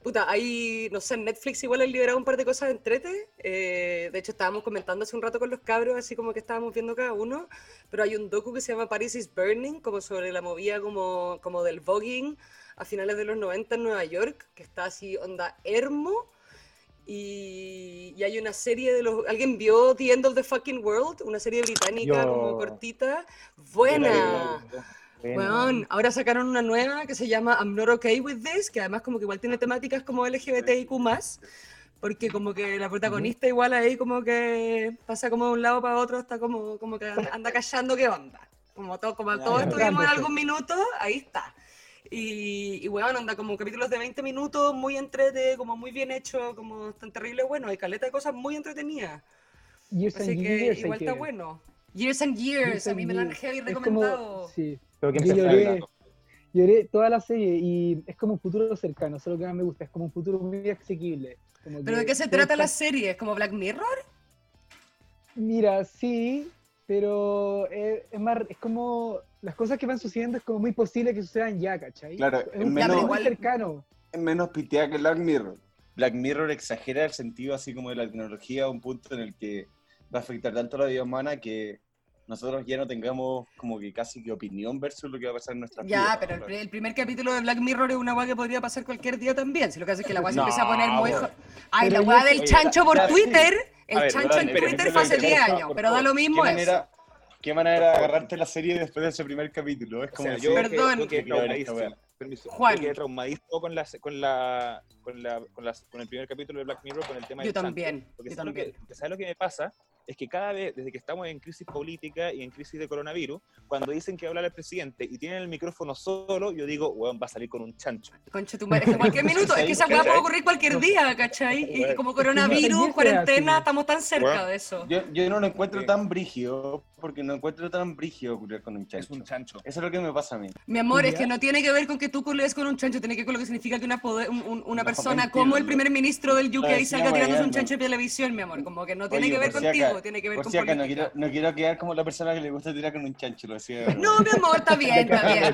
Speaker 2: Puta, ahí, no sé, en Netflix igual han liberado un par de cosas de entrete. eh, de hecho, estábamos comentando hace un rato con los cabros, así como que estábamos viendo cada uno. Pero hay un docu que se llama Paris is Burning, como sobre la movida como, como del voguing a finales de los 90 en Nueva York, que está así, onda hermo. Y, y hay una serie de los... ¿Alguien vio The End of the Fucking World? Una serie británica
Speaker 14: Yo.
Speaker 2: como cortita. Buena. Weón, ahora sacaron una nueva que se llama I'm Not Okay With This, que además como que igual tiene temáticas como LGBTIQ+, porque como que la protagonista igual ahí como que pasa como de un lado para otro, está como, como que anda callando que banda. Como, todo, como
Speaker 14: Ya,
Speaker 2: todos
Speaker 14: ya.
Speaker 2: estuvimos en algún minuto, ahí está. Y, y weón, anda como capítulos de 20 minutos, muy entrete, como muy bien hecho, como tan terrible, bueno, hay caleta de cosas muy entretenidas.
Speaker 1: Years
Speaker 2: Así
Speaker 1: and
Speaker 2: que
Speaker 1: years hay
Speaker 2: igual está
Speaker 1: ver.
Speaker 2: bueno. Years and Years,
Speaker 1: Years
Speaker 2: a
Speaker 1: and
Speaker 2: mí me la han
Speaker 1: Years.
Speaker 2: heavy
Speaker 1: Es como-
Speaker 2: recomendado.
Speaker 1: Sí.
Speaker 13: Tengo que
Speaker 1: Yo
Speaker 13: empezar a
Speaker 1: lloré,
Speaker 13: verlo.
Speaker 1: lloré toda la serie y es como un futuro cercano, eso es lo que más me gusta, es como un futuro muy asequible. como
Speaker 2: ¿Pero
Speaker 1: que
Speaker 2: de qué se
Speaker 1: todo
Speaker 2: trata
Speaker 1: está-
Speaker 2: la serie? ¿Es como Black Mirror?
Speaker 1: Mira, sí, pero eh, es, más, es como las cosas que van sucediendo es como muy posible que sucedan ya, ¿cachai?
Speaker 10: Claro,
Speaker 1: es
Speaker 10: en
Speaker 1: un
Speaker 10: menos-
Speaker 1: futuro muy
Speaker 10: igual-
Speaker 1: cercano.
Speaker 10: Es menos piteada que Black Mirror. Black Mirror exagera el sentido así como de la tecnología a un punto en el que va a afectar tanto a la vida humana que nosotros ya no tengamos como que casi que opinión versus lo que va a pasar en nuestra
Speaker 2: Ya, pero el, pri- el primer capítulo de Black Mirror es una guay que podría pasar cualquier día también. Si lo que hace es que la guay se
Speaker 10: No,
Speaker 2: empieza a poner muy.
Speaker 10: bueno.
Speaker 2: jo- Ay, la
Speaker 10: Pero yo-
Speaker 2: guay del
Speaker 10: Oye,
Speaker 2: chancho
Speaker 10: ya-
Speaker 2: por
Speaker 10: ya sí.
Speaker 2: Twitter.
Speaker 10: A
Speaker 2: El
Speaker 10: ver,
Speaker 2: chancho
Speaker 10: perdón,
Speaker 2: en
Speaker 10: espérame,
Speaker 2: Twitter
Speaker 10: espérame,
Speaker 2: fue hace
Speaker 10: espérame,
Speaker 2: 10
Speaker 10: por
Speaker 2: años,
Speaker 10: favor,
Speaker 2: pero
Speaker 10: por
Speaker 2: da lo
Speaker 10: favor.
Speaker 2: mismo
Speaker 10: ¿Qué
Speaker 2: eso.
Speaker 10: manera, ¿Qué manera era agarrarte la serie después de ese primer capítulo? Es
Speaker 5: O
Speaker 10: como
Speaker 5: sea,
Speaker 10: decir,
Speaker 5: yo que-
Speaker 2: Perdón.
Speaker 5: yo
Speaker 10: ¿qué
Speaker 5: quedé
Speaker 10: quiero ver esta
Speaker 5: traumadísimo,
Speaker 10: wea?
Speaker 5: permiso,
Speaker 2: Juan.
Speaker 5: yo quedé traumadísimo con, las- con, la, con, la, con, las- con el primer capítulo de Black Mirror, con el tema
Speaker 2: Yo
Speaker 5: del chancho.
Speaker 2: también,
Speaker 5: Porque
Speaker 2: yo
Speaker 5: ¿sabes lo que-
Speaker 2: también.
Speaker 5: porque ¿sabes lo que me pasa? Es que cada vez, desde que estamos en crisis política y en crisis de coronavirus, cuando dicen que habla el presidente y tienen el micrófono solo, yo digo, weón, va a salir con un chancho.
Speaker 2: Concha tu madre, es que cualquier minuto, es que esa
Speaker 5: ¿Cachai?
Speaker 2: weá puede ocurrir cualquier día, ¿cachai? Y como coronavirus, cuarentena, estamos tan cerca
Speaker 10: Bueno,
Speaker 2: de eso.
Speaker 10: Yo, yo no lo encuentro tan brígido, porque no encuentro tan brígido culiar con un chancho. Es un chancho. Eso es lo que me pasa a mí.
Speaker 2: Mi amor, es que no tiene que ver con que tú culees con un chancho, tiene que ver con lo que significa que una, poder- un- un- una
Speaker 10: No,
Speaker 2: persona
Speaker 10: mentira,
Speaker 2: como el
Speaker 10: no.
Speaker 2: primer ministro del UK
Speaker 10: decía
Speaker 2: salga tirándose un
Speaker 10: Mariana.
Speaker 2: chancho de televisión, mi amor. Como que no tiene
Speaker 10: Oye,
Speaker 2: que ver
Speaker 10: por si
Speaker 2: contigo,
Speaker 10: acá-
Speaker 2: tiene que ver
Speaker 10: por
Speaker 2: con
Speaker 10: si acá,
Speaker 2: política.
Speaker 10: no quiero, no quiero quedar como la persona que le gusta tirar con un chancho, lo decía.
Speaker 2: No, mi amor, está bien, está bien.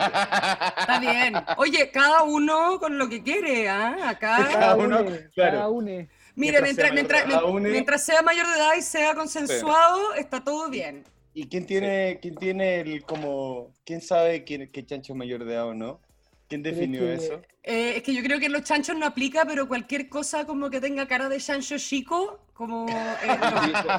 Speaker 2: Está bien. Oye, cada uno con lo que quiere, ¿ah? Acá.
Speaker 10: Cada uno,
Speaker 1: Cada
Speaker 10: claro.
Speaker 1: une.
Speaker 2: Mira, mientras, mientras,
Speaker 10: Mientras sea mayor de edad, une.
Speaker 2: mientras sea mayor de edad y sea consensuado, está todo bien.
Speaker 10: ¿Y quién tiene, quién tiene el como, quién sabe quién, qué chancho es mayor de edad o no? ¿Quién definió
Speaker 2: que-
Speaker 10: eso?
Speaker 2: Eh, es que yo creo que en los chanchos no aplica, pero cualquier cosa como que tenga cara de chancho chico, como... eh,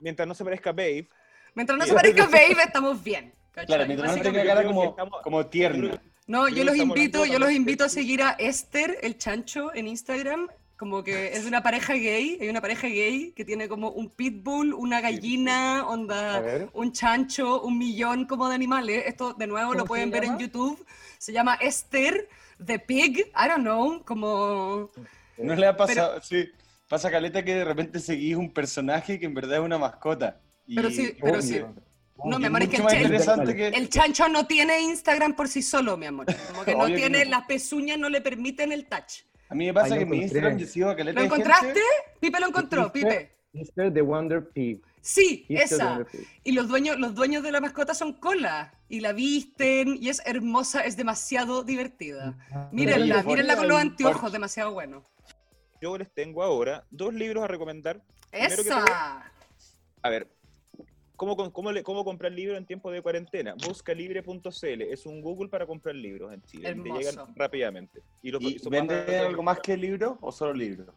Speaker 5: Mientras no se parezca a Babe.
Speaker 2: mientras no se parezca a Babe, estamos bien. ¿cachai?
Speaker 10: Claro, mientras no
Speaker 2: Básicamente.
Speaker 10: tenga cara como, como tierna.
Speaker 2: No, yo
Speaker 10: Creo
Speaker 2: los
Speaker 10: que estamos
Speaker 2: invito,
Speaker 10: hablando
Speaker 2: yo los invito a seguir a Esther, el chancho, en Instagram. Como que es de una pareja gay, hay una pareja gay que tiene como un pitbull, una gallina,
Speaker 14: A
Speaker 2: onda,
Speaker 14: ver.
Speaker 2: un chancho, un millón como de animales. Esto de nuevo lo
Speaker 14: ¿Cómo
Speaker 2: pueden
Speaker 14: se
Speaker 2: ver en
Speaker 14: llama?
Speaker 2: YouTube. Se llama Esther the Pig, I don't know, como...
Speaker 10: ¿No le ha pasado? sí, pasa caleta que de repente seguís un personaje que en verdad es una mascota. Y-
Speaker 2: Pero sí, pero sí.
Speaker 10: Obvio.
Speaker 2: No, mi
Speaker 10: Es
Speaker 2: amor, es que
Speaker 10: mucho
Speaker 2: el,
Speaker 10: más
Speaker 2: ch-
Speaker 10: interesante
Speaker 2: el-
Speaker 10: que-
Speaker 2: el chancho no tiene Instagram por sí solo, mi amor. Como que no
Speaker 10: Obvio que
Speaker 2: tiene,
Speaker 10: no.
Speaker 2: las pezuñas no le permiten el touch.
Speaker 10: A mí me pasa
Speaker 13: Ay,
Speaker 10: que
Speaker 13: lo
Speaker 10: en mi
Speaker 13: encontré.
Speaker 10: Instagram yo sigo a caleta
Speaker 2: ¿Lo
Speaker 10: de gente-
Speaker 2: encontraste? Pipe lo encontró,
Speaker 13: Easter-
Speaker 2: Pipe.
Speaker 13: Easter the Wonder Pig.
Speaker 2: Sí,
Speaker 13: Easter the
Speaker 2: esa.
Speaker 13: Wonder Pig.
Speaker 2: Y los dueños, los dueños de la mascota son cola. Y la visten, y es hermosa, es demasiado divertida. Mírenla,
Speaker 5: Mm. Oye, por-
Speaker 2: mírenla con los anteojos,
Speaker 5: por-
Speaker 2: demasiado bueno.
Speaker 5: Yo les tengo ahora dos libros a recomendar. Primero que todo,
Speaker 2: ¡Esa!
Speaker 5: A ver, ¿cómo, con- cómo, le- cómo comprar libros en tiempo de cuarentena? Buscalibre.cl es un Google para comprar libros en Chile. y Te
Speaker 10: Hermoso.
Speaker 5: llegan rápidamente. Y, los- y
Speaker 10: ¿Y
Speaker 5: son más
Speaker 10: ¿Vende
Speaker 5: baratos.
Speaker 10: algo más que libro o solo libro?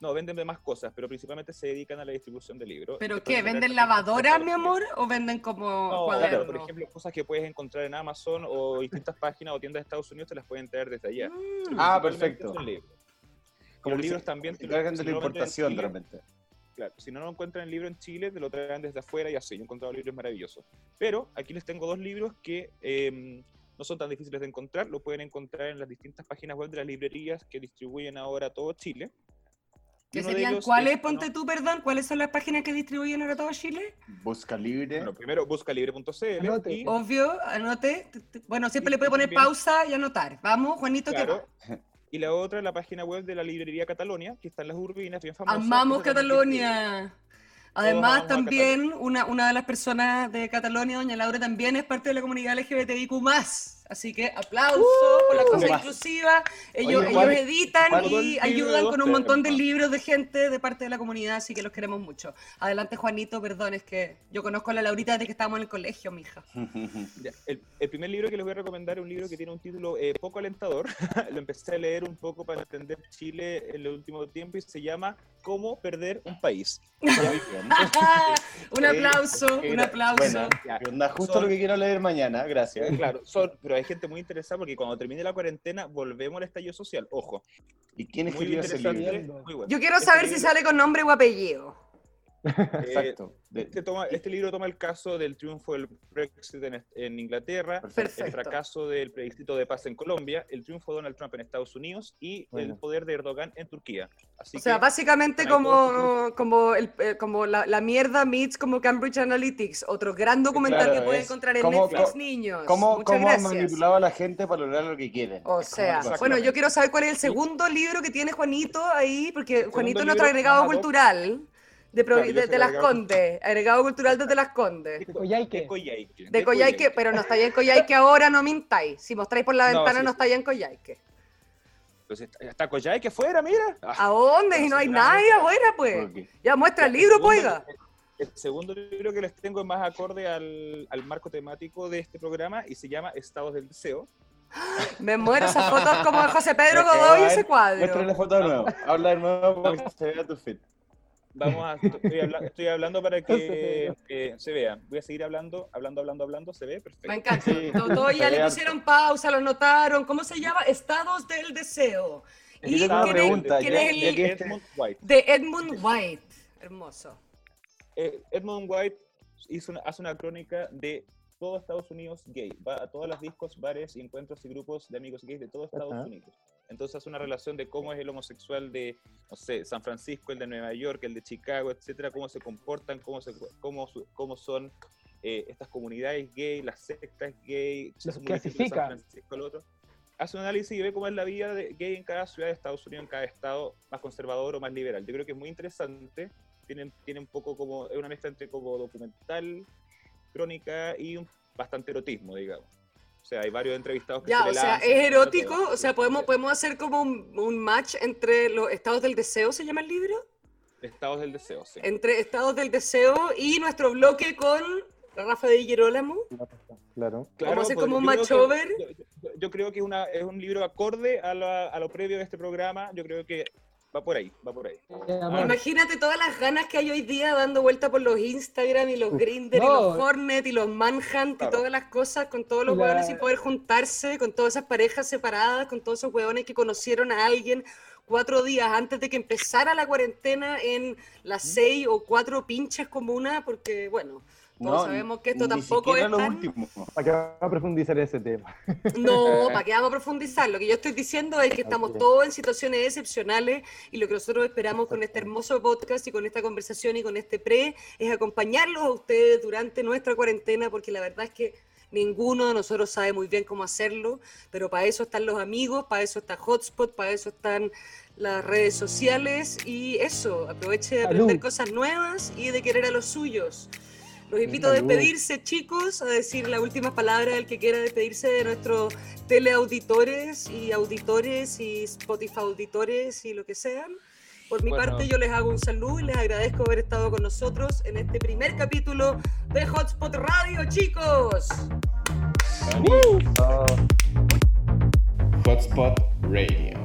Speaker 5: No, venden de más cosas, pero principalmente se dedican a la distribución de libros.
Speaker 2: ¿Pero
Speaker 5: Entonces,
Speaker 2: qué?
Speaker 5: sacar-
Speaker 2: ¿Venden lavadora, mi amor? ¿O venden como
Speaker 5: No, claro,
Speaker 2: cuadernos?
Speaker 5: por ejemplo, cosas que puedes encontrar en Amazon o distintas páginas o tiendas de Estados Unidos te las pueden traer desde
Speaker 2: Mm.
Speaker 5: allá.
Speaker 10: Ah,
Speaker 5: Principalmente
Speaker 10: perfecto.
Speaker 5: son libros.
Speaker 10: Como
Speaker 5: Los
Speaker 10: que
Speaker 5: libros
Speaker 10: se-
Speaker 5: también
Speaker 10: se cargan de
Speaker 5: si
Speaker 10: la
Speaker 5: no lo venden en
Speaker 10: importación
Speaker 5: Chile,
Speaker 10: realmente.
Speaker 5: Claro, si no, no encuentran el libro en Chile, te lo traerán desde afuera y así. Yo he encontrado libros maravillosos. Pero aquí les tengo dos libros que eh, no son tan difíciles de encontrar. Lo pueden encontrar en las distintas páginas web de las librerías que distribuyen ahora todo Chile. Y
Speaker 2: ¿Que
Speaker 5: uno de
Speaker 2: serían
Speaker 5: ellos
Speaker 2: cuáles,
Speaker 5: es-
Speaker 2: ponte tú, perdón, cuáles son las páginas que distribuyen ahora todo Chile?
Speaker 10: Busca libre.
Speaker 5: Bueno, primero buscalibre.cl y
Speaker 2: Obvio, anote. T- t- Bueno, siempre le puede poner
Speaker 5: también-
Speaker 2: pausa y anotar. Vamos, Juanito, que
Speaker 5: Claro. Y la otra es la página web de la librería Catalonia, que está en las urbinas, bien famosa.
Speaker 2: amamos
Speaker 5: Esa también
Speaker 2: Cataluña.
Speaker 5: amamos
Speaker 2: Además,
Speaker 5: a
Speaker 2: también una, una de las personas de Cataluña, doña Laura, también es parte de la comunidad LGBTIQ+. Así que aplauso por la cosa
Speaker 10: Uh.
Speaker 2: inclusiva. Ellos,
Speaker 10: Oye, ¿cuál-
Speaker 2: ellos editan
Speaker 10: cuál-
Speaker 2: y
Speaker 10: cuál libro
Speaker 2: ayudan
Speaker 10: de
Speaker 2: con un
Speaker 10: ustedes,
Speaker 2: montón de
Speaker 10: hermano?
Speaker 2: libros de gente de parte de la comunidad, así que los queremos mucho. Adelante, Juanito, perdón, es que yo conozco a la Laurita desde que estábamos en el colegio, mija.
Speaker 5: Ya, El, el primer libro que les voy a recomendar es un libro que tiene un título eh, poco alentador. Lo empecé a leer un poco para entender Chile en el último tiempo y se llama Cómo perder un país.
Speaker 2: un aplauso, un
Speaker 10: Era-
Speaker 2: aplauso.
Speaker 10: Bueno, ya, que onda, justo
Speaker 5: Son-
Speaker 10: lo que quiero leer mañana, gracias.
Speaker 5: Eh, Claro, son- pero hay gente muy interesada porque cuando termine la cuarentena volvemos al estallido social. Ojo,
Speaker 10: ¿Y quién
Speaker 5: muy
Speaker 10: escribió ese
Speaker 5: interesante.
Speaker 10: libro?
Speaker 5: Muy bueno.
Speaker 2: Yo quiero
Speaker 5: Este
Speaker 2: saber si
Speaker 5: libro,
Speaker 2: sale con nombre o apellido.
Speaker 5: eh,
Speaker 10: Exacto. De-
Speaker 5: Este, toma- este libro toma el caso del triunfo del Brexit en, en Inglaterra, el
Speaker 2: Perfecto.
Speaker 5: fracaso del plebiscito de paz en Colombia, el triunfo de Donald Trump en Estados Unidos y
Speaker 10: Bueno.
Speaker 5: el poder de Erdogan en Turquía. Así
Speaker 2: O sea,
Speaker 5: que,
Speaker 2: básicamente
Speaker 5: Ay,
Speaker 2: como, como, el- eh, como la, la mierda meets como Cambridge Analytics, otro gran documental
Speaker 10: Claro,
Speaker 2: que pueden
Speaker 10: es
Speaker 2: encontrar en
Speaker 10: cómo-
Speaker 2: Netflix,
Speaker 10: cómo-
Speaker 2: niños.
Speaker 10: ¿Cómo,
Speaker 2: Muchas
Speaker 10: cómo han
Speaker 2: gracias.
Speaker 10: manipulado a la gente para lograr lo que quieren?
Speaker 2: O
Speaker 10: Es como una
Speaker 2: sea,
Speaker 10: cosa.
Speaker 2: bueno, yo quiero saber cuál es el segundo libro que tiene Juanito ahí, porque Juanito es nuestro
Speaker 5: libro,
Speaker 2: agregado
Speaker 5: más ad hoc.
Speaker 2: cultural de, Provi-
Speaker 5: Claro, yo
Speaker 2: de-
Speaker 5: soy
Speaker 2: de
Speaker 5: el
Speaker 2: Las
Speaker 5: agregado
Speaker 2: Condes, agregado cultural desde Las Condes.
Speaker 1: Coyhaique.
Speaker 5: de Coyhaique.
Speaker 2: De Coyhaique, pues. pero no estáis en Coyhaique ahora, no mintáis. Si mostráis por la
Speaker 5: No,
Speaker 2: ventana,
Speaker 5: sí,
Speaker 2: no
Speaker 5: sí.
Speaker 2: estáis en Coyhaique.
Speaker 5: Entonces, está Coyhaique fuera, mira. Ah,
Speaker 2: ¿A dónde?
Speaker 5: pero
Speaker 2: Si no
Speaker 5: sí,
Speaker 2: hay
Speaker 5: no,
Speaker 2: nadie afuera, pues.
Speaker 10: Porque-
Speaker 2: Ya muestra el
Speaker 5: el
Speaker 2: libro,
Speaker 5: segundo-
Speaker 2: pues. oiga.
Speaker 5: El segundo libro que les tengo es más acorde al, al marco temático de este programa y se llama Estados del Deseo.
Speaker 2: Me muero esas fotos como de José Pedro
Speaker 10: Pero que
Speaker 2: Godoy y
Speaker 10: va,
Speaker 2: ese
Speaker 10: eh. Muestra
Speaker 2: cuadro.
Speaker 10: la foto de nuevo. Habla de nuevo para que se vea tu fit.
Speaker 5: Vamos a, estoy, habla- estoy hablando para que eh, se vea. Voy a seguir hablando, hablando, hablando, hablando. Se ve perfecto.
Speaker 2: Me encanta.
Speaker 10: Sí,
Speaker 2: Todo, todo ya
Speaker 10: se
Speaker 2: le
Speaker 10: ve
Speaker 2: pusieron pausa, lo notaron. ¿Cómo se llama? Estados del deseo.
Speaker 10: Yo
Speaker 2: Y
Speaker 10: tengo una
Speaker 2: quién es-
Speaker 10: pregunta,
Speaker 2: quién
Speaker 10: ya-
Speaker 2: es el-
Speaker 10: ya que este-
Speaker 5: Edmund White.
Speaker 2: de Edmund White. Hermoso.
Speaker 5: Eh, Edmund White hizo una- hace una crónica de todo Estados Unidos gay. Va a todas las discos, bares, encuentros y grupos de amigos gays de todo Estados
Speaker 10: Ajá.
Speaker 5: Unidos. Entonces hace una relación de cómo es el homosexual de, no sé, San Francisco, el de Nueva York, el de Chicago, etcétera, cómo se comportan, cómo, se, cómo, su- cómo son eh, estas comunidades gay, las sectas gay,
Speaker 1: Los
Speaker 5: un municipio de
Speaker 1: clasifica.
Speaker 5: San Francisco, el otro. Hace un análisis y ve cómo es la vida de gay en cada ciudad de Estados Unidos, en cada estado más conservador o más liberal. Yo creo que es muy interesante. Tiene, tiene un poco como, es una mezcla entre como documental, crónica y un- bastante erotismo, digamos. O sea, hay varios entrevistados que
Speaker 2: Ya,
Speaker 5: se le
Speaker 2: o sea,
Speaker 5: lanzan,
Speaker 2: es erótico.
Speaker 5: todo.
Speaker 2: O sea,
Speaker 5: eh,
Speaker 2: podemos, podemos hacer como un, un match entre los estados del deseo, se llama el libro.
Speaker 5: Estados del deseo, sí.
Speaker 2: Entre estados del deseo y nuestro bloque con Rafa de Girolamo.
Speaker 13: Claro.
Speaker 2: Vamos a hacer
Speaker 5: pues,
Speaker 2: como un
Speaker 5: yo creo que-
Speaker 2: machover.
Speaker 5: Yo, yo- yo creo que es una, es un libro acorde a, la- a lo previo de este programa. Yo creo que va por ahí, va por ahí.
Speaker 2: Imagínate todas las ganas que hay hoy día dando vuelta por los Instagram y los Grindr y los
Speaker 1: no.
Speaker 2: Hornet y los Manhunt y
Speaker 5: Claro.
Speaker 2: todas las cosas con todos los
Speaker 1: La-
Speaker 2: hueones sin poder juntarse, con todas esas parejas separadas, con todos esos hueones que conocieron a alguien cuatro días antes de que empezara la cuarentena en las seis o cuatro pinches comunas, porque bueno, todos sabemos que esto
Speaker 10: ni
Speaker 2: tampoco
Speaker 10: siquiera
Speaker 2: es
Speaker 10: lo
Speaker 2: tan-
Speaker 10: último.
Speaker 13: ¿Para qué vamos a profundizar ese tema?
Speaker 2: No, ¿para qué vamos a profundizar? Lo que yo estoy diciendo es que estamos todos en situaciones excepcionales y lo que nosotros esperamos con este hermoso podcast y con esta conversación y con este pre es acompañarlos a ustedes durante nuestra cuarentena porque la verdad es que ninguno de nosotros sabe muy bien cómo hacerlo, pero para eso están los amigos, para eso está Hotspot, para eso están las redes sociales y eso, aproveche de aprender
Speaker 1: Salud.
Speaker 2: cosas nuevas y de querer a los suyos. Los invito a
Speaker 13: Salud.
Speaker 2: despedirse, chicos, a decir la última palabra del que quiera despedirse de nuestros teleauditores y auditores y Spotify auditores y lo que sean. Por mi
Speaker 5: Bueno.
Speaker 2: parte, yo les hago un saludo y les agradezco haber estado con nosotros en este primer capítulo de Hotspot Radio, chicos.
Speaker 6: Hotspot Radio.